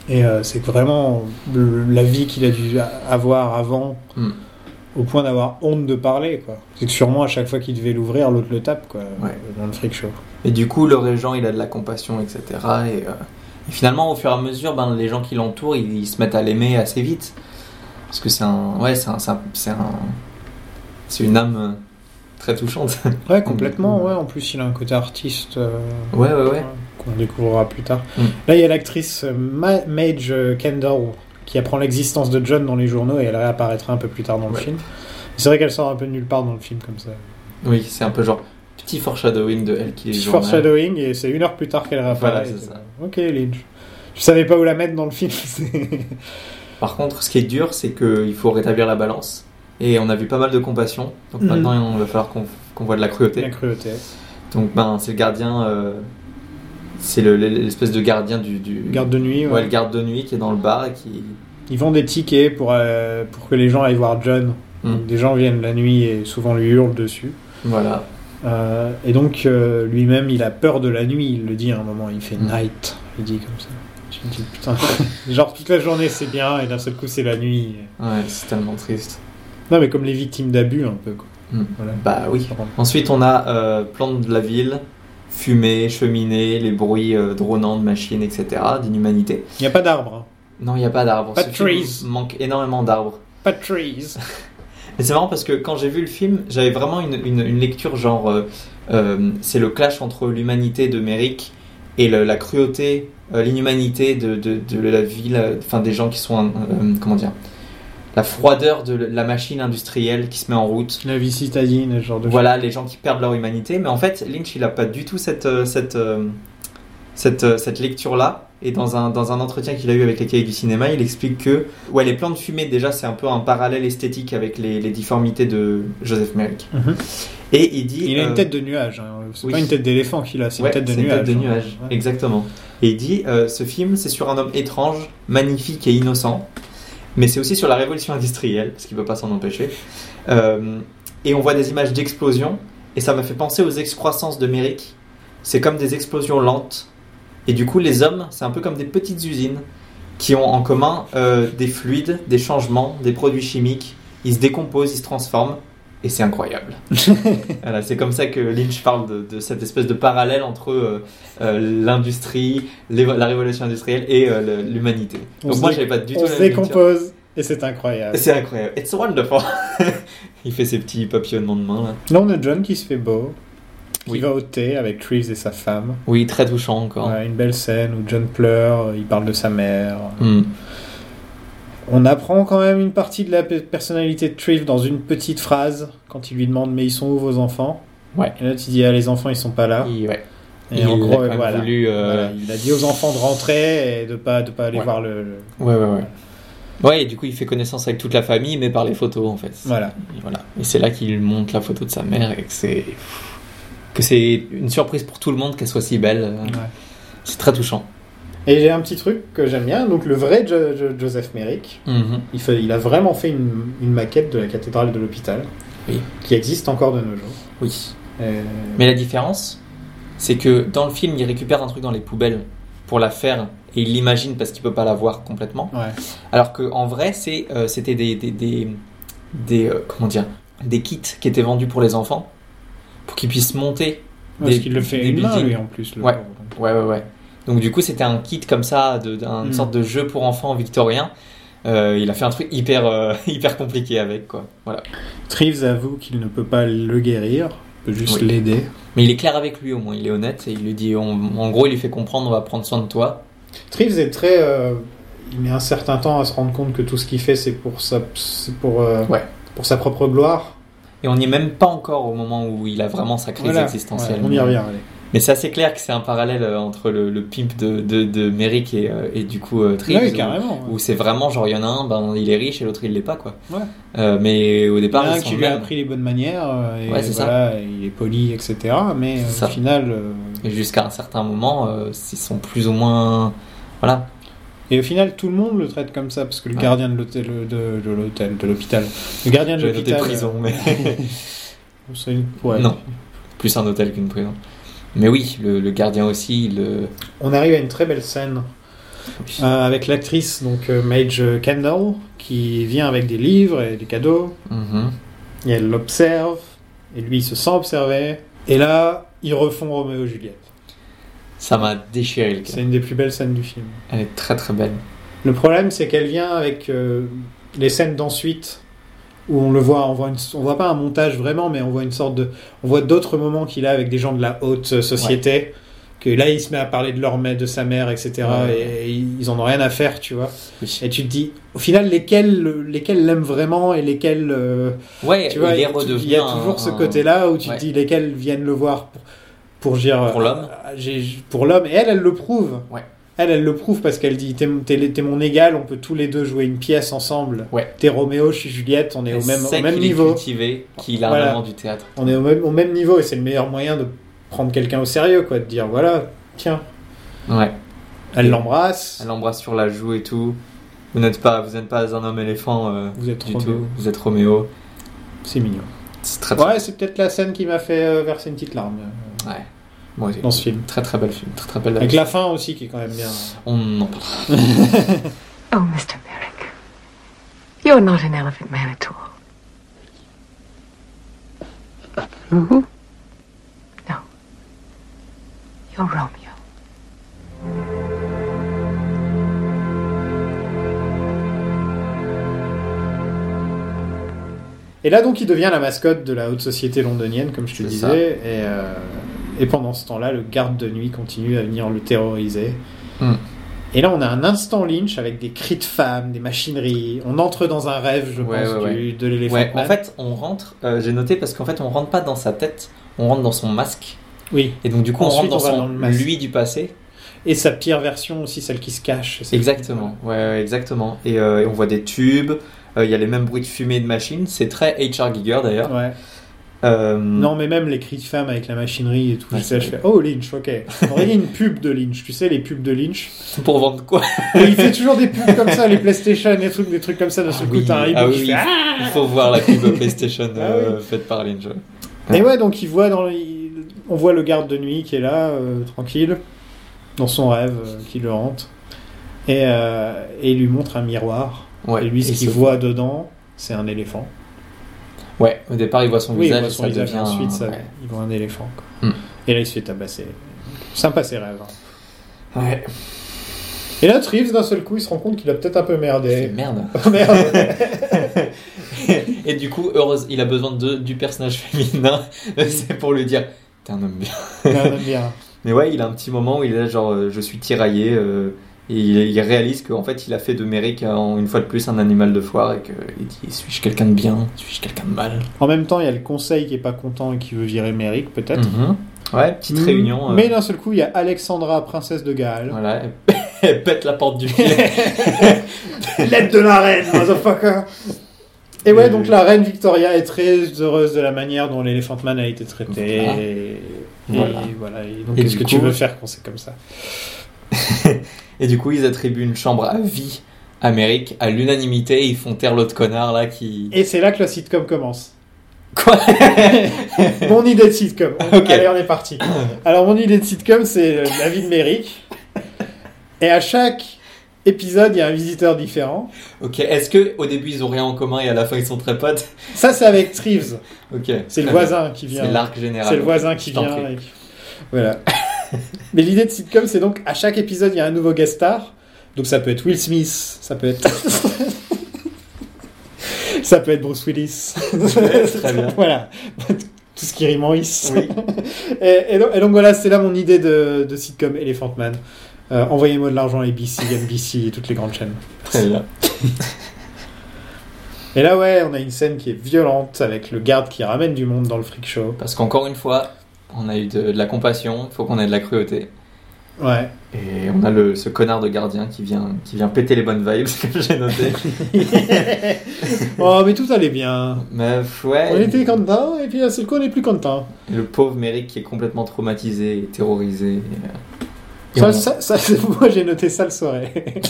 [SPEAKER 2] Et euh, c'est vraiment le- la vie qu'il a dû a- avoir avant,
[SPEAKER 3] Mm.
[SPEAKER 2] au point d'avoir honte de parler. quoi. C'est que sûrement à chaque fois qu'il devait l'ouvrir, l'autre le tape quoi,
[SPEAKER 3] Ouais.
[SPEAKER 2] dans le freak show.
[SPEAKER 3] Et du coup, le régent, il a de la compassion, etc. Et, euh, et finalement, au fur et à mesure, ben, les gens qui l'entourent, ils, ils se mettent à l'aimer assez vite. Parce que c'est un. Ouais, c'est un. c'est un- C'est un- c'est une âme euh, très touchante. [LAUGHS]
[SPEAKER 2] Ouais, complètement.
[SPEAKER 3] Mm.
[SPEAKER 2] Ouais. En plus, il a un côté artiste euh,
[SPEAKER 3] ouais, ouais, ouais.
[SPEAKER 2] qu'on découvrira plus tard.
[SPEAKER 3] Mm.
[SPEAKER 2] Là, il y a l'actrice euh, Ma- Madge euh, Kendall qui apprend l'existence de John dans les journaux et elle réapparaîtra un peu plus tard dans le
[SPEAKER 3] Ouais.
[SPEAKER 2] film. C'est vrai qu'elle sort un peu de nulle part dans le film comme ça.
[SPEAKER 3] Oui, c'est un peu genre. Petit foreshadowing de elle qui est
[SPEAKER 2] Petit
[SPEAKER 3] journal.
[SPEAKER 2] foreshadowing et c'est une heure plus tard qu'elle réapparaît.
[SPEAKER 3] Voilà, c'est ça.
[SPEAKER 2] Ok, Lynch. Je savais pas où la mettre dans le film. [LAUGHS] c'est-
[SPEAKER 3] Par contre, ce qui est dur, c'est qu'il faut rétablir la balance. Et on a vu pas mal de compassion. Donc
[SPEAKER 2] Mhm.
[SPEAKER 3] maintenant, il va falloir qu'on qu'on voit de la cruauté.
[SPEAKER 2] La cruauté.
[SPEAKER 3] Donc ben, c'est le gardien euh, C'est le- l'espèce de gardien du. du-
[SPEAKER 2] Garde de nuit.
[SPEAKER 3] ouais.
[SPEAKER 2] ouais.
[SPEAKER 3] le garde de nuit qui est dans le bar et qui.
[SPEAKER 2] Ils vendent des tickets pour, euh, pour que les gens aillent voir John.
[SPEAKER 3] Mm.
[SPEAKER 2] Donc, des gens viennent la nuit et souvent lui hurlent dessus.
[SPEAKER 3] Voilà.
[SPEAKER 2] Euh, et donc euh, lui-même, il a peur de la nuit, il le dit à un moment, il fait
[SPEAKER 3] Mm.
[SPEAKER 2] night, il dit comme ça. Je me dis, putain, [LAUGHS] genre toute la journée c'est bien et d'un seul coup c'est la nuit.
[SPEAKER 3] Ouais, c'est tellement triste.
[SPEAKER 2] Non mais comme les victimes d'abus un peu quoi.
[SPEAKER 3] Mm.
[SPEAKER 2] Voilà.
[SPEAKER 3] Bah oui. Ensuite, on a euh, plantes de la ville, fumée, cheminée, les bruits euh, dronants de machines, etc. D'inhumanité.
[SPEAKER 2] Il n'y a pas d'arbres, hein.
[SPEAKER 3] Non, il n'y a pas d'arbres.
[SPEAKER 2] Pas
[SPEAKER 3] Ce
[SPEAKER 2] de
[SPEAKER 3] film
[SPEAKER 2] trees.
[SPEAKER 3] manque énormément d'arbres.
[SPEAKER 2] pas de
[SPEAKER 3] [LAUGHS]
[SPEAKER 2] trees.
[SPEAKER 3] Et c'est marrant parce que quand j'ai vu le film, j'avais vraiment une, une- une lecture genre. euh, euh, c'est le clash entre l'humanité de Merrick et le- la cruauté, euh, l'inhumanité de, de- de la ville, euh, enfin des gens qui sont. euh, euh, comment dire La froideur de la machine industrielle qui se met en route.
[SPEAKER 2] La vie citadine, ce genre de
[SPEAKER 3] Voilà, les gens qui perdent leur humanité. Mais en fait, Lynch, il n'a pas du tout cette, euh, cette, euh, cette, euh, cette lecture-là. Et dans un, dans un entretien qu'il a eu avec les cahiers du cinéma, il explique que ouais, les plans de fumée, déjà, c'est un peu un parallèle esthétique avec les, les difformités de Joseph Merrick.
[SPEAKER 2] Mhm.
[SPEAKER 3] Et il dit...
[SPEAKER 2] Il a
[SPEAKER 3] euh,
[SPEAKER 2] une tête de nuage, hein. c'est
[SPEAKER 3] oui.
[SPEAKER 2] pas une tête d'éléphant qu'il a, c'est
[SPEAKER 3] ouais,
[SPEAKER 2] une tête de
[SPEAKER 3] c'est
[SPEAKER 2] nuage. hein.
[SPEAKER 3] nuage,
[SPEAKER 2] Ouais.
[SPEAKER 3] Exactement. Et il dit, euh, ce film, c'est sur un homme étrange, magnifique et innocent, mais c'est aussi sur la révolution industrielle, parce qu'il ne peut pas s'en empêcher. Euh, et on voit des images d'explosions, et ça m'a fait penser aux excroissances de Merrick. C'est comme des explosions lentes. Et du coup, les hommes, c'est un peu comme des petites usines qui ont en commun euh, des fluides, des changements, des produits chimiques. Ils se décomposent, ils se transforment, et
[SPEAKER 2] [LAUGHS]
[SPEAKER 3] c'est incroyable. Voilà, c'est comme ça que Lynch parle de, de cette espèce de parallèle entre euh, euh, l'industrie, l'évo- la révolution industrielle et euh, le- l'humanité.
[SPEAKER 2] On
[SPEAKER 3] Donc
[SPEAKER 2] se
[SPEAKER 3] moi,
[SPEAKER 2] dé-
[SPEAKER 3] j'avais pas du tout
[SPEAKER 2] On
[SPEAKER 3] la
[SPEAKER 2] se
[SPEAKER 3] même lecture.
[SPEAKER 2] décompose et c'est incroyable.
[SPEAKER 3] C'est incroyable. It's wonderful. [LAUGHS] Il fait ses petits papillonnements de main là.
[SPEAKER 2] Là on a John qui se fait beau, qui
[SPEAKER 3] Oui.
[SPEAKER 2] va au thé avec Treves et sa femme.
[SPEAKER 3] Oui, très touchant encore.
[SPEAKER 2] Ouais, une belle scène où John pleure, euh, il parle de sa mère.
[SPEAKER 3] Hmm.
[SPEAKER 2] On apprend quand même une partie de la pe- personnalité de Triff dans une petite phrase quand il lui demande mais ils sont où vos enfants
[SPEAKER 3] Ouais.
[SPEAKER 2] Et là tu dis ah les enfants ils sont pas là.
[SPEAKER 3] Il, ouais.
[SPEAKER 2] Et
[SPEAKER 3] Il
[SPEAKER 2] en
[SPEAKER 3] a
[SPEAKER 2] gros
[SPEAKER 3] quand même
[SPEAKER 2] voilà.
[SPEAKER 3] voulu,
[SPEAKER 2] Voilà,
[SPEAKER 3] euh,
[SPEAKER 2] Il a dit aux enfants de rentrer et de pas de pas aller
[SPEAKER 3] Ouais.
[SPEAKER 2] voir le, le-
[SPEAKER 3] Ouais, ouais, ouais. Ouais, et du coup, il fait connaissance avec toute la famille, mais par les photos, en fait.
[SPEAKER 2] voilà.
[SPEAKER 3] Et voilà. Et c'est là qu'il monte la photo de sa mère et que c'est... Que c'est une surprise pour tout le monde qu'elle soit si belle. C'est très touchant.
[SPEAKER 2] Et j'ai un petit truc que j'aime bien donc le vrai Jo- Jo- Joseph Merrick
[SPEAKER 3] Mm-hmm.
[SPEAKER 2] il fait il a vraiment fait une, une maquette de la cathédrale de l'hôpital
[SPEAKER 3] Oui.
[SPEAKER 2] qui existe encore de nos jours.
[SPEAKER 3] Oui.
[SPEAKER 2] Euh,
[SPEAKER 3] Mais la différence, c'est que dans le film, il récupère un truc dans les poubelles pour la faire et il l'imagine parce qu'il peut pas la voir complètement.
[SPEAKER 2] Ouais.
[SPEAKER 3] Alors que en vrai, c'est euh, c'était des des, des, des, euh, comment dire des kits qui étaient vendus pour les enfants pour qu'ils puissent monter.
[SPEAKER 2] Parce
[SPEAKER 3] Des-
[SPEAKER 2] qu'il le fait
[SPEAKER 3] des
[SPEAKER 2] une main,
[SPEAKER 3] buildings.
[SPEAKER 2] lui, en plus. le
[SPEAKER 3] Ouais.
[SPEAKER 2] pauvre.
[SPEAKER 3] Ouais ouais ouais. Donc du coup, c'était un kit comme ça, de- d'une
[SPEAKER 2] Mm.
[SPEAKER 3] sorte de jeu pour enfants victorien. Euh, il a fait un truc hyper euh, [LAUGHS] hyper compliqué avec quoi. Voilà.
[SPEAKER 2] Treves avoue qu'il ne peut pas le guérir, peut juste
[SPEAKER 3] Oui.
[SPEAKER 2] l'aider.
[SPEAKER 3] Mais il est clair avec lui au moins, il est honnête et il lui dit on- en gros, il lui fait comprendre on va prendre soin de toi.
[SPEAKER 2] Treves est très. euh, il met un certain temps à se rendre compte que tout ce qu'il fait, c'est pour sa, c'est pour, euh,
[SPEAKER 3] Ouais.
[SPEAKER 2] pour sa propre gloire.
[SPEAKER 3] Et on n'y est même pas encore au moment où il a vraiment sa crise
[SPEAKER 2] Voilà.
[SPEAKER 3] existentielle.
[SPEAKER 2] Ouais, on y revient. allez.
[SPEAKER 3] Mais c'est assez clair que c'est un parallèle euh, entre le, le pimp de, de, de Merrick et, euh, et du coup euh, Trips,
[SPEAKER 2] oui,
[SPEAKER 3] où-
[SPEAKER 2] carrément. ouais.
[SPEAKER 3] où, c'est vraiment genre il y en a un, ben, il est riche et l'autre il l'est pas quoi.
[SPEAKER 2] Ouais.
[SPEAKER 3] Euh, mais au
[SPEAKER 2] Il y en
[SPEAKER 3] départ,
[SPEAKER 2] a un
[SPEAKER 3] ils sont
[SPEAKER 2] qui lui a
[SPEAKER 3] même.
[SPEAKER 2] appris les bonnes manières, euh, et
[SPEAKER 3] Ouais, c'est ça.
[SPEAKER 2] voilà, et il est poli, etc. Mais euh,
[SPEAKER 3] C'est ça.
[SPEAKER 2] au final, euh,
[SPEAKER 3] Et jusqu'à un certain moment, euh, ils sont plus ou moins. Voilà.
[SPEAKER 2] et au final, tout le monde le traite comme ça parce que le
[SPEAKER 3] Ouais.
[SPEAKER 2] gardien de l'hôtel, de, de l'hôtel, de l'hôpital, le gardien de
[SPEAKER 3] J'avais noté
[SPEAKER 2] l'hôpital,
[SPEAKER 3] prison, mais.
[SPEAKER 2] euh, c'est une- [LAUGHS] ouais.
[SPEAKER 3] Non. plus un hôtel qu'une prison. Mais oui, le, le gardien aussi, le.
[SPEAKER 2] On arrive à une très belle scène euh, avec l'actrice donc euh, Mage Kendall qui vient avec des livres et des cadeaux
[SPEAKER 3] Mhm.
[SPEAKER 2] et elle l'observe et lui il se sent observé et là ils refont Roméo et Juliette.
[SPEAKER 3] Ça m'a déchiré le cœur.
[SPEAKER 2] C'est une des plus belles scènes du film.
[SPEAKER 3] Elle est très très belle.
[SPEAKER 2] Le problème c'est qu'elle vient avec euh, les scènes d'ensuite où on le voit, on voit, une- on voit pas un montage vraiment, mais on voit une sorte de, on voit d'autres moments qu'il a avec des gens de la haute euh, société. Que là, il se met à parler de leur mère, de sa mère, etc.
[SPEAKER 3] Ouais.
[SPEAKER 2] Et, et ils en ont rien à faire, tu vois.
[SPEAKER 3] Oui.
[SPEAKER 2] Et tu te dis, au final, lesquels lesquels l'aiment vraiment et lesquels. euh,
[SPEAKER 3] Ouais,
[SPEAKER 2] tu vois,
[SPEAKER 3] il est
[SPEAKER 2] il,
[SPEAKER 3] redevenu.
[SPEAKER 2] il y a
[SPEAKER 3] un-
[SPEAKER 2] toujours ce
[SPEAKER 3] un-
[SPEAKER 2] côté-là où tu
[SPEAKER 3] Ouais.
[SPEAKER 2] te dis lesquels viennent le voir pour, pour dire.
[SPEAKER 3] Pour l'homme.
[SPEAKER 2] Ah, j'ai- Pour l'homme. Et elle, elle le prouve.
[SPEAKER 3] Ouais.
[SPEAKER 2] Elle, elle le prouve parce qu'elle dit T'es t'es- t'es mon égal, on peut tous les deux jouer une pièce ensemble.
[SPEAKER 3] Ouais.
[SPEAKER 2] T'es Roméo, je suis Juliette, on est au
[SPEAKER 3] Elle
[SPEAKER 2] même,
[SPEAKER 3] sait
[SPEAKER 2] au même
[SPEAKER 3] qu'il est
[SPEAKER 2] niveau.
[SPEAKER 3] cultivé, qu'il a
[SPEAKER 2] Voilà.
[SPEAKER 3] vraiment du théâtre.
[SPEAKER 2] On est au même, au même niveau et c'est le meilleur moyen de prendre quelqu'un au sérieux, quoi. De dire Voilà, tiens,
[SPEAKER 3] Ouais.
[SPEAKER 2] Elle
[SPEAKER 3] Et-
[SPEAKER 2] l'embrasse.
[SPEAKER 3] Elle l'embrasse sur la joue et tout. Vous n'êtes pas, vous n'êtes pas un homme éléphant euh,
[SPEAKER 2] Vous êtes
[SPEAKER 3] du
[SPEAKER 2] Roméo.
[SPEAKER 3] tout. Vous êtes Roméo.
[SPEAKER 2] C'est mignon.
[SPEAKER 3] C'est très très.
[SPEAKER 2] Ouais, c'est peut-être la scène qui m'a fait euh, verser une petite larme euh,
[SPEAKER 3] Ouais. Moi aussi.
[SPEAKER 2] dans ce film.
[SPEAKER 3] Très très bel film. Très très belle.
[SPEAKER 2] Avec la fin aussi qui est quand même bien.
[SPEAKER 3] On en parle.
[SPEAKER 5] Oh, Mr. Merrick. You're not an elephant man at all. Who? No. You're Romeo.
[SPEAKER 2] Et là donc il devient la mascotte de la haute société londonienne comme je te
[SPEAKER 3] C'est
[SPEAKER 2] disais.
[SPEAKER 3] ça.
[SPEAKER 2] Et, euh, et pendant ce temps-là, le garde de nuit continue à venir le terroriser.
[SPEAKER 3] Hmm.
[SPEAKER 2] Et là on a un instant Lynch avec des cris de femmes, des machineries. On entre dans un rêve, je
[SPEAKER 3] Ouais,
[SPEAKER 2] pense,
[SPEAKER 3] ouais,
[SPEAKER 2] du- de l'éléphant.
[SPEAKER 3] Ouais. En
[SPEAKER 2] Man.
[SPEAKER 3] fait, on rentre. euh, J'ai noté parce qu'en fait, on rentre pas dans sa tête. On rentre dans son masque.
[SPEAKER 2] Oui.
[SPEAKER 3] Et donc du coup, on
[SPEAKER 2] Ensuite,
[SPEAKER 3] rentre dans
[SPEAKER 2] on va
[SPEAKER 3] son
[SPEAKER 2] dans le masque.
[SPEAKER 3] lui du passé.
[SPEAKER 2] Et sa pire version aussi, celle qui se cache. c'est-
[SPEAKER 3] Exactement, ouais, ouais, exactement. Et, euh, et on voit des tubes, euh, il y a les mêmes bruits de fumée et de machines, c'est très HR Giger d'ailleurs.
[SPEAKER 2] Ouais.
[SPEAKER 3] Euh,
[SPEAKER 2] Non, mais même les cris de femmes avec la machinerie et tout.
[SPEAKER 3] Ouais,
[SPEAKER 2] je, sais,
[SPEAKER 3] c'est
[SPEAKER 2] je fais Oh Lynch, ok. On aurait dit une pub de Lynch, tu sais, les pubs de Lynch.
[SPEAKER 3] Pour vendre
[SPEAKER 2] [LAUGHS]
[SPEAKER 3] quoi
[SPEAKER 2] Et il fait toujours des pubs comme ça, les PlayStation, des trucs, des trucs comme ça. D'un seul
[SPEAKER 3] Ah
[SPEAKER 2] coup,
[SPEAKER 3] oui,
[SPEAKER 2] t'as un
[SPEAKER 3] ah
[SPEAKER 2] e-book,
[SPEAKER 3] oui,
[SPEAKER 2] tu fais, Ah
[SPEAKER 3] Il faut
[SPEAKER 2] [LAUGHS]
[SPEAKER 3] voir la pub PlayStation
[SPEAKER 2] Ah
[SPEAKER 3] euh, faite par Lynch. oui.
[SPEAKER 2] Et ouais, donc il voit dans, il- on voit le garde de nuit qui est là, euh, tranquille, dans son rêve euh, qui le hante, et, euh, et il lui montre un miroir.
[SPEAKER 3] Ouais.
[SPEAKER 2] et lui, ce
[SPEAKER 3] Et
[SPEAKER 2] qu'il
[SPEAKER 3] ce-
[SPEAKER 2] voit dedans, c'est un éléphant.
[SPEAKER 3] Ouais, au départ il voit son
[SPEAKER 2] Oui, il
[SPEAKER 3] visage,
[SPEAKER 2] voit
[SPEAKER 3] et
[SPEAKER 2] son
[SPEAKER 3] ça
[SPEAKER 2] visage, et
[SPEAKER 3] devient...
[SPEAKER 2] ensuite ça-
[SPEAKER 3] ouais.
[SPEAKER 2] il voit un éléphant. quoi.
[SPEAKER 3] Hmm.
[SPEAKER 2] Et là, il se fait tabasser. Sympa ses rêves. hein.
[SPEAKER 3] Ouais.
[SPEAKER 2] Et là, Trives, d'un seul coup, il se rend compte qu'il a peut-être un peu
[SPEAKER 3] C'est [LAUGHS]
[SPEAKER 2] merdé.
[SPEAKER 3] merde.
[SPEAKER 2] Merde.
[SPEAKER 3] et du coup, heureuse, il a besoin de, du personnage féminin, [LAUGHS] c'est pour lui dire, t'es un homme bien.
[SPEAKER 2] Non, non, bien.
[SPEAKER 3] Mais ouais, il a un petit moment où il est là, genre, euh, je suis tiraillé. euh, et il, il réalise qu'en fait, il a fait de Merrick, en- une fois de plus, un animal de foire. Et qu'il dit Suis-je quelqu'un de bien Suis-je quelqu'un de mal
[SPEAKER 2] En même temps, il y a le conseil qui est pas content et qui veut virer Merrick, peut-être.
[SPEAKER 3] Mhm. Ouais, petite
[SPEAKER 2] Mm.
[SPEAKER 3] réunion. euh,
[SPEAKER 2] Mais d'un seul coup, il y a Alexandra, princesse de Galles.
[SPEAKER 3] Voilà, elle [LAUGHS] pète la porte du film.
[SPEAKER 2] [LAUGHS] L'aide de la reine, motherfucker Et ouais, donc la reine Victoria est très heureuse de la manière dont l'éléphant man a été traité.
[SPEAKER 3] Voilà.
[SPEAKER 2] Et,
[SPEAKER 3] Voilà.
[SPEAKER 2] et voilà. Et donc,
[SPEAKER 3] Et
[SPEAKER 2] qu'est-ce que
[SPEAKER 3] du
[SPEAKER 2] tu
[SPEAKER 3] coup-
[SPEAKER 2] veux faire quand c'est comme ça
[SPEAKER 3] et du coup, ils attribuent une chambre à vie à Merrick, à l'unanimité. Ils font taire l'autre connard là qui.
[SPEAKER 2] Et c'est là que la sitcom commence.
[SPEAKER 3] [LAUGHS] Quoi
[SPEAKER 2] [LAUGHS] Mon idée de sitcom. On-
[SPEAKER 3] [LAUGHS] Ok.
[SPEAKER 2] Allez, on est
[SPEAKER 3] [COUGHS]
[SPEAKER 2] parti. Alors, mon idée de sitcom, c'est euh, la vie de Merrick. Et à chaque épisode, il y a un visiteur différent.
[SPEAKER 3] Ok, est-ce que au début ils ont rien en commun et à la fin ils sont très potes [LAUGHS]
[SPEAKER 2] Ça, c'est avec Treves.
[SPEAKER 3] Ok.
[SPEAKER 2] C'est le voisin qui vient.
[SPEAKER 3] Ah. C'est l'arc général.
[SPEAKER 2] C'est le voisin qui
[SPEAKER 3] Je t'en
[SPEAKER 2] vient.
[SPEAKER 3] prie.
[SPEAKER 2] et qui- Voilà. [LAUGHS] Mais l'idée de sitcom, c'est donc à chaque épisode, il y a un nouveau guest star. Donc ça peut être Will Smith, ça peut être. [LAUGHS] ça peut être Bruce Willis.
[SPEAKER 3] très bien.
[SPEAKER 2] [LAUGHS] voilà. Tout ce qui rime en is.
[SPEAKER 3] Oui.
[SPEAKER 2] [LAUGHS] Et, et donc, et donc voilà, c'est là mon idée de, de sitcom Elephant Man. Euh, Envoyez-moi de l'argent à ABC, NBC et toutes les grandes chaînes.
[SPEAKER 3] Très bien.
[SPEAKER 2] Et là, ouais, on a une scène qui est violente avec le garde qui ramène du monde dans le freak show.
[SPEAKER 3] Parce qu'encore une fois, on a eu de, de la compassion, il faut qu'on ait de la cruauté. [LAUGHS]
[SPEAKER 2] Ouais.
[SPEAKER 3] Et on a le, ce connard de gardien qui vient, qui vient péter les bonnes vibes, [LAUGHS] comme j'ai noté.
[SPEAKER 2] oh, mais tout allait bien.
[SPEAKER 3] Mais ouais,
[SPEAKER 2] On était content et puis à seul coup on est plus content.
[SPEAKER 3] le pauvre Merrick qui est complètement traumatisé et terrorisé. Et, euh, et
[SPEAKER 2] Ça,
[SPEAKER 3] on-
[SPEAKER 2] ça- ça, [LAUGHS] c'est- moi j'ai noté sale
[SPEAKER 3] [LAUGHS]
[SPEAKER 2] soirée.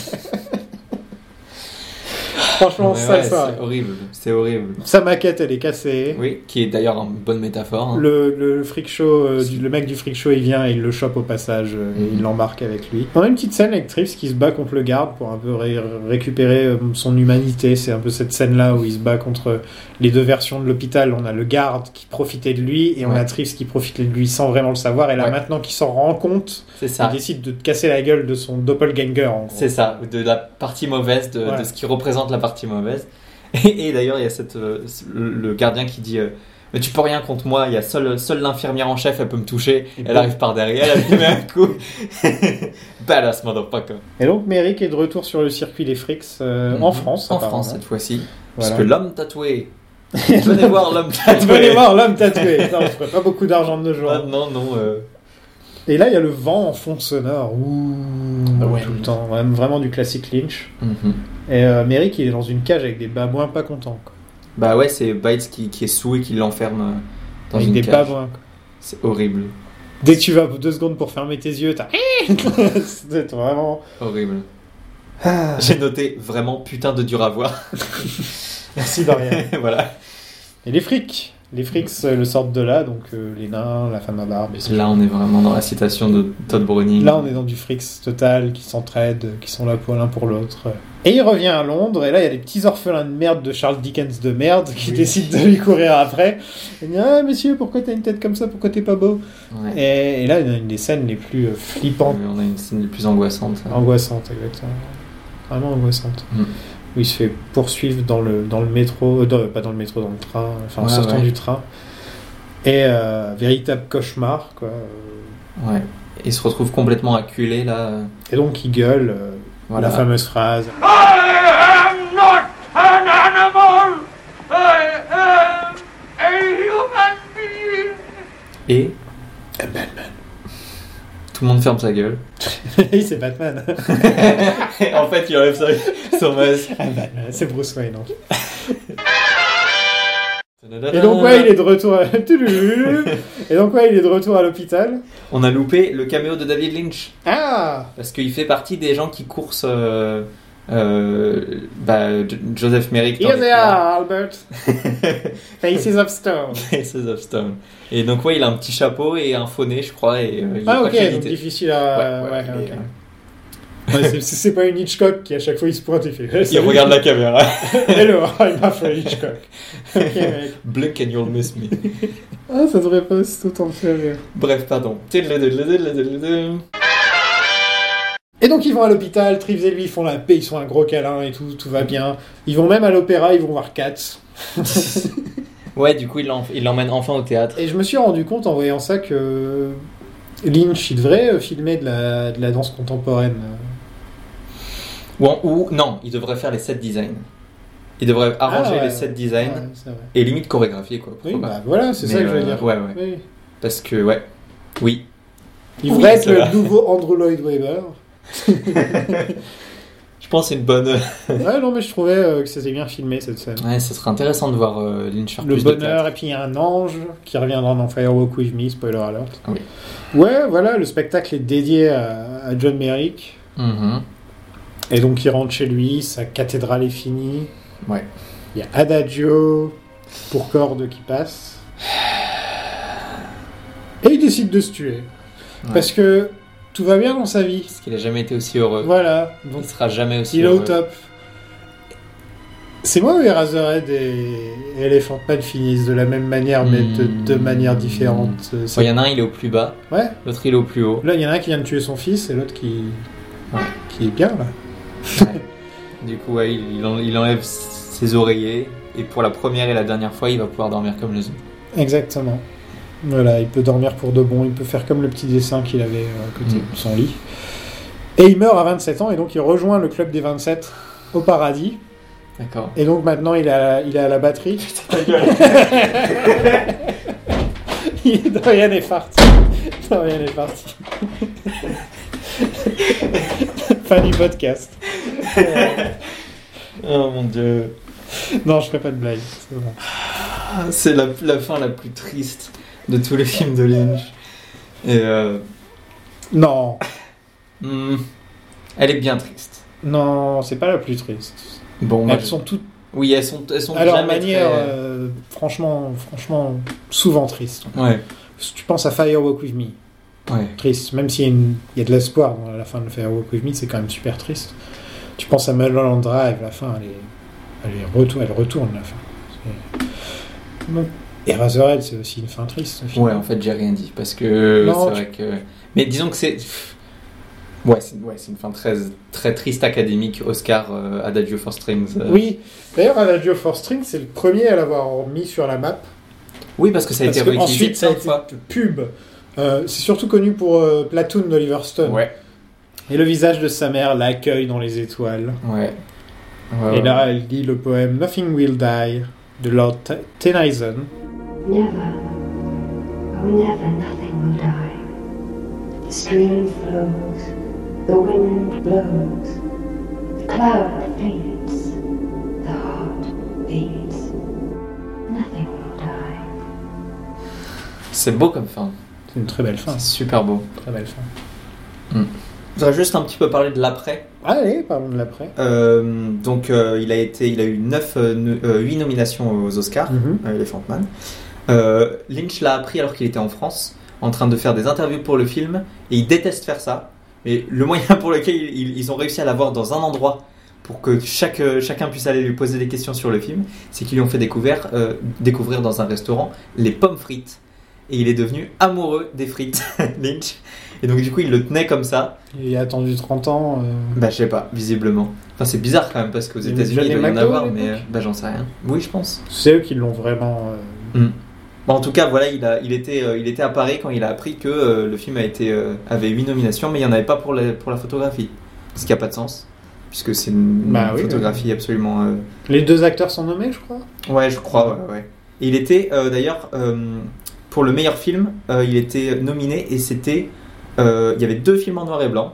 [SPEAKER 2] Franchement,
[SPEAKER 3] Mais
[SPEAKER 2] sale
[SPEAKER 3] ouais,
[SPEAKER 2] soirée.
[SPEAKER 3] c'est horrible, c'est horrible.
[SPEAKER 2] Sa maquette elle est cassée.
[SPEAKER 3] Oui, qui est d'ailleurs une bonne métaphore. hein.
[SPEAKER 2] Le, le freak show, euh, du- le mec du freak show il vient et il le chope au passage euh, et il
[SPEAKER 3] Mhm.
[SPEAKER 2] l'embarque avec lui. On a une petite scène avec Trips qui se bat contre le garde pour un peu ré- récupérer euh, son humanité. C'est un peu cette scène là où il se bat contre les deux versions de l'hôpital. On a le garde qui profitait de lui et on
[SPEAKER 3] Ouais.
[SPEAKER 2] a Trips qui profitait de lui sans vraiment le savoir. Et là
[SPEAKER 3] Ouais.
[SPEAKER 2] maintenant qu'il s'en rend compte,
[SPEAKER 3] C'est ça.
[SPEAKER 2] Il décide de te casser la gueule de son doppelganger. En gros.
[SPEAKER 3] C'est ça, de la partie mauvaise, de,
[SPEAKER 2] Ouais.
[SPEAKER 3] de ce qui représente la partie mauvaise. [LAUGHS] Et, et d'ailleurs, il y a cette, euh, le, le gardien qui dit euh, Mais tu peux rien contre moi, il y a seule seule l'infirmière en chef, elle peut me toucher.
[SPEAKER 2] Et
[SPEAKER 3] elle
[SPEAKER 2] boum.
[SPEAKER 3] arrive par derrière, elle lui met un coup. [LAUGHS] Badass motherfucker.
[SPEAKER 2] Et donc Merrick est de retour sur le circuit des Fricks euh, en France.
[SPEAKER 3] Mhm. En
[SPEAKER 2] apparemment.
[SPEAKER 3] France cette fois-ci.
[SPEAKER 2] Voilà. [LAUGHS]
[SPEAKER 3] Parce que l'homme tatoué. Venez voir l'homme tatoué.
[SPEAKER 2] Venez voir l'homme tatoué. Non, on ferait pas beaucoup d'argent de nos jours.
[SPEAKER 3] Ah, non, non. euh,
[SPEAKER 2] Et là, il y a le vent en fond sonore. Ouh,
[SPEAKER 3] Ah ouais.
[SPEAKER 2] tout le temps. Vraiment, vraiment du classique Lynch.
[SPEAKER 3] mhm.
[SPEAKER 2] Et euh, Merrick, il est dans une cage avec des babouins pas contents. quoi.
[SPEAKER 3] Bah ouais, c'est Bites qui, qui est sous et qui l'enferme euh, dans
[SPEAKER 2] avec
[SPEAKER 3] une
[SPEAKER 2] des
[SPEAKER 3] cage.
[SPEAKER 2] babouins.
[SPEAKER 3] C'est horrible.
[SPEAKER 2] Dès que tu vas deux secondes pour fermer tes yeux, t'as. [LAUGHS] C'est vraiment.
[SPEAKER 3] Horrible.
[SPEAKER 2] Ah.
[SPEAKER 3] [LAUGHS] J'ai noté vraiment putain de dur à voir.
[SPEAKER 2] Merci Dorian.
[SPEAKER 3] [LAUGHS] voilà.
[SPEAKER 2] Et les frics Les frics euh, le sortent de là, donc euh, les nains, la femme à barbe. et ce-
[SPEAKER 3] Là, on est vraiment dans la citation de Todd Browning.
[SPEAKER 2] Là, on est dans du frics total, qui s'entraident, qui sont là pour l'un pour l'autre. Et il revient à Londres, et là, il y a les petits orphelins de merde de Charles Dickens de merde qui
[SPEAKER 3] Oui.
[SPEAKER 2] décident de lui courir après. Il dit Ah, monsieur, pourquoi t'as une tête comme ça Pourquoi t'es pas beau
[SPEAKER 3] Ouais.
[SPEAKER 2] et, et là, il y a une des scènes les plus euh, flippantes,
[SPEAKER 3] On a une scène des plus angoissante.
[SPEAKER 2] Ah angoissantes, exactement. Vraiment angoissantes.
[SPEAKER 3] Mm.
[SPEAKER 2] Où il se fait poursuivre dans le, dans le métro, euh, dans- pas dans le métro, dans le train, enfin en
[SPEAKER 3] Ouais,
[SPEAKER 2] sortant
[SPEAKER 3] ouais.
[SPEAKER 2] du train. Et euh, véritable cauchemar, quoi. Euh,
[SPEAKER 3] Ouais. Il se retrouve complètement acculé là.
[SPEAKER 2] Et donc il gueule euh,
[SPEAKER 3] Voilà.
[SPEAKER 2] la fameuse phrase.
[SPEAKER 3] Et.
[SPEAKER 2] Eh ben,
[SPEAKER 3] Tout le monde ferme
[SPEAKER 2] [LAUGHS]
[SPEAKER 3] sa gueule.
[SPEAKER 2] Et c'est Batman. [LAUGHS]
[SPEAKER 3] en fait, il enlève [LAUGHS] sa- son masque.
[SPEAKER 2] Ah, Batman, c'est Bruce Wayne. en fait. Et donc ouais,
[SPEAKER 3] Euh.
[SPEAKER 2] il est de retour. À... [LAUGHS] Tudulu. Et donc ouais, il est de retour à l'hôpital.
[SPEAKER 3] On a loupé le caméo de David Lynch.
[SPEAKER 2] Ah.
[SPEAKER 3] Parce qu'il fait partie des gens qui coursent. euh, euh, bah, Jo- Joseph Merrick. dans
[SPEAKER 2] Here
[SPEAKER 3] les-
[SPEAKER 2] they are, Albert.
[SPEAKER 3] [LAUGHS]
[SPEAKER 2] Faces of Stone.
[SPEAKER 3] Faces of Stone. Et donc, ouais, il a un petit chapeau et un faux nez, je crois. Et, euh, il est
[SPEAKER 2] Ah
[SPEAKER 3] pas
[SPEAKER 2] ok, donc
[SPEAKER 3] crédité.
[SPEAKER 2] difficile à.
[SPEAKER 3] Ouais,
[SPEAKER 2] Ouais,
[SPEAKER 3] ouais, il est- euh,
[SPEAKER 2] ok. Ouais, c'est- c'est- c'est pas une Hitchcock qui à chaque fois il se pointe et fait. [LAUGHS] eh,
[SPEAKER 3] Il
[SPEAKER 2] salut.
[SPEAKER 3] regarde la caméra.
[SPEAKER 2] Hello, I'm Alfred Hitchcock. ok mec.
[SPEAKER 3] [LAUGHS] Blink and you'll miss me.
[SPEAKER 2] Ah ça devrait pas autant me faire rire.
[SPEAKER 3] Bref, pardon. Ouais,
[SPEAKER 2] Et donc ils vont à l'hôpital, Trives et lui ils font la paix, ils sont un gros câlin et tout, tout va bien. Ils vont même à l'opéra, ils vont voir Cats.
[SPEAKER 3] du coup, il l'en- il l'emmène enfin au théâtre.
[SPEAKER 2] Et je me suis rendu compte en voyant ça que Lynch il devrait euh, filmer de la, de la danse contemporaine.
[SPEAKER 3] Ou, en- ou- non, il devrait faire les set designs. Il devrait arranger
[SPEAKER 2] ouais.
[SPEAKER 3] les set
[SPEAKER 2] Ouais,
[SPEAKER 3] designs
[SPEAKER 2] c'est vrai.
[SPEAKER 3] et limite chorégraphier quoi. pourquoi
[SPEAKER 2] Oui,
[SPEAKER 3] pas.
[SPEAKER 2] bah voilà, c'est
[SPEAKER 3] Mais,
[SPEAKER 2] ça que je veux
[SPEAKER 3] euh,
[SPEAKER 2] dire.
[SPEAKER 3] Ouais, ouais.
[SPEAKER 2] Oui.
[SPEAKER 3] Parce que, ouais. Oui.
[SPEAKER 2] Il
[SPEAKER 3] Oui,
[SPEAKER 2] devrait être
[SPEAKER 3] c'est
[SPEAKER 2] le
[SPEAKER 3] vrai.
[SPEAKER 2] nouveau Andrew Lloyd
[SPEAKER 3] [LAUGHS]
[SPEAKER 2] Webber.
[SPEAKER 3] Je pense que c'est une bonne. euh,
[SPEAKER 2] ouais, non, mais je trouvais euh, que c'était bien filmé cette scène.
[SPEAKER 3] Ouais, ça serait intéressant de voir euh, Lynch faire
[SPEAKER 2] Le
[SPEAKER 3] plus de
[SPEAKER 2] bonheur,
[SPEAKER 3] théâtre.
[SPEAKER 2] et puis il y a un ange qui reviendra dans Firewalk With Me, spoiler alert.
[SPEAKER 3] Oui.
[SPEAKER 2] Ouais, voilà, le spectacle est dédié à, à John Merrick.
[SPEAKER 3] Mhm.
[SPEAKER 2] Et donc il rentre chez lui, sa cathédrale est finie.
[SPEAKER 3] Ouais.
[SPEAKER 2] Il y a Adagio pour corde qui passe. Et il décide de se tuer.
[SPEAKER 3] Ouais.
[SPEAKER 2] Parce que tout va bien dans sa vie.
[SPEAKER 3] Parce qu'il a jamais été aussi heureux.
[SPEAKER 2] Voilà.
[SPEAKER 3] Il
[SPEAKER 2] Donc
[SPEAKER 3] sera jamais aussi
[SPEAKER 2] il est
[SPEAKER 3] heureux.
[SPEAKER 2] au top. C'est moi où Eraserhead et Elephant Man finissent de la même manière, mais de
[SPEAKER 3] Hmm.
[SPEAKER 2] deux manières différentes. Euh,
[SPEAKER 3] Ouais, Il
[SPEAKER 2] ça-
[SPEAKER 3] y en a un, il est au plus bas.
[SPEAKER 2] Ouais.
[SPEAKER 3] L'autre, il est au
[SPEAKER 2] [LAUGHS]
[SPEAKER 3] plus haut.
[SPEAKER 2] Là, il y en a un qui vient de tuer son fils et l'autre qui...
[SPEAKER 3] Ouais.
[SPEAKER 2] qui est bien, là.
[SPEAKER 3] Du coup, ouais, il, il en- il enlève ses oreillers et pour la première et la dernière fois, il va pouvoir dormir comme les autres.
[SPEAKER 2] Exactement. Voilà, il peut dormir pour de bon, il peut faire comme le petit dessin qu'il avait euh, à côté
[SPEAKER 3] Mm.
[SPEAKER 2] de son lit. Et il meurt à 27 ans, et donc il rejoint le club des 27 au paradis. [LAUGHS]
[SPEAKER 3] D'accord.
[SPEAKER 2] Et donc maintenant, il est à la, il est à la batterie.
[SPEAKER 3] [LAUGHS]
[SPEAKER 2] Il- Dorian est parti. Dorian est parti. fin du podcast.
[SPEAKER 3] Oh mon dieu. Ah,
[SPEAKER 2] Non, je ferai pas de blague. c'est bon.
[SPEAKER 3] C'est la, la fin la plus triste de tous les films de Lynch. Et euh,
[SPEAKER 2] Non,
[SPEAKER 3] hmm, elle est bien triste.
[SPEAKER 2] non, c'est pas la plus triste.
[SPEAKER 3] Bon, moi,
[SPEAKER 2] Elles
[SPEAKER 3] je-
[SPEAKER 2] sont toutes
[SPEAKER 3] Oui, elles sont, elles sont
[SPEAKER 2] à leur
[SPEAKER 3] jamais
[SPEAKER 2] manière,
[SPEAKER 3] très-
[SPEAKER 2] euh, franchement, franchement, souvent triste.
[SPEAKER 3] Ouais,
[SPEAKER 2] Si tu penses à Firewalk With Me,
[SPEAKER 3] ouais.
[SPEAKER 2] triste. Même s'il y, a une- il y a de l'espoir dans la fin de Firewalk With Me, c'est quand même super triste. Tu penses à Mulholland Drive, la fin, elle, est, elle, est retour- elle retourne la fin. C'est- Donc, Et Razorhead, c'est aussi une fin triste. au final.
[SPEAKER 3] Ouais, en fait, j'ai rien dit parce que
[SPEAKER 2] Non,
[SPEAKER 3] c'est
[SPEAKER 2] tu-
[SPEAKER 3] vrai que. Mais disons que c'est. pff, Ouais, c'est ouais, c'est une fin très, très triste académique, Oscar euh, Adagio for Strings. euh.
[SPEAKER 2] Oui, d'ailleurs, Adagio for String, c'est le premier à l'avoir mis sur la map.
[SPEAKER 3] Oui, parce que ça a
[SPEAKER 2] Parce
[SPEAKER 3] été
[SPEAKER 2] que
[SPEAKER 3] réutilisé
[SPEAKER 2] ensuite, ça a
[SPEAKER 3] plein de
[SPEAKER 2] été
[SPEAKER 3] fois.
[SPEAKER 2] pub. Euh, c'est surtout connu pour euh, Platoon d'Oliver Stone.
[SPEAKER 3] Ouais.
[SPEAKER 2] Et le visage de sa mère l'accueille dans les étoiles.
[SPEAKER 3] Ouais. Ouais,
[SPEAKER 2] Et là, elle lit le poème Nothing Will Die de Lord T- Tennyson.
[SPEAKER 6] Never, oh never, nothing will die. The stream flows, the wind blows, the cloud fades, the heart beats. Nothing will die.
[SPEAKER 3] C'est beau comme fin.
[SPEAKER 2] C'est une très belle fin.
[SPEAKER 3] C'est super beau.
[SPEAKER 2] Très belle fin.
[SPEAKER 3] On va juste un petit peu parler de l'après.
[SPEAKER 2] Allez, parlons de l'après.
[SPEAKER 3] Euh, donc, euh, il, a été, il a eu euh, 9, 8 nominations aux Oscars,
[SPEAKER 2] Mhm.
[SPEAKER 3] euh, Elephant Man. Euh, Lynch l'a appris alors qu'il était en France, en train de faire des interviews pour le film, et il déteste faire ça. Mais le moyen [LAUGHS] pour lequel ils- ils, ils ont réussi à l'avoir dans un endroit pour que chaque, euh, chacun puisse aller lui poser des questions sur le film, c'est qu'ils lui ont fait découvrir, euh, découvrir dans un restaurant les pommes frites. Et il est devenu amoureux des frites, [LAUGHS] Lynch. Et donc, du coup, il le tenait comme ça.
[SPEAKER 2] Il a attendu 30 ans. euh,
[SPEAKER 3] Bah, je sais pas, visiblement. Enfin, c'est bizarre quand même parce qu'aux
[SPEAKER 2] Il y avait
[SPEAKER 3] États-Unis,
[SPEAKER 2] déjà
[SPEAKER 3] il
[SPEAKER 2] des
[SPEAKER 3] doit y en
[SPEAKER 2] McDo à
[SPEAKER 3] avoir,
[SPEAKER 2] l'époque
[SPEAKER 3] mais euh, bah, j'en sais rien. Oui, je pense.
[SPEAKER 2] C'est eux qui l'ont vraiment. euh,
[SPEAKER 3] Bah, en tout cas, voilà, il, a, il, était, euh, il était à Paris quand il a appris que euh, le film a été, euh, avait 8 nominations, mais il n'y en avait pas pour la, pour la photographie. Ce qui n'a pas de sens, puisque c'est une, une
[SPEAKER 2] Bah oui,
[SPEAKER 3] photographie absolument. euh,
[SPEAKER 2] Les deux acteurs sont nommés, je crois.
[SPEAKER 3] Ouais, je crois, ouais, ouais. Et il était euh, d'ailleurs, euh, pour le meilleur film, euh, il était nominé et c'était. euh, il y avait deux films en noir et blanc.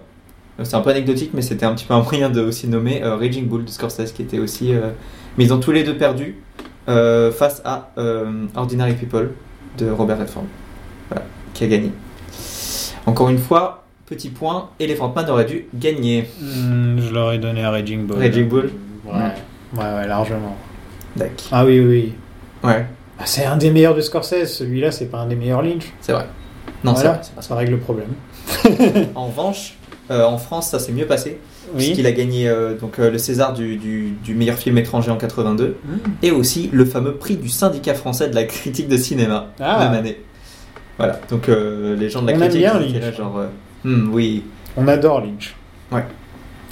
[SPEAKER 3] Euh, C'est un peu anecdotique, mais c'était un petit peu un moyen de aussi nommer euh, Raging Bull de Scorsese qui était aussi. euh, mais ils ont tous les deux perdu euh, face à euh, Ordinary People de Robert Redford. Voilà, qui a gagné. Encore une fois, petit point, Elephant Man aurait dû gagner.
[SPEAKER 2] Hmm, je l'aurais donné à Raging Bull.
[SPEAKER 3] Raging Bull
[SPEAKER 2] Ouais. ouais, ouais, largement.
[SPEAKER 3] Dac.
[SPEAKER 2] Ah oui, oui, oui.
[SPEAKER 3] Ouais,
[SPEAKER 2] Ah, c'est un des meilleurs de Scorsese. Celui-là, c'est pas un des meilleurs Lynch.
[SPEAKER 3] c'est vrai. Non, c'est
[SPEAKER 2] Voilà.
[SPEAKER 3] vrai, c'est pas ça.
[SPEAKER 2] Ça règle le problème.
[SPEAKER 3] En revanche, euh, en France, ça s'est mieux passé. puisqu'il a gagné euh, donc, euh, le César du, du- du meilleur film étranger en 82
[SPEAKER 2] Mm.
[SPEAKER 3] et aussi le fameux prix du syndicat français de la critique de cinéma
[SPEAKER 2] Ah.
[SPEAKER 3] même année. Voilà, donc euh, les gens de la
[SPEAKER 2] On aime
[SPEAKER 3] critique
[SPEAKER 2] bien,
[SPEAKER 3] ils étaient
[SPEAKER 2] Lynch.
[SPEAKER 3] là, genre euh, Hmm, oui,
[SPEAKER 2] On adore Lynch.
[SPEAKER 3] Ouais.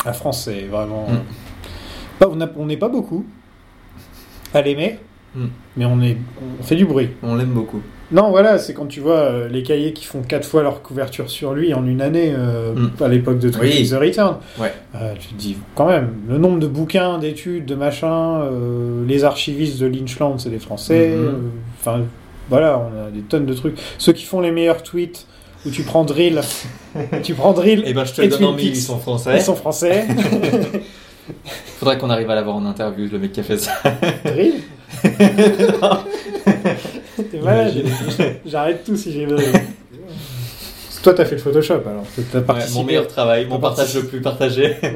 [SPEAKER 2] La France, c'est vraiment.
[SPEAKER 3] Mm.
[SPEAKER 2] Pas- on a- on n'est pas beaucoup à l'aimer,
[SPEAKER 3] Mm.
[SPEAKER 2] mais on, est, on fait du bruit.
[SPEAKER 3] on l'aime beaucoup.
[SPEAKER 2] Non, voilà, c'est quand tu vois euh, les cahiers qui font quatre fois leur couverture sur lui en une année, euh,
[SPEAKER 3] Mm.
[SPEAKER 2] à l'époque de Twin
[SPEAKER 3] Oui.
[SPEAKER 2] Peaks The Return.
[SPEAKER 3] Ouais.
[SPEAKER 2] Euh, tu te dis, quand même, le nombre de bouquins, d'études, de machins, euh, les archivistes de Lynchland, c'est des Français.
[SPEAKER 3] Mhm.
[SPEAKER 2] euh, Enfin, voilà, on a des tonnes de trucs. Ceux qui font les meilleurs tweets, où tu prends
[SPEAKER 3] [LAUGHS]
[SPEAKER 2] Drill, tu prends Drill,
[SPEAKER 3] Et ben je te
[SPEAKER 2] Et
[SPEAKER 3] le donne en
[SPEAKER 2] Twin
[SPEAKER 3] mille,
[SPEAKER 2] Peaks.
[SPEAKER 3] ils sont français.
[SPEAKER 2] ils sont [LAUGHS] français.
[SPEAKER 3] Faudrait qu'on arrive à l'avoir en interview, le mec qui a
[SPEAKER 2] [LAUGHS]
[SPEAKER 3] fait ça.
[SPEAKER 2] Drill T'es malade. J'arrête tout si j'ai besoin. Toi, t'as fait le Photoshop alors. T'as- T'as
[SPEAKER 3] Ouais,
[SPEAKER 2] participé.
[SPEAKER 3] mon meilleur travail, mon
[SPEAKER 2] T'as
[SPEAKER 3] partage
[SPEAKER 2] participé.
[SPEAKER 3] le plus partagé.
[SPEAKER 2] Voilà.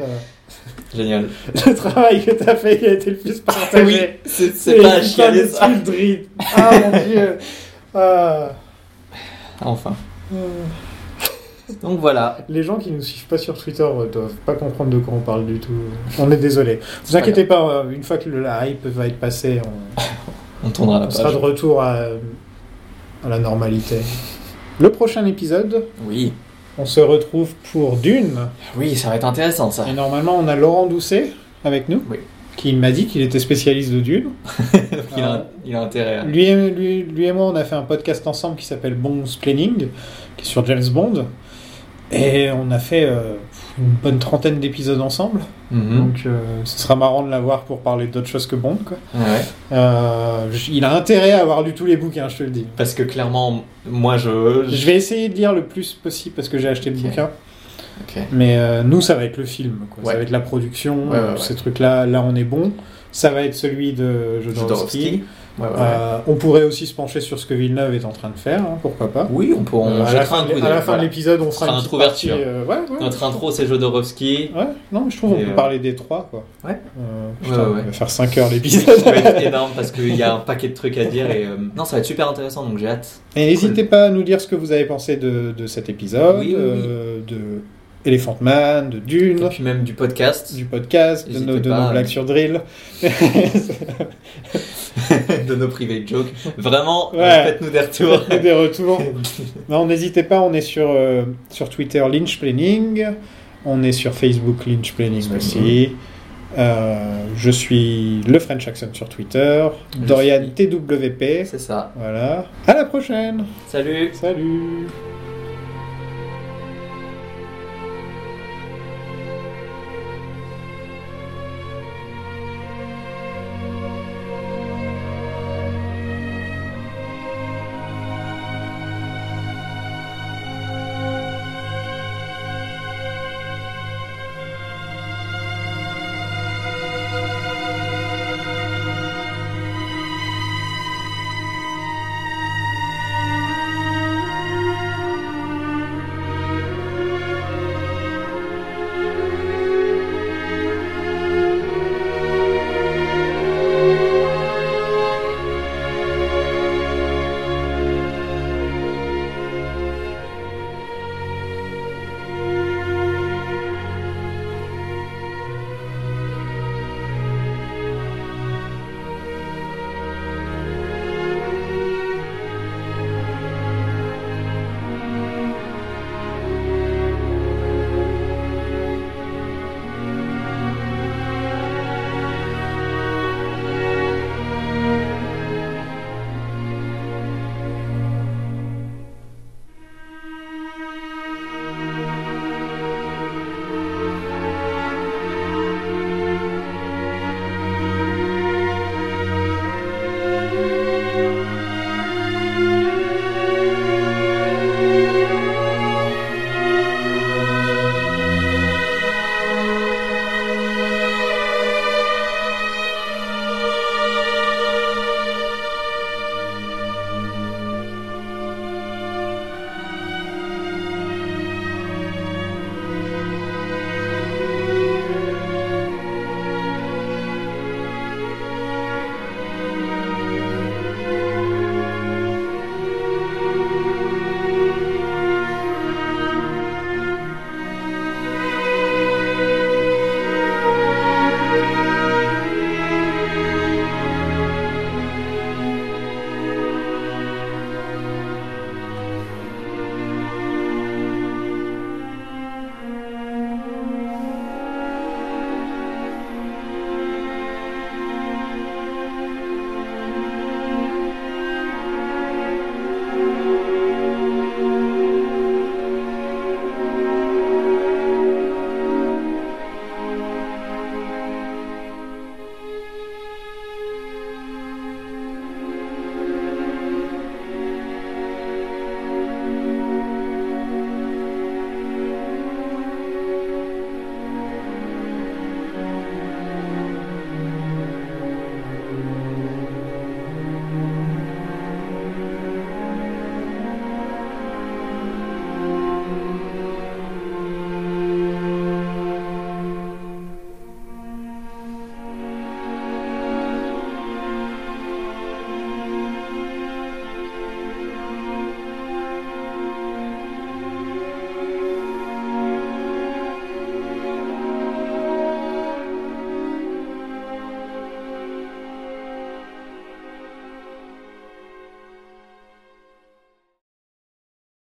[SPEAKER 3] Génial.
[SPEAKER 2] Le travail que t'as fait qui a été le plus partagé.
[SPEAKER 3] c'est c'est pas à
[SPEAKER 2] putain
[SPEAKER 3] chialer
[SPEAKER 2] de
[SPEAKER 3] ça.
[SPEAKER 2] truc Drill. Ah [LAUGHS] mon dieu. Ah.
[SPEAKER 3] Enfin. Donc voilà,
[SPEAKER 2] Les gens qui nous suivent pas sur Twitter euh, doivent pas comprendre de quoi on parle du tout. On est désolé. Vous
[SPEAKER 3] pas
[SPEAKER 2] inquiétez pas, Ah, euh, une fois que le- la hype va être passée, on,
[SPEAKER 3] on tournera la
[SPEAKER 2] on sera
[SPEAKER 3] page.
[SPEAKER 2] de retour à, euh, à la normalité. Le prochain épisode,
[SPEAKER 3] Oui,
[SPEAKER 2] on se retrouve pour Dune.
[SPEAKER 3] oui, ça va être intéressant ça.
[SPEAKER 2] Et normalement, on a Laurent Doucet avec nous,
[SPEAKER 3] Oui.
[SPEAKER 2] qui m'a dit qu'il était spécialiste de Dune.
[SPEAKER 3] Donc, [LAUGHS] il, a, il a intérêt. à-
[SPEAKER 2] Lui et, lui, lui et moi, on a fait un podcast ensemble qui s'appelle Bond's Planning, qui est sur James Bond. Et on a fait euh, une bonne trentaine d'épisodes ensemble.
[SPEAKER 3] Mhm.
[SPEAKER 2] Donc euh, ce sera marrant de l'avoir pour parler d'autres choses que Bond. Quoi.
[SPEAKER 3] Ah Ouais.
[SPEAKER 2] Euh, j- il a intérêt à avoir lu tous les bouquins, je te le dis.
[SPEAKER 3] Parce que clairement, moi je.
[SPEAKER 2] Je vais essayer de lire le plus possible parce que j'ai acheté le
[SPEAKER 3] Ok.
[SPEAKER 2] bouquin.
[SPEAKER 3] Ok.
[SPEAKER 2] Mais euh, nous, ça va être le film. Quoi. Ça
[SPEAKER 3] Ouais.
[SPEAKER 2] va être la production,
[SPEAKER 3] Ouais, ouais,
[SPEAKER 2] euh,
[SPEAKER 3] ouais.
[SPEAKER 2] ces trucs-là. Là, on est bon. Ça va être celui de Jodorowsky.
[SPEAKER 3] Jodorowsky. Ouais, ouais, ouais.
[SPEAKER 2] Euh, on pourrait aussi se pencher sur ce que Villeneuve est en train de faire, hein, pourquoi pas.
[SPEAKER 3] oui, on peut. On
[SPEAKER 2] Euh, à la
[SPEAKER 3] jettera
[SPEAKER 2] fin,
[SPEAKER 3] un
[SPEAKER 2] de,
[SPEAKER 3] coup
[SPEAKER 2] à
[SPEAKER 3] d'œil,
[SPEAKER 2] la fin de
[SPEAKER 3] voilà.
[SPEAKER 2] l'épisode, on fera
[SPEAKER 3] Fera
[SPEAKER 2] une
[SPEAKER 3] une
[SPEAKER 2] petite partie.
[SPEAKER 3] ouverture.
[SPEAKER 2] euh, ouais, ouais.
[SPEAKER 3] Notre intro c'est Jodorowsky. [LAUGHS]
[SPEAKER 2] Ouais, non, mais je trouve qu'on
[SPEAKER 3] Et,
[SPEAKER 2] peut
[SPEAKER 3] euh,
[SPEAKER 2] parler des trois, quoi.
[SPEAKER 3] Ouais.
[SPEAKER 2] Euh,
[SPEAKER 3] Ouais,
[SPEAKER 2] putain,
[SPEAKER 3] ouais.
[SPEAKER 2] On va faire 5 heures
[SPEAKER 3] [LAUGHS] Ça
[SPEAKER 2] l'épisode.
[SPEAKER 3] va être énorme parce qu'il y a un paquet de trucs à dire et euh, non, ça va être super intéressant donc j'ai hâte.
[SPEAKER 2] [LAUGHS] Et n'hésitez pas à nous dire ce que vous avez pensé de, de cet épisode,
[SPEAKER 3] Oui, oui, oui.
[SPEAKER 2] euh, de Elephant Man, de Dune,
[SPEAKER 3] Et puis même du podcast,
[SPEAKER 2] du podcast, de
[SPEAKER 3] N'hésitez
[SPEAKER 2] nos, de
[SPEAKER 3] pas,
[SPEAKER 2] nos
[SPEAKER 3] euh.
[SPEAKER 2] blagues sur Drill.
[SPEAKER 3] [LAUGHS]
[SPEAKER 2] [LAUGHS]
[SPEAKER 3] de nos private jokes. Vraiment,
[SPEAKER 2] Ouais.
[SPEAKER 3] euh, faites-nous
[SPEAKER 2] [LAUGHS]
[SPEAKER 3] des retours.
[SPEAKER 2] des
[SPEAKER 3] [LAUGHS]
[SPEAKER 2] retours. Non, n'hésitez pas, on est sur, euh, sur Twitter Lynch Planning, on est sur Facebook Lynch Planning
[SPEAKER 3] Planning.
[SPEAKER 2] aussi. Euh, je suis le French Jackson sur Twitter,
[SPEAKER 3] Je
[SPEAKER 2] Dorian
[SPEAKER 3] suis-
[SPEAKER 2] TWP.
[SPEAKER 3] c'est ça.
[SPEAKER 2] Voilà. À la prochaine.
[SPEAKER 3] Salut.
[SPEAKER 2] Salut.